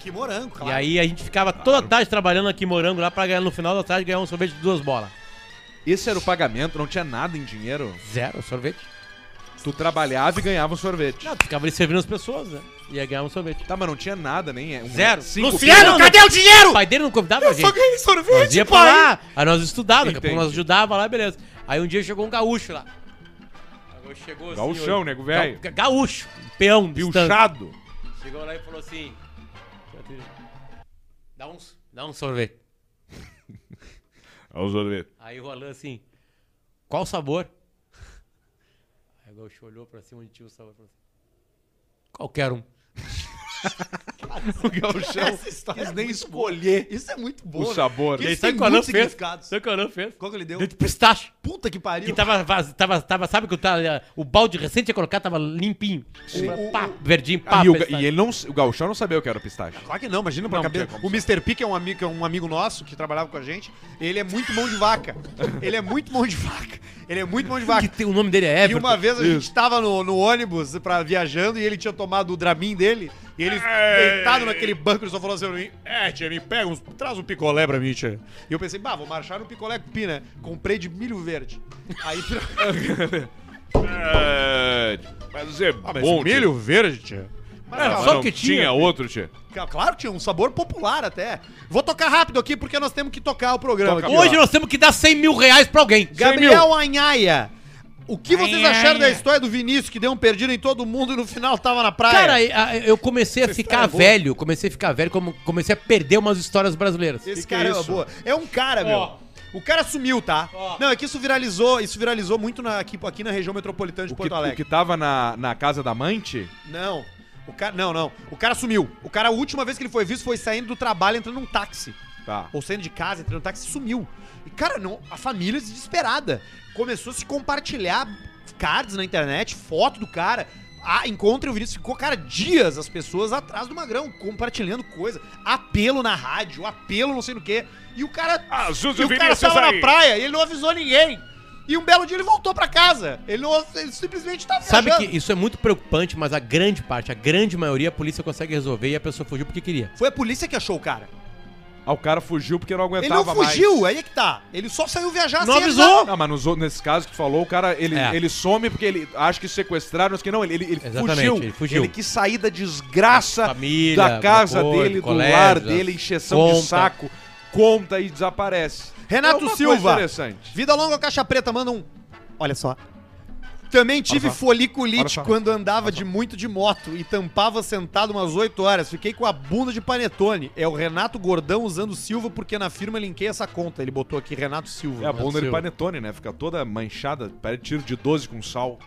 Speaker 1: Que morango, claro.
Speaker 3: E aí a gente ficava toda tarde trabalhando aqui morango lá pra ganhar no final da tarde ganhar um sorvete de duas bolas.
Speaker 2: Esse era o pagamento, não tinha nada em dinheiro.
Speaker 3: Zero sorvete.
Speaker 2: Tu trabalhava e ganhava um sorvete.
Speaker 3: Não, tu ficava ali servindo as pessoas, né? Ia ganhar um sorvete.
Speaker 2: Tá, mas não tinha nada, nem é. Um,
Speaker 3: Zero.
Speaker 2: Cinco
Speaker 3: Luciano, cadê o dinheiro? O pai dele não convidava a gente.
Speaker 1: ganhei
Speaker 3: Nós
Speaker 1: sorvete,
Speaker 3: ia pra lá, aí nós estudávamos, daqui a
Speaker 2: Entendi.
Speaker 3: pouco nós ajudava lá, beleza. Aí um dia chegou um gaúcho lá. O gaúcho Chegou assim,
Speaker 2: Gauchão,
Speaker 3: olha-
Speaker 2: nego né, velho.
Speaker 3: Ga- Gaúcho, peão, distante.
Speaker 2: Pilchado.
Speaker 3: Chegou lá e falou assim: Dá um, dá um sorvete.
Speaker 4: Olha o sorvete.
Speaker 3: Aí o Alan assim, qual o sabor? Aí o gaúcho olhou pra cima onde tinha o sabor e falou assim, qualquer um.
Speaker 2: O gauchão quis nem escolher
Speaker 1: é Isso é muito bom.
Speaker 2: o
Speaker 1: né?
Speaker 2: sabor.
Speaker 1: Que
Speaker 3: E aí
Speaker 1: Isso
Speaker 3: sabe
Speaker 1: tem
Speaker 3: o que o Alan
Speaker 1: muitos
Speaker 3: fez? Tá-
Speaker 1: significados.
Speaker 3: Sabe o que o Alan fez?
Speaker 1: Qual que ele deu?
Speaker 3: Deu de pistache.
Speaker 1: Puta que pariu.
Speaker 3: Que tava, vaz- tava, tava, sabe que o, tal- o balde recente tinha colocado, tava limpinho. O- Pá, verdinho,
Speaker 1: Ah,
Speaker 3: pá,
Speaker 2: Ah, E, o, ga-
Speaker 3: pistache.
Speaker 2: e ele não, o gauchão não sabia o que era o pistache.
Speaker 1: Claro que não, imagina pra
Speaker 2: Não,
Speaker 1: cabeça.
Speaker 2: não tem
Speaker 1: O Mr. P, que é um, amigo, que é um amigo nosso, que trabalhava com a gente, ele é muito mão de vaca. ele é muito mão de vaca. Ele é muito mão de vaca.
Speaker 3: Que tem- o nome dele é
Speaker 1: E
Speaker 3: Everton.
Speaker 1: uma vez a gente tava no, no ônibus pra, viajando e ele tinha tomado o Dramin dele. E ele, deitado naquele banco, ele só falou assim pra mim: É, tia, me pega, uns, traz um picolé pra mim, tia. E eu pensei, bah, vou marchar no picolé com pina. Comprei de milho verde. Aí.
Speaker 4: É, mas é
Speaker 1: ah, mas
Speaker 4: bom.
Speaker 3: Ah,
Speaker 4: Ah,
Speaker 1: milho verde, tia. Mas
Speaker 4: É,
Speaker 1: calma.
Speaker 4: mas
Speaker 3: só
Speaker 4: é não
Speaker 3: que tinha.
Speaker 4: outro, tchê.
Speaker 1: Ca- Claro que tinha um sabor popular até. Vou tocar rápido aqui porque nós temos que tocar o programa.
Speaker 4: Toca
Speaker 1: aqui,
Speaker 4: rápido.
Speaker 1: ó.
Speaker 3: Hoje nós temos que dar 100 mil reais pra alguém.
Speaker 1: Gabriel Anhaia. O que vocês
Speaker 3: Anhaia.
Speaker 1: acharam da história do Vinícius que deu um perdido em todo mundo e no final tava na praia?
Speaker 3: Cara, a- eu comecei a ficar velho, comecei a ficar velho, como- comecei a perder umas histórias brasileiras.
Speaker 1: Esse
Speaker 4: que
Speaker 1: cara
Speaker 4: é
Speaker 1: é uma
Speaker 4: isso?
Speaker 1: boa. É um cara, meu. O cara sumiu, tá? Não, é que isso viralizou, isso viralizou muito na- aqui, aqui na região metropolitana de
Speaker 2: O que,
Speaker 1: Porto
Speaker 2: o
Speaker 1: Alegre.
Speaker 2: que tava na, na casa da amante?
Speaker 1: Não. O cara, não, não. O cara sumiu. O cara, a última vez que ele foi visto foi saindo do trabalho, entrando num táxi.
Speaker 2: Tá.
Speaker 1: Ou saindo de casa, entrando num táxi, sumiu. E, cara, não, a família é desesperada. Começou a se compartilhar cards na internet, foto do cara. Ah, encontre o Vinícius. Ficou, cara, dias as pessoas atrás do Magrão, compartilhando coisa. Apelo na rádio, apelo não sei no quê. E o cara
Speaker 4: Ajuda
Speaker 1: e
Speaker 4: o
Speaker 1: o cara
Speaker 4: Ah, Vinícius
Speaker 1: estava na
Speaker 4: aí.
Speaker 1: praia e ele não avisou ninguém. E um belo dia ele voltou pra casa. Ele, não, ele simplesmente tava
Speaker 3: Sabe que
Speaker 1: viajando.
Speaker 3: isso é muito preocupante, mas a grande parte, a grande maioria, a polícia consegue resolver e a pessoa fugiu porque queria.
Speaker 1: Foi a polícia que achou o cara.
Speaker 2: Ah, o cara fugiu porque não
Speaker 1: Ele
Speaker 2: aguentava
Speaker 1: não
Speaker 2: mais.
Speaker 1: fugiu, aí é que tá. Ele só saiu viajar
Speaker 3: Não
Speaker 1: avisar.
Speaker 3: avisou?
Speaker 2: Não, mas nos, outros- nesse caso que tu falou, o cara, ele,
Speaker 3: É.
Speaker 2: ele some porque ele acha que sequestraram, mas que não, ele, ele, ele
Speaker 3: Exatamente,
Speaker 2: fugiu.
Speaker 3: ele fugiu.
Speaker 2: quis sair da desgraça
Speaker 3: Família,
Speaker 2: da casa
Speaker 3: alguma coisa,
Speaker 2: dele, do
Speaker 3: colégio,
Speaker 2: lar dele, encheção
Speaker 3: conta.
Speaker 2: de saco, conta e desaparece. É
Speaker 1: Renato
Speaker 2: uma
Speaker 1: Silva.
Speaker 2: coisa interessante.
Speaker 1: Vida longa ou caixa preta, manda um. Olha só. Também tive
Speaker 2: Olha só. Olha
Speaker 1: foliculite
Speaker 2: só.
Speaker 1: quando andava de muito de moto e tampava sentado umas 8 horas. Fiquei com a bunda de panetone. É o Renato Gordão usando Silva porque na firma linkei essa conta. Ele botou aqui Renato Silva.
Speaker 2: É a bunda de
Speaker 3: Silva.
Speaker 2: panetone, né? Fica toda manchada, parece tiro de 12 com sal.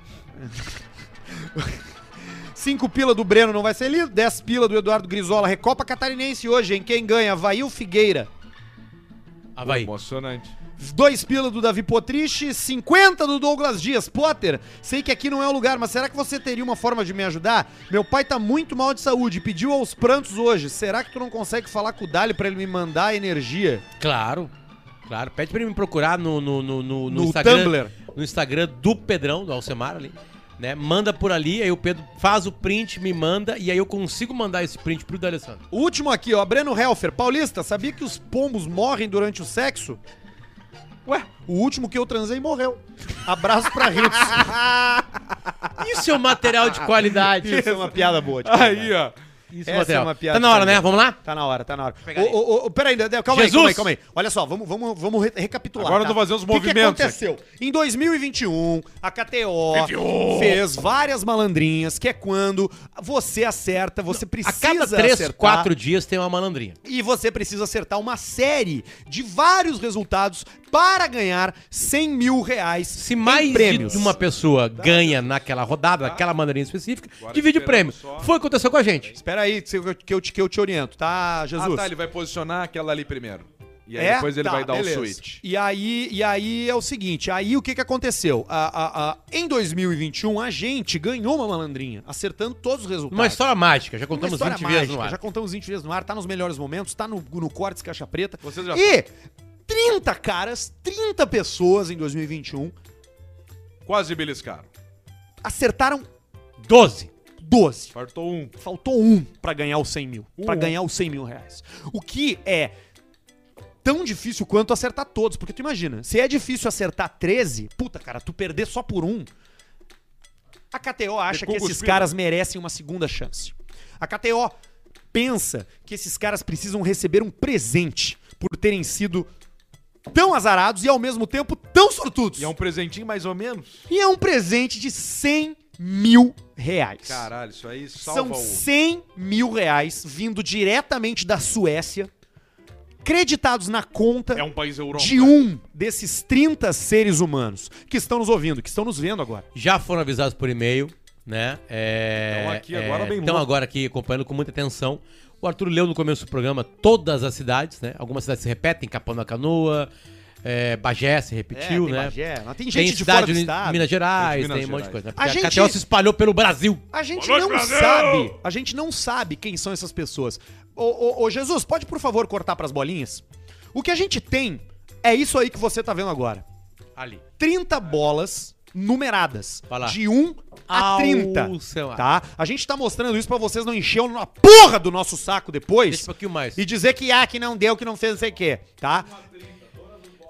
Speaker 1: 5 pila do Breno não vai ser lido, 10 pila do Eduardo Grisola, Recopa Catarinense hoje, hein? Quem ganha? Vail Figueira.
Speaker 3: Havaí.
Speaker 2: Emocionante.
Speaker 1: 2 pila do Davi Potrich, 50 do Douglas Dias. Potter, sei que aqui não é o lugar, mas será que você teria uma forma de me ajudar? Meu pai tá muito mal de saúde, e pediu aos prantos hoje. Será que tu não consegue falar com o Dali pra ele me mandar energia?
Speaker 3: Claro, claro. Pede pra ele me procurar no, no, no, no, no
Speaker 1: No
Speaker 3: Instagram.
Speaker 1: Tumblr.
Speaker 3: No Instagram do Pedrão, do Alcemar ali. Né? Manda por ali, aí o Pedro faz o print, me manda, e aí eu consigo mandar esse print pro D'Alessandro.
Speaker 1: O último aqui, ó, Breno Helfer. Paulista, sabia que os pombos morrem durante o sexo? Ué, o último que eu transei morreu. Abraço pra Ritos.
Speaker 3: Isso é um material de qualidade.
Speaker 1: Isso é uma piada boa. de é. verdade.
Speaker 2: Aí, ó. Ah,
Speaker 3: Isso
Speaker 1: Essa é uma piada
Speaker 3: Tá na hora,
Speaker 1: também.
Speaker 3: né? Vamos lá?
Speaker 1: Tá na hora, tá na hora.
Speaker 3: Pega
Speaker 1: Ô,
Speaker 3: aí.
Speaker 1: ô, ô, peraí, Dedé, calma aí,
Speaker 3: Jesus!
Speaker 1: calma aí, calma aí. Olha só, vamos, vamos, vamos re- recapitular.
Speaker 2: Agora eu
Speaker 1: tá?
Speaker 2: vou fazer os
Speaker 1: O que que
Speaker 2: movimentos
Speaker 1: aconteceu? Em 2021, a KTO fez várias malandrinhas, que é quando você acerta, você
Speaker 3: A
Speaker 1: precisa
Speaker 3: cada três,
Speaker 1: acertar.
Speaker 3: quatro dias tem uma malandrinha.
Speaker 1: E você precisa acertar uma série de vários resultados para ganhar 100 mil reais
Speaker 3: Se mais
Speaker 1: em prêmios.
Speaker 3: de uma pessoa ganha naquela rodada, naquela malandrinha específica, divide o prêmio.
Speaker 2: esperamos só.
Speaker 3: Foi o que aconteceu com a gente.
Speaker 1: Espera aí, que eu, que, eu te, que eu te oriento, tá, Jesus?
Speaker 2: Ah, tá, ele vai posicionar aquela ali primeiro. E aí
Speaker 1: É?
Speaker 2: depois ele
Speaker 1: Tá,
Speaker 2: vai dar
Speaker 1: beleza.
Speaker 2: o switch.
Speaker 1: E aí, e aí é o seguinte, aí o que, que aconteceu? A, a- a- em 2021, a gente ganhou uma malandrinha, acertando todos os resultados.
Speaker 3: Uma história mágica, já
Speaker 1: Uma
Speaker 3: contamos
Speaker 1: história
Speaker 3: 20 vezes no
Speaker 1: mágica,
Speaker 3: ar.
Speaker 1: Já contamos 20 vezes no ar, tá nos melhores momentos, tá no, no Cortes Caixa Preta.
Speaker 2: Vocês já-
Speaker 1: E 30 caras, 30 pessoas em 2021
Speaker 2: Quase beliscaram.
Speaker 1: acertaram
Speaker 3: 12.
Speaker 1: 12.
Speaker 2: Fartou um.
Speaker 1: Faltou um pra ganhar os 100 mil.
Speaker 2: Um.
Speaker 1: Pra ganhar os 100 mil reais. O que é tão difícil quanto acertar todos. Porque tu imagina, se é difícil acertar 13, puta, cara, tu perder só por um. A KTO acha que
Speaker 2: Pecou
Speaker 1: esses
Speaker 2: cuspido.
Speaker 1: caras merecem uma segunda chance. A KTO pensa que esses caras precisam receber um presente por terem sido tão azarados e ao mesmo tempo tão sortudos.
Speaker 2: E é um presentinho mais ou menos.
Speaker 1: E é um presente de 100 mil reais.
Speaker 2: Caralho, isso aí
Speaker 1: São
Speaker 2: salva
Speaker 1: 100 mil reais vindo diretamente da Suécia, creditados na conta
Speaker 4: É um país europeu.
Speaker 1: de um desses 30 seres humanos que estão nos ouvindo, que estão nos vendo agora.
Speaker 3: Já foram avisados por e-mail, né? É,
Speaker 1: Então
Speaker 2: Estão aqui
Speaker 3: é,
Speaker 2: agora bem
Speaker 3: Estão
Speaker 2: louco.
Speaker 3: agora aqui acompanhando com muita atenção. O Arthur leu no começo do programa todas as cidades, né? Algumas cidades se repetem, Capão da Canoa, é, Bagé se repetiu, né?
Speaker 1: mas É, tem
Speaker 3: Tem
Speaker 1: gente de fora
Speaker 3: cidade
Speaker 1: do
Speaker 3: de
Speaker 1: estado.
Speaker 3: Minas Gerais,
Speaker 2: Minas
Speaker 3: tem um monte de
Speaker 2: Gerais.
Speaker 3: coisa. Né?
Speaker 1: A
Speaker 3: Porque a,
Speaker 1: gente-
Speaker 3: KTO se espalhou pelo Brasil.
Speaker 1: A gente
Speaker 4: Boa noite,
Speaker 1: não
Speaker 4: Brasil!
Speaker 1: sabe, a gente não sabe quem são essas pessoas. Ô, ô, ô, Jesus, pode por favor cortar pras bolinhas? O que a gente tem é isso aí que você tá vendo agora.
Speaker 3: Ali.
Speaker 1: 30 bolas numeradas,
Speaker 3: Vai lá.
Speaker 1: de 1 a
Speaker 3: Ao
Speaker 1: 30.
Speaker 3: seu lado.
Speaker 1: Tá? A gente tá mostrando isso pra vocês não encherem a porra do nosso saco
Speaker 3: Deixa um
Speaker 1: depois
Speaker 3: pouquinho mais.
Speaker 1: e dizer que ah, que não deu, que não fez não sei o quê, tá?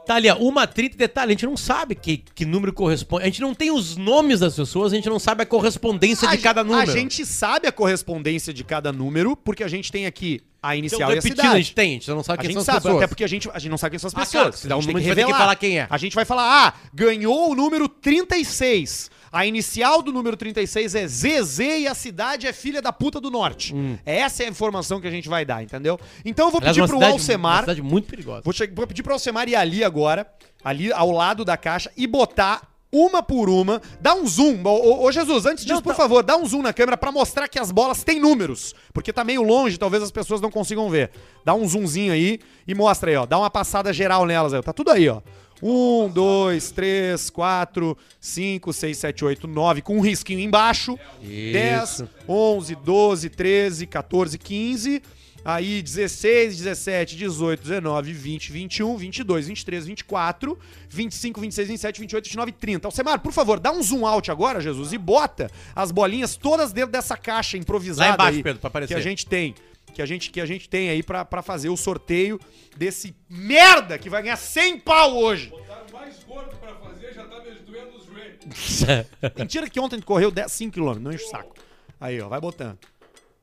Speaker 3: Tá ali, ó, uma trinta detalhe, a gente não sabe que, que número corresponde. A gente não tem os nomes das pessoas, a gente não sabe a correspondência
Speaker 1: A
Speaker 3: é de
Speaker 1: ge-
Speaker 3: cada número. um
Speaker 1: A gente sabe a correspondência de cada número, porque a gente tem aqui a
Speaker 3: Então,
Speaker 1: inicial e a
Speaker 3: repetindo,
Speaker 1: cidade.
Speaker 3: a gente tem, a gente não sabe
Speaker 1: A
Speaker 3: quem
Speaker 1: gente
Speaker 3: são as
Speaker 1: sabe,
Speaker 3: pessoas.
Speaker 1: até porque a gente, a gente não sabe quem são as
Speaker 3: Ah,
Speaker 1: pessoas.
Speaker 3: claro,
Speaker 1: A gente tem
Speaker 3: senão a gente
Speaker 1: que
Speaker 3: vai ter que
Speaker 1: revelar.
Speaker 3: falar quem é.
Speaker 1: A gente vai falar, ah, ganhou o número 36. A inicial do número 36 é ZZ e a cidade é Filha da Puta do Norte. Essa é a informação que a gente vai dar, entendeu? Então eu vou
Speaker 3: Hum. Aliás,
Speaker 1: pedir
Speaker 3: é uma
Speaker 1: pro
Speaker 3: cidade- Uma
Speaker 1: Alcemar,
Speaker 3: cidade muito perigosa.
Speaker 1: vou, che- vou pedir pro Alcemar ir ali agora, ali ao lado da caixa, e botar uma por uma, dá um zoom. Ô, ô, ô, Jesus, antes disso, por favor, dá um zoom na câmera pra mostrar que as bolas têm números. Porque tá meio longe, talvez as pessoas não consigam ver. Dá um zoomzinho aí e mostra aí, ó. Dá uma passada geral nelas aí. ó. Tá tudo aí, ó. Um, dois, três, quatro, cinco, seis, sete, oito, nove, com um risquinho embaixo. Dez,
Speaker 3: Isso.
Speaker 1: 11, 12, 13, 14, 15. Aí 16, 17, 18, 19, 20, 21, 22, 23, 24, 25, 26, 27, 28, 29, 30. Alcemar, por favor, dá um zoom out agora, Jesus, e bota as bolinhas todas dentro dessa caixa improvisada
Speaker 3: Lá embaixo,
Speaker 1: aí,
Speaker 3: Pedro, pra aparecer.
Speaker 1: que a gente tem. Que a gente, que a gente tem aí pra, pra fazer o sorteio desse merda que vai ganhar 100 pau hoje.
Speaker 4: Tá mais gordo pra fazer, já tá me doendo os joelhos.
Speaker 3: É
Speaker 1: Mentira que ontem correu 10, 5 km, não enche o saco. Aí, ó, vai botando.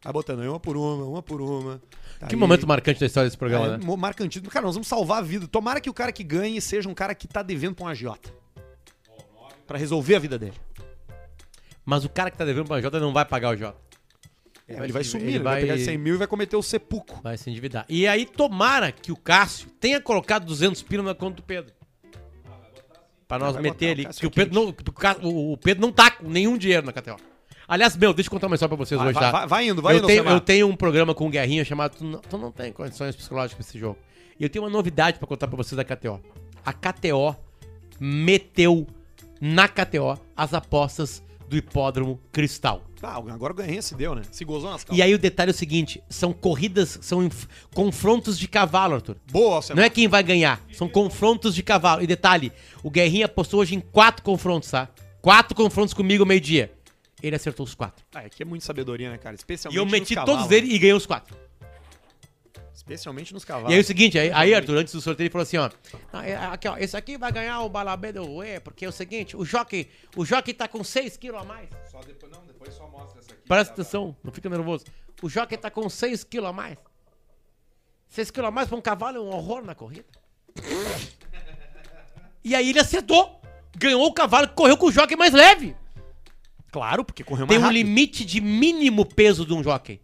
Speaker 1: Vai botando aí uma por uma, uma por uma. Tá
Speaker 3: que
Speaker 1: aí.
Speaker 3: momento marcante da história desse
Speaker 1: É,
Speaker 3: programa, né?
Speaker 1: mo- Marcantismo. Cara, nós vamos salvar a vida. Tomara que o cara que ganhe seja um cara que tá devendo pra um agiota. Pra resolver a vida dele.
Speaker 3: Mas o cara que tá devendo pra Jota não vai pagar o Jota.
Speaker 1: É, ele, vai
Speaker 3: se-
Speaker 1: sumir,
Speaker 3: ele
Speaker 1: ele vai,
Speaker 3: vai-
Speaker 1: pegar 100 mil e vai cometer o sepulcro.
Speaker 3: Vai se endividar. E aí, tomara que o Cássio tenha colocado 200 pila na conta do Pedro. Pra nós
Speaker 1: Vai botar,
Speaker 3: meter
Speaker 1: o
Speaker 3: ali.
Speaker 1: Cássio
Speaker 3: Que
Speaker 1: é
Speaker 3: o, Pedro não, que o Ca- o- o Pedro não tá com nenhum dinheiro na KTO. Aliás, meu, deixa eu contar uma história pra vocês
Speaker 1: Vai,
Speaker 3: hoje,
Speaker 1: vai-
Speaker 3: tá?
Speaker 1: vai- vai indo, vai
Speaker 3: eu
Speaker 1: indo,
Speaker 3: Tenho,
Speaker 1: Alcemar.
Speaker 3: eu tenho um programa com o Guerrinha chamado tu não, Tu Não Tem Condições Psicológicas pra Esse Jogo. E eu tenho uma novidade pra contar pra vocês da KTO. A KTO meteu na KTO as apostas do Hipódromo Cristal.
Speaker 1: Ah, agora o ganhinha se deu, né? Se gozou nas calças.
Speaker 3: E aí o detalhe é o seguinte, são corridas, são inf- confrontos de cavalo, Arthur.
Speaker 1: Boa,
Speaker 3: Não
Speaker 1: Alcemar.
Speaker 3: é quem vai ganhar, são confrontos de cavalo. E detalhe, o Guerrinha apostou hoje em quatro confrontos, tá? Quatro confrontos comigo ao meio-dia. Ele acertou os quatro.
Speaker 1: Ah, é que é muito sabedoria, né, cara? Especialmente
Speaker 3: E eu
Speaker 1: nos
Speaker 3: meti
Speaker 1: cavalos,
Speaker 3: todos eles
Speaker 1: né?
Speaker 3: e ganhei os quatro.
Speaker 1: Especialmente nos
Speaker 3: E
Speaker 1: cavalos.
Speaker 3: aí o seguinte, aí, aí Arthur, antes do sorteio, ele falou assim, ó. "Ah, é, Aqui, ó, esse aqui vai ganhar o balabê do Ué, porque é o seguinte, o Jockey, o Jockey tá com 6 quilos a mais.
Speaker 4: Só depois, não, depois só mostra essa aqui. tá,
Speaker 3: Presta atenção, não fica nervoso. O Jockey tá com 6 quilos a mais. 6 quilos a mais pra um cavalo é um horror na corrida. E aí ele acertou. Ganhou o cavalo que correu com o jockey mais leve.
Speaker 1: Claro, porque correu mais
Speaker 3: Tem um
Speaker 1: rápido.
Speaker 3: limite de mínimo peso de um jockey.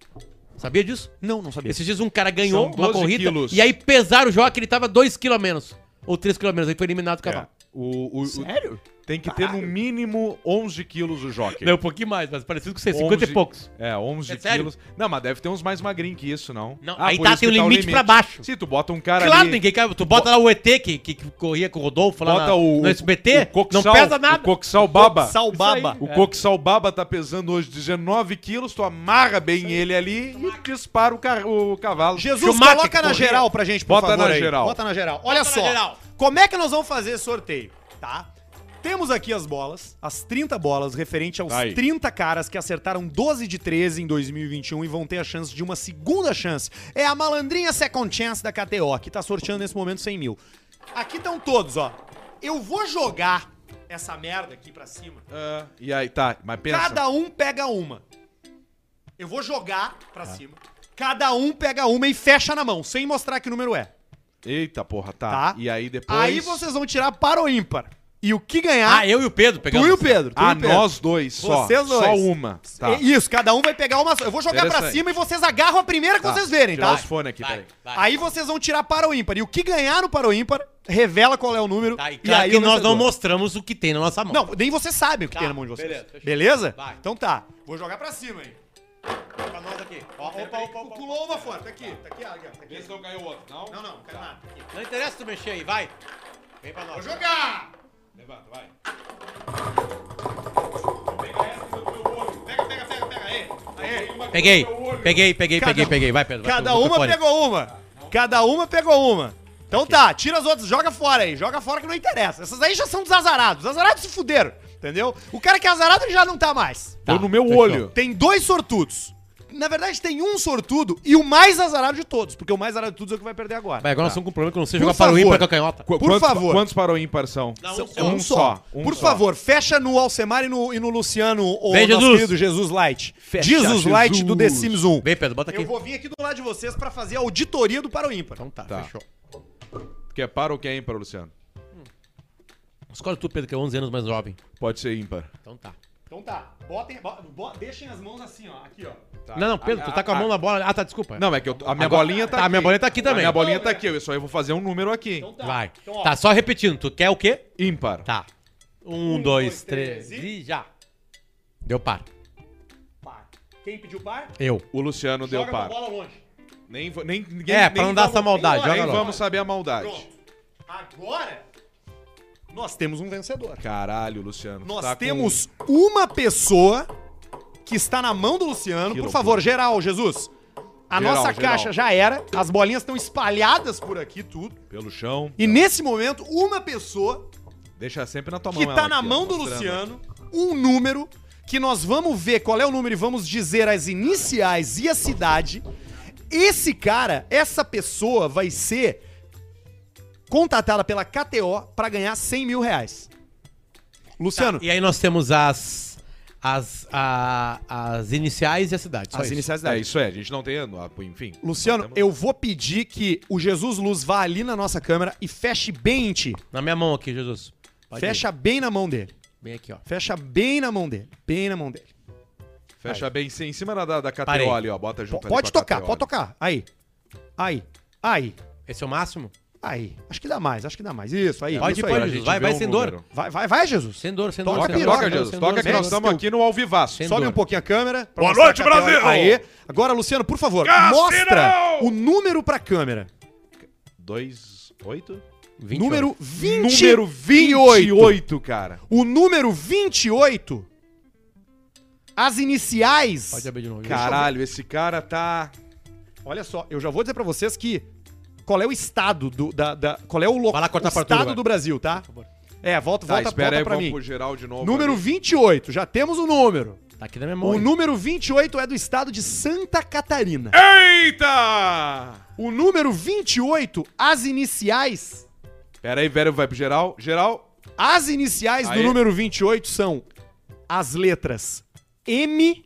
Speaker 3: Sabia disso?
Speaker 1: Não, não sabia.
Speaker 3: Esses dias um cara ganhou
Speaker 2: São
Speaker 3: uma
Speaker 2: 12
Speaker 3: corrida
Speaker 2: quilos.
Speaker 3: e aí pesaram o jockey, ele tava 2 quilos a menos. Ou 3 quilos a menos, aí foi eliminado o cavalo.
Speaker 2: É, O, o- o- Tem que ter no mínimo 11 quilos o jockey.
Speaker 3: Não, um pouquinho mais, mas parecido com você, 50 e
Speaker 2: 11
Speaker 3: poucos.
Speaker 2: É, 11
Speaker 3: É sério?
Speaker 2: quilos. Não, mas deve ter uns mais magrinhos que isso, não. Ah,
Speaker 3: Não, aí
Speaker 2: por
Speaker 3: tá,
Speaker 2: isso
Speaker 3: tem
Speaker 2: que
Speaker 3: o limite pra baixo.
Speaker 2: Se tu bota um cara
Speaker 3: Claro,
Speaker 2: ali,
Speaker 3: ninguém cabe. Tu bota lá o ET que, que, que corria com o Rodolfo lá
Speaker 2: bota
Speaker 3: na-
Speaker 2: o,
Speaker 3: no SBT,
Speaker 2: o coxal,
Speaker 3: não pesa nada.
Speaker 2: O coxal baba.
Speaker 1: Coxal baba.
Speaker 2: O coxal baba tá pesando hoje 19 quilos, tu amarra bem ele ali e dispara o, ca- o cavalo.
Speaker 1: Jesus,
Speaker 3: Schumacher
Speaker 1: coloca
Speaker 3: que
Speaker 1: na
Speaker 3: corria.
Speaker 1: geral pra gente, por
Speaker 2: Bota
Speaker 1: favor.
Speaker 2: na
Speaker 1: aí.
Speaker 2: geral.
Speaker 1: Bota na geral. Olha
Speaker 3: na
Speaker 1: só.
Speaker 3: geral.
Speaker 1: Como é que nós vamos fazer esse sorteio? Tá? Temos aqui as bolas, as 30 bolas, referente aos
Speaker 2: Aí.
Speaker 1: 30 caras que acertaram 12 de 13 em 2021 e vão ter a chance de uma segunda chance. É a malandrinha Second Chance da KTO, que tá sorteando nesse momento 100 mil. Aqui estão todos, ó. Eu vou jogar essa merda aqui pra cima.
Speaker 2: Ah, e aí, tá, mas pensa.
Speaker 1: Cada um pega uma. Eu vou jogar pra
Speaker 3: Tá.
Speaker 1: cima. Cada um pega uma e fecha na mão, sem mostrar que número é.
Speaker 2: Eita porra,
Speaker 1: Tá.
Speaker 2: tá. E aí depois.
Speaker 1: Aí vocês vão tirar para o ímpar. E o que ganhar,
Speaker 3: Ah, eu e o Pedro
Speaker 1: tu
Speaker 3: pegamos.
Speaker 1: e o Pedro. tu e
Speaker 2: Ah,
Speaker 1: o Pedro.
Speaker 2: nós dois só.
Speaker 1: Vocês dois.
Speaker 2: Só uma. Tá.
Speaker 1: É Isso, cada um vai pegar uma só. Eu vou jogar pra
Speaker 2: Interessante.
Speaker 1: cima e vocês agarram a primeira que
Speaker 2: Tá.
Speaker 1: vocês verem,
Speaker 2: Tirar
Speaker 1: tá?
Speaker 2: os fones aqui,
Speaker 3: Vai,
Speaker 2: peraí.
Speaker 3: vai.
Speaker 1: Aí vocês vão tirar para o ímpar. E o que ganhar no para o ímpar, revela qual é o número.
Speaker 3: Tá, e claro que
Speaker 1: o
Speaker 3: nós não
Speaker 1: vencedor.
Speaker 3: mostramos o que tem na nossa mão.
Speaker 1: Não, nem vocês sabem o que
Speaker 3: Tá,
Speaker 1: tem na mão de vocês.
Speaker 3: beleza,
Speaker 1: Beleza?
Speaker 3: fechou. Vai.
Speaker 1: Então tá. Vou jogar pra cima, hein? Pra nós aqui. Ó, opa, opa, opa. Pulou uma fora. Tá aqui, tá aqui, ó, aqui, ó, tá aqui.
Speaker 4: Esse não ganhou outro, não?
Speaker 1: Não, não, não caiu nada. Aqui.
Speaker 3: Não interessa tu mexer aí, vai. Vem pra
Speaker 1: Vou
Speaker 3: nós.
Speaker 1: jogar!
Speaker 4: Levanta, vai.
Speaker 1: Pega, pega, pega, pega. Aí, aí.
Speaker 3: Peguei, peguei, peguei,
Speaker 1: Cada-
Speaker 3: peguei, peguei. Vai, Pedro. vai,
Speaker 1: Cada
Speaker 3: Pedro,
Speaker 1: uma
Speaker 3: microfone.
Speaker 1: pegou uma. Cada uma pegou uma. Então tá, tira as outras, joga fora aí, joga fora que não interessa. Essas aí já são dos azarados. Os azarados se fuderam, entendeu? O cara que é azarado ele já não tá mais.
Speaker 2: Tô
Speaker 3: Tá,
Speaker 2: no meu
Speaker 3: fechou.
Speaker 2: olho.
Speaker 1: Tem dois sortudos. Na verdade, tem um sortudo e o mais azarado de todos, porque o mais azarado de todos é o que vai perder agora.
Speaker 3: Vai, agora nós estamos com um problema que eu não sei
Speaker 1: Por
Speaker 3: jogar para o
Speaker 1: favor.
Speaker 3: ímpar com a canhota.
Speaker 2: Qu-
Speaker 1: Por favor.
Speaker 2: Quantos parou ímpar são?
Speaker 1: São-
Speaker 3: só.
Speaker 1: é um,
Speaker 2: Um
Speaker 1: só.
Speaker 2: só, um
Speaker 1: Por
Speaker 2: só.
Speaker 1: favor, fecha no Alcemar e no, e no Luciano, o
Speaker 3: Vem,
Speaker 1: nosso
Speaker 3: Jesus.
Speaker 1: querido Jesus Light.
Speaker 2: Fecha,
Speaker 1: Jesus, Light do The
Speaker 2: Jesus.
Speaker 1: Sims 1.
Speaker 3: Vem, Pedro, bota aqui.
Speaker 1: Eu vou vir aqui do lado de vocês pra fazer a auditoria do Para o Ímpar.
Speaker 3: Então tá,
Speaker 2: Tá.
Speaker 3: fechou.
Speaker 2: Que é par ou que é ímpar, Luciano?
Speaker 3: Escolhe tu, Pedro, que é 11 anos mais jovem.
Speaker 2: Pode ser ímpar.
Speaker 3: Então tá.
Speaker 1: Então tá, botem, bo- bo- deixem as mãos assim, ó. Aqui, ó.
Speaker 3: Não, não, Pedro, tu tá com a mão na bola. Ah, tá, desculpa.
Speaker 2: Não, é que eu tô- a minha
Speaker 3: Agora-
Speaker 2: bolinha tá
Speaker 3: tá, a minha bolinha tá aqui
Speaker 2: A
Speaker 3: também.
Speaker 2: minha bolinha tá aqui, eu só vou fazer um número aqui.
Speaker 3: Vai.
Speaker 1: Então, ó.
Speaker 3: Tá, só repetindo. Tu quer o quê?
Speaker 2: Ímpar.
Speaker 3: Tá. Um, dois, três e já. Deu par.
Speaker 1: Par. Quem pediu par?
Speaker 3: Eu.
Speaker 2: O Luciano deu
Speaker 1: Joga com a
Speaker 2: par.
Speaker 1: bola longe.
Speaker 2: Nem, va- nem, ninguém,
Speaker 3: É,
Speaker 2: nem
Speaker 3: pra não dar
Speaker 2: vamos-
Speaker 3: essa maldade,
Speaker 1: nem-
Speaker 3: joga
Speaker 2: Nem
Speaker 3: logo.
Speaker 2: vamos saber a maldade.
Speaker 1: Pronto. Agora, nós temos um vencedor.
Speaker 2: Caralho, Luciano.
Speaker 1: Nós
Speaker 2: tá com-
Speaker 1: temos uma pessoa que está na mão do Luciano.
Speaker 2: Que
Speaker 1: Por
Speaker 2: loucura.
Speaker 1: favor, geral, Jesus. A
Speaker 2: Geral,
Speaker 1: nossa
Speaker 2: geral.
Speaker 1: caixa já era, as bolinhas estão espalhadas por aqui, tudo.
Speaker 2: Pelo chão.
Speaker 1: E nesse momento, uma pessoa
Speaker 2: Deixa sempre na tua mão.
Speaker 1: que
Speaker 2: ela
Speaker 1: tá na
Speaker 2: aqui, ó,
Speaker 1: mão do Luciano,
Speaker 2: mostrando.
Speaker 1: um número que nós vamos ver qual é o número e vamos dizer as iniciais e a cidade. Esse cara, essa pessoa vai ser contratada pela KTO pra ganhar 100 mil reais. Luciano,
Speaker 3: Tá, E aí nós temos as. As, a- as iniciais e a cidade. Só
Speaker 1: as
Speaker 3: isso.
Speaker 1: iniciais da
Speaker 2: É, isso é, a gente não tem, ah, enfim.
Speaker 1: Luciano, eu vou pedir que o Jesus Luz vá ali na nossa câmera e feche bem em ti.
Speaker 3: Na minha mão aqui, Jesus. Pode
Speaker 1: Fecha bem na mão dele.
Speaker 3: ir. Bem aqui, ó.
Speaker 1: Fecha bem na mão dele. Bem na mão dele.
Speaker 2: Fecha bem sim, em cima da, da- da
Speaker 3: Parei.
Speaker 2: KTO ali, ó. Bota junto
Speaker 1: Po-
Speaker 2: ali
Speaker 1: pode
Speaker 2: com a
Speaker 1: tocar,
Speaker 2: KTO.
Speaker 1: pode tocar. Aí. Aí. Aí.
Speaker 3: Esse é o máximo?
Speaker 1: Aí. Acho que dá mais, acho que dá mais. Isso, aí.
Speaker 3: Pode ir,
Speaker 1: isso
Speaker 3: pode
Speaker 1: aí.
Speaker 3: ir.
Speaker 2: gente
Speaker 3: Vai,
Speaker 2: vê
Speaker 3: vai
Speaker 2: um
Speaker 3: sem dor.
Speaker 2: número.
Speaker 1: Vai, vai, vai, Jesus.
Speaker 3: Sem dor, sem
Speaker 1: Toca
Speaker 3: dor.
Speaker 1: a
Speaker 3: sem dor,
Speaker 1: piroca,
Speaker 2: Toca,
Speaker 3: sem dor,
Speaker 2: Jesus.
Speaker 3: sem
Speaker 2: Toca
Speaker 3: dor,
Speaker 2: que
Speaker 3: sem
Speaker 2: nós
Speaker 3: dor.
Speaker 2: estamos aqui no Alvivaço.
Speaker 3: Sem
Speaker 1: Sobe
Speaker 3: dor.
Speaker 1: um pouquinho a câmera. pra
Speaker 4: Boa
Speaker 1: mostrar
Speaker 4: noite,
Speaker 1: a KTO.
Speaker 4: Brasil!
Speaker 1: Aê. Agora, Luciano, por favor,
Speaker 4: Cassino!
Speaker 1: mostra o número pra câmera.
Speaker 2: 2, 8?
Speaker 3: 28.
Speaker 1: Número 28.
Speaker 2: Número 28, cara.
Speaker 1: O número 28, as iniciais.
Speaker 3: Pode abrir de novo.
Speaker 2: Caralho, esse cara tá.
Speaker 1: Olha só, eu já vou dizer pra vocês que qual é o estado do da, da- qual é o local,
Speaker 3: Vai lá cortar
Speaker 1: o
Speaker 3: pra
Speaker 1: estado
Speaker 3: tudo,
Speaker 1: do
Speaker 3: vai.
Speaker 1: Brasil, tá? É, volta,
Speaker 2: Tá,
Speaker 1: volta,
Speaker 2: espera
Speaker 1: volta
Speaker 2: aí,
Speaker 1: pra
Speaker 2: vamos
Speaker 1: mim.
Speaker 2: pro geral de novo.
Speaker 1: Número
Speaker 2: ali.
Speaker 1: 28, já temos o número.
Speaker 3: Tá aqui na minha mão.
Speaker 1: O
Speaker 3: hein?
Speaker 1: número 28 é do estado de Santa Catarina.
Speaker 4: Eita!
Speaker 1: O número 28, as iniciais,
Speaker 2: Pera aí, velho, vai pro geral. Geral.
Speaker 1: as iniciais
Speaker 2: Aí.
Speaker 1: do número 28 são as letras M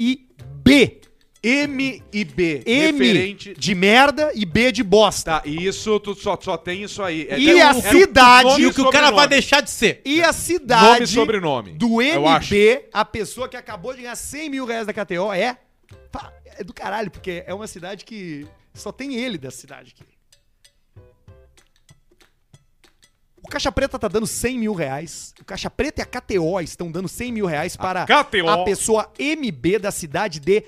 Speaker 1: e B.
Speaker 2: M e B.
Speaker 1: M
Speaker 2: Referente.
Speaker 1: de merda e B de bosta.
Speaker 2: Tá, e isso, tu só, só tem isso aí. É-
Speaker 1: E
Speaker 2: é
Speaker 1: a
Speaker 2: um- é um
Speaker 1: cidade
Speaker 2: nome
Speaker 3: E
Speaker 2: e
Speaker 3: o que o cara
Speaker 2: sobrenome.
Speaker 3: vai deixar de ser.
Speaker 1: E a
Speaker 2: Nome
Speaker 1: é cidade
Speaker 2: e sobrenome.
Speaker 1: do
Speaker 2: eu acho.
Speaker 1: MB, a pessoa que acabou de ganhar 100 mil reais da KTO, é, pá, é do caralho, porque é uma cidade que só tem ele da cidade aqui. O Caixa Preta tá dando 100 mil reais. O Caixa Preta e a KTO estão dando 100 mil reais para a,
Speaker 4: KTO.
Speaker 1: pessoa MB da cidade de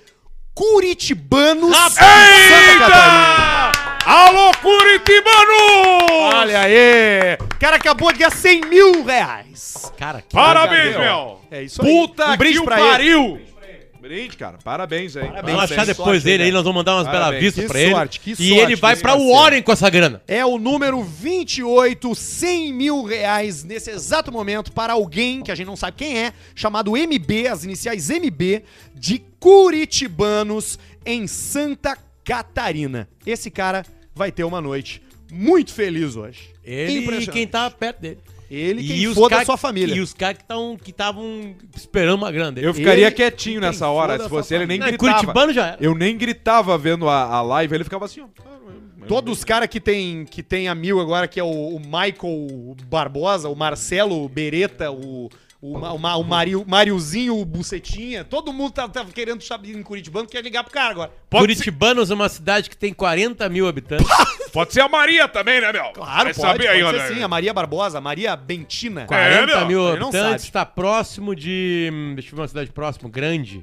Speaker 1: Curitibanos, Santa Catarina.
Speaker 4: Eita! Alô, Curitibano!
Speaker 1: Olha aí! O cara acabou de ganhar 100 mil reais.
Speaker 3: Cara, que
Speaker 4: Parabéns,
Speaker 2: Obrigado,
Speaker 4: meu!
Speaker 1: É isso
Speaker 2: Puta
Speaker 1: aí. Um brinde
Speaker 2: que o
Speaker 1: pra ele.
Speaker 2: pariu! Brinde, cara. Parabéns aí.
Speaker 1: Parabéns.
Speaker 3: Vamos achar
Speaker 1: que
Speaker 3: depois
Speaker 1: sorte,
Speaker 3: dele aí,
Speaker 1: velho.
Speaker 3: nós vamos mandar umas belas
Speaker 2: né? Parabéns,
Speaker 3: vistas
Speaker 1: que
Speaker 3: pra ele.
Speaker 1: sorte, que
Speaker 3: E
Speaker 1: sorte
Speaker 3: ele vai
Speaker 1: desse
Speaker 3: pra
Speaker 1: parceiro.
Speaker 3: Warren com essa grana.
Speaker 1: É o número 28, 100 mil reais nesse exato momento para alguém que a gente não sabe quem é, chamado MB, as iniciais MB, de Curitibanos, em Santa Catarina. Esse cara vai ter uma noite muito feliz hoje.
Speaker 3: Ele e
Speaker 1: Impressionante.
Speaker 3: quem tá perto dele.
Speaker 1: Ele
Speaker 3: E
Speaker 1: quem
Speaker 3: os
Speaker 1: foda
Speaker 3: cara-
Speaker 1: a sua família.
Speaker 3: E os caras que estavam que tavam esperando uma grana dele.
Speaker 2: Eu ficaria
Speaker 1: Ele-
Speaker 2: quietinho nessa
Speaker 1: Quem
Speaker 2: hora
Speaker 1: foda
Speaker 2: se fosse
Speaker 1: essa
Speaker 2: ele, nem
Speaker 3: Não, é
Speaker 2: gritava.
Speaker 3: Curitibano já era.
Speaker 2: Eu nem gritava vendo a, a live, ele ficava assim, ó.
Speaker 1: Todos os caras que tem, que tem a mil agora, que é o, o Michael Barbosa, o Marcelo Beretta, o, o, Ma- o, Ma- o Mario, Mariozinho o Bucetinha, todo mundo tá, tá querendo saber em Curitibano, quer ligar pro cara agora.
Speaker 3: Curitibanos é uma cidade que tem 40 mil habitantes.
Speaker 1: É,
Speaker 4: Pode ser a Maria também, né, meu?
Speaker 1: Claro,
Speaker 4: Vai
Speaker 1: pode, pode
Speaker 4: aí,
Speaker 1: ser
Speaker 4: olha.
Speaker 1: sim. A Maria Barbosa, a Maria Bentina.
Speaker 4: É.
Speaker 3: 40 mil
Speaker 1: meu, ele não
Speaker 3: habitantes,
Speaker 1: sabe.
Speaker 3: tá próximo de. hum, Deixa eu ver uma cidade próxima, grande.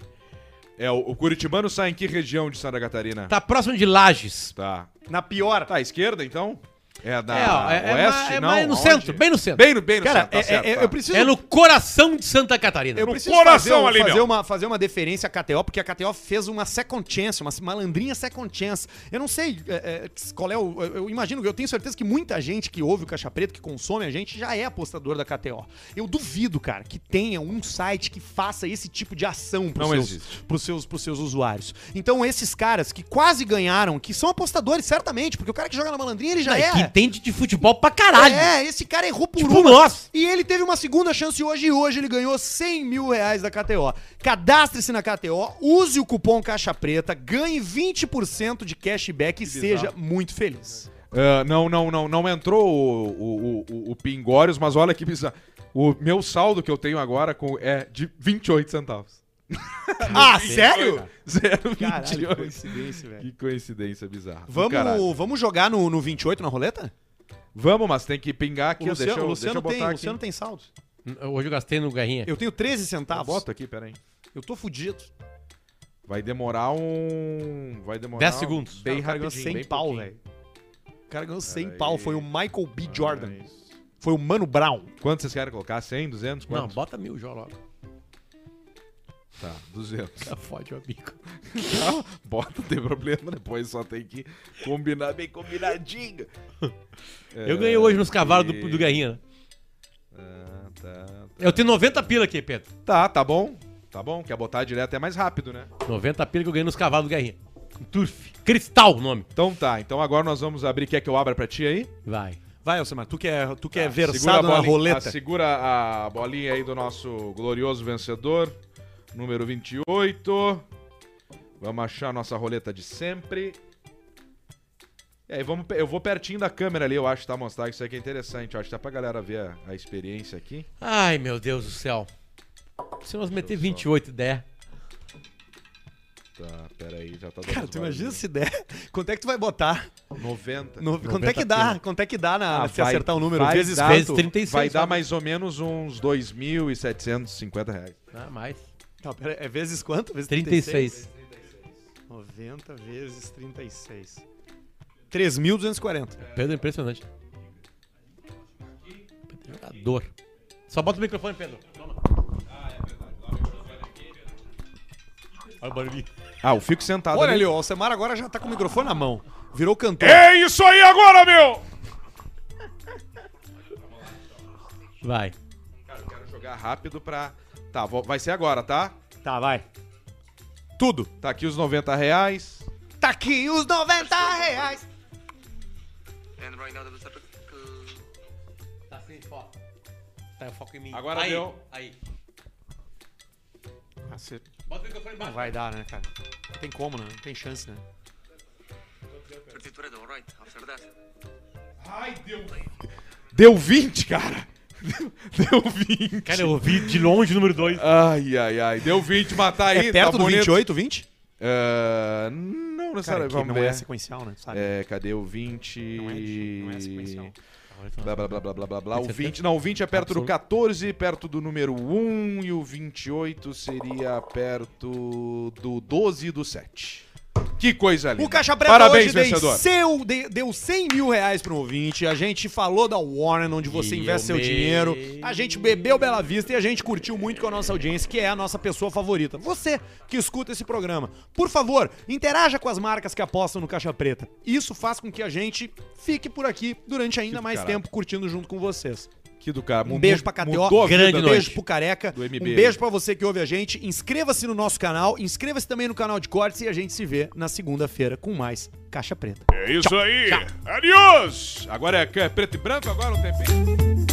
Speaker 2: É, o, o Curitibano sai em que região de Santa Catarina?
Speaker 3: Tá próximo de Tá Lages.
Speaker 2: Tá.
Speaker 1: Na pior.
Speaker 2: Tá à esquerda, então? É da
Speaker 3: é, ó, é, é
Speaker 2: Oeste,
Speaker 3: ma- é
Speaker 2: não?
Speaker 3: mais no
Speaker 2: Aonde?
Speaker 3: centro, bem no centro.
Speaker 2: Bem no, bem no
Speaker 1: Cara,
Speaker 2: centro, tá
Speaker 1: é-
Speaker 2: certo,
Speaker 1: é-
Speaker 2: tá.
Speaker 1: eu preciso
Speaker 3: É no coração de Santa Catarina.
Speaker 1: Eu
Speaker 4: No
Speaker 1: preciso fazer,
Speaker 4: coração
Speaker 1: um-
Speaker 4: ali,
Speaker 1: fazer
Speaker 4: meu.
Speaker 1: uma fazer uma deferência à KTO, porque a KTO fez uma second chance, uma malandrinha second chance. Eu não sei é, é, qual é o. Eu eu imagino, eu tenho certeza que muita gente que ouve o Caixa Preto, que consome a gente, já é apostador da KTO. Eu duvido, cara, que tenha um site que faça esse tipo de ação pros,
Speaker 2: Não
Speaker 1: seus,
Speaker 2: existe.
Speaker 1: pros, seus, pros seus usuários. Então, esses caras que quase ganharam, que são apostadores, certamente, porque o cara que joga na malandrinha, ele já
Speaker 3: Não,
Speaker 1: é.
Speaker 3: e que entende de futebol pra caralho.
Speaker 1: É, esse cara errou por
Speaker 3: Tipo
Speaker 1: uma.
Speaker 3: nós.
Speaker 1: E ele teve uma segunda chance hoje e hoje ele ganhou 100 mil reais da KTO. Cadastre-se na KTO, use o cupom Caixa Preta, ganhe 20% de cashback e seja muito feliz.
Speaker 2: Ah, não, não, não, não entrou o, o, o, o Pingórios, mas olha que bizarro. O meu saldo que eu tenho agora com, é de 28 centavos. Tá
Speaker 1: Ah, sério? Caralho, que
Speaker 2: 0,28.
Speaker 1: coincidência, velho.
Speaker 2: Que coincidência bizarra. Do caralho.
Speaker 1: Vamos, vamos jogar no, no 28 na roleta?
Speaker 2: Vamos, mas tem que pingar aqui.
Speaker 1: O Luciano,
Speaker 2: deixa eu,
Speaker 1: o Luciano,
Speaker 2: deixa eu botar
Speaker 1: tem, o
Speaker 2: aqui.
Speaker 1: Luciano tem saldo.
Speaker 3: Hum, Hoje eu gastei no Garrinha.
Speaker 1: Eu tenho 13
Speaker 2: Tá,
Speaker 1: centavos.
Speaker 2: bota aqui, peraí.
Speaker 1: Eu tô fudido.
Speaker 2: Vai demorar um... Vai demorar...
Speaker 3: 10 segundos.
Speaker 2: Bem
Speaker 1: o cara ganhou
Speaker 2: rapidinho,
Speaker 1: 100
Speaker 2: bem
Speaker 1: pau,
Speaker 2: pouquinho.
Speaker 1: velho. O cara ganhou 100
Speaker 2: Peraí.
Speaker 1: pau. Foi o Michael B. Jordan.
Speaker 2: Ah, isso.
Speaker 1: Foi o Mano Brown.
Speaker 2: Quanto vocês querem colocar? 100, 200?
Speaker 3: Não,
Speaker 2: Quanto?
Speaker 3: bota mil já logo.
Speaker 2: Tá, 200.
Speaker 3: Já Fode o amigo.
Speaker 2: Bota, não tem problema. Depois só tem que combinar bem combinadinho.
Speaker 1: É,
Speaker 3: Eu ganhei hoje nos cavalos do, do Garrinha. né?
Speaker 2: Ah, tá,
Speaker 3: Eu tenho 90 pila aqui, Pedro.
Speaker 2: Tá, tá bom. Tá bom, quer botar direto é mais rápido, né?
Speaker 3: 90 pila que eu ganhei nos cavalos do Garrinha. Um turf. Cristal o nome.
Speaker 2: Então tá, então agora nós vamos abrir. Quer que eu abra pra ti aí?
Speaker 3: Vai.
Speaker 1: Vai, Alcimar, tu que é, tu que é
Speaker 2: Tá, Segura a
Speaker 1: versado na
Speaker 2: bolinha-
Speaker 1: roleta.
Speaker 2: ah, segura a bolinha aí do nosso glorioso vencedor, número 28. Vamos achar a nossa roleta de sempre. E aí, vamos, pe- eu vou pertinho da câmera ali, eu acho, tá? Mostrar que isso aqui é interessante. Eu acho que dá pra galera ver a, a experiência aqui.
Speaker 3: Ai, meu Deus do céu. Se nós meter 28 e né? 10.
Speaker 2: Tá, pera aí, já tá dando.
Speaker 1: Cara,
Speaker 2: uns
Speaker 1: tu imagina
Speaker 2: barulhinhos.
Speaker 1: se der. Quanto é que tu vai botar?
Speaker 2: 90.
Speaker 1: No- quanto é que dá? Quanto é que dá na,
Speaker 2: Ah,
Speaker 1: se
Speaker 2: vai-
Speaker 1: acertar o número?
Speaker 2: vai
Speaker 1: Vezes
Speaker 2: dar-
Speaker 3: Vezes 36.
Speaker 2: Vai dar
Speaker 3: sabe?
Speaker 2: mais ou menos uns 2.750 reais.
Speaker 3: Ah, mais.
Speaker 1: Tá, pera, é vezes quanto? Vezes
Speaker 3: 36.
Speaker 1: 90 vezes 36. 3.240.
Speaker 3: Pedro é impressionante. Pedro é jogador. Só bota o microfone, Pedro. Toma. Olha o barulhinho.
Speaker 2: Ah, eu fico sentado
Speaker 1: Olha
Speaker 2: ali.
Speaker 1: ali, ó, o Alcemar agora já tá com o microfone na mão. Virou cantor.
Speaker 4: É isso aí agora, meu!
Speaker 3: Vai.
Speaker 2: Cara, eu quero jogar rápido pra. Tá, vou- vai ser agora, tá?
Speaker 1: Tá, vai. Tudo.
Speaker 2: Tá aqui os 90 reais.
Speaker 1: Tá aqui os 90 reais.
Speaker 6: And right now there was a big, uh,
Speaker 3: Tá sem foco. Tá o foco em mim.
Speaker 2: Agora
Speaker 3: aí,
Speaker 2: deu.
Speaker 3: Aí.
Speaker 1: Ah, cê-
Speaker 3: Bota o microfone
Speaker 1: Não
Speaker 3: embaixo.
Speaker 1: vai dar, né, cara? Não tem como, né? Não tem chance, né?
Speaker 6: 33, all right, after that.
Speaker 2: Deu 20, cara! Deu 20.
Speaker 3: Cara, eu ouvi de longe o número 2.
Speaker 2: Ai, ai, ai. Deu 20, matar aí.
Speaker 1: É perto
Speaker 2: tá
Speaker 1: do
Speaker 2: bonito.
Speaker 1: 28, 20?
Speaker 2: Ah, não
Speaker 1: Cara,
Speaker 2: necessariamente.
Speaker 1: que não
Speaker 2: Vamos ver.
Speaker 1: é
Speaker 2: É
Speaker 1: sequencial, né? Sabe?
Speaker 2: cadê o 20?
Speaker 1: Não é de- não é sequencial.
Speaker 2: Blá, blá, blá, blá, blá, blá, blá. O
Speaker 3: Tem
Speaker 2: 20, não, o 20 é perto do
Speaker 3: Absoluto.
Speaker 2: 14, perto do número 1. E o 28 seria perto do 12 e do 7. Que coisa linda.
Speaker 1: O Caixa Preta
Speaker 2: Parabéns,
Speaker 1: hoje dei
Speaker 2: vencedor.
Speaker 1: seu- de- deu 100 mil reais para um ouvinte. A gente falou da Warren, onde você
Speaker 3: E
Speaker 1: investe seu
Speaker 3: eu me-
Speaker 1: dinheiro. A gente bebeu Bela Vista e a gente curtiu muito com a nossa audiência, que é a nossa pessoa favorita. Você que escuta esse programa, por favor, interaja com as marcas que apostam no Caixa Preta. Isso faz com que a gente fique por aqui durante ainda
Speaker 2: do
Speaker 1: mais
Speaker 2: caralho.
Speaker 1: tempo curtindo junto com vocês.
Speaker 2: Que do cara.
Speaker 1: Um
Speaker 2: mu-
Speaker 1: beijo pra
Speaker 2: mudou
Speaker 1: KTO,
Speaker 2: a vida
Speaker 3: grande
Speaker 1: um
Speaker 2: da-
Speaker 3: noite.
Speaker 1: beijo pro Careca,
Speaker 2: Do MB.
Speaker 1: um beijo pra você que ouve a gente. Inscreva-se no nosso canal, inscreva-se também no canal de cortes e a gente se vê na segunda-feira com mais Caixa Preta.
Speaker 4: É isso aí! Adiós!
Speaker 2: Agora é, é preto e branco, agora não tem pinto?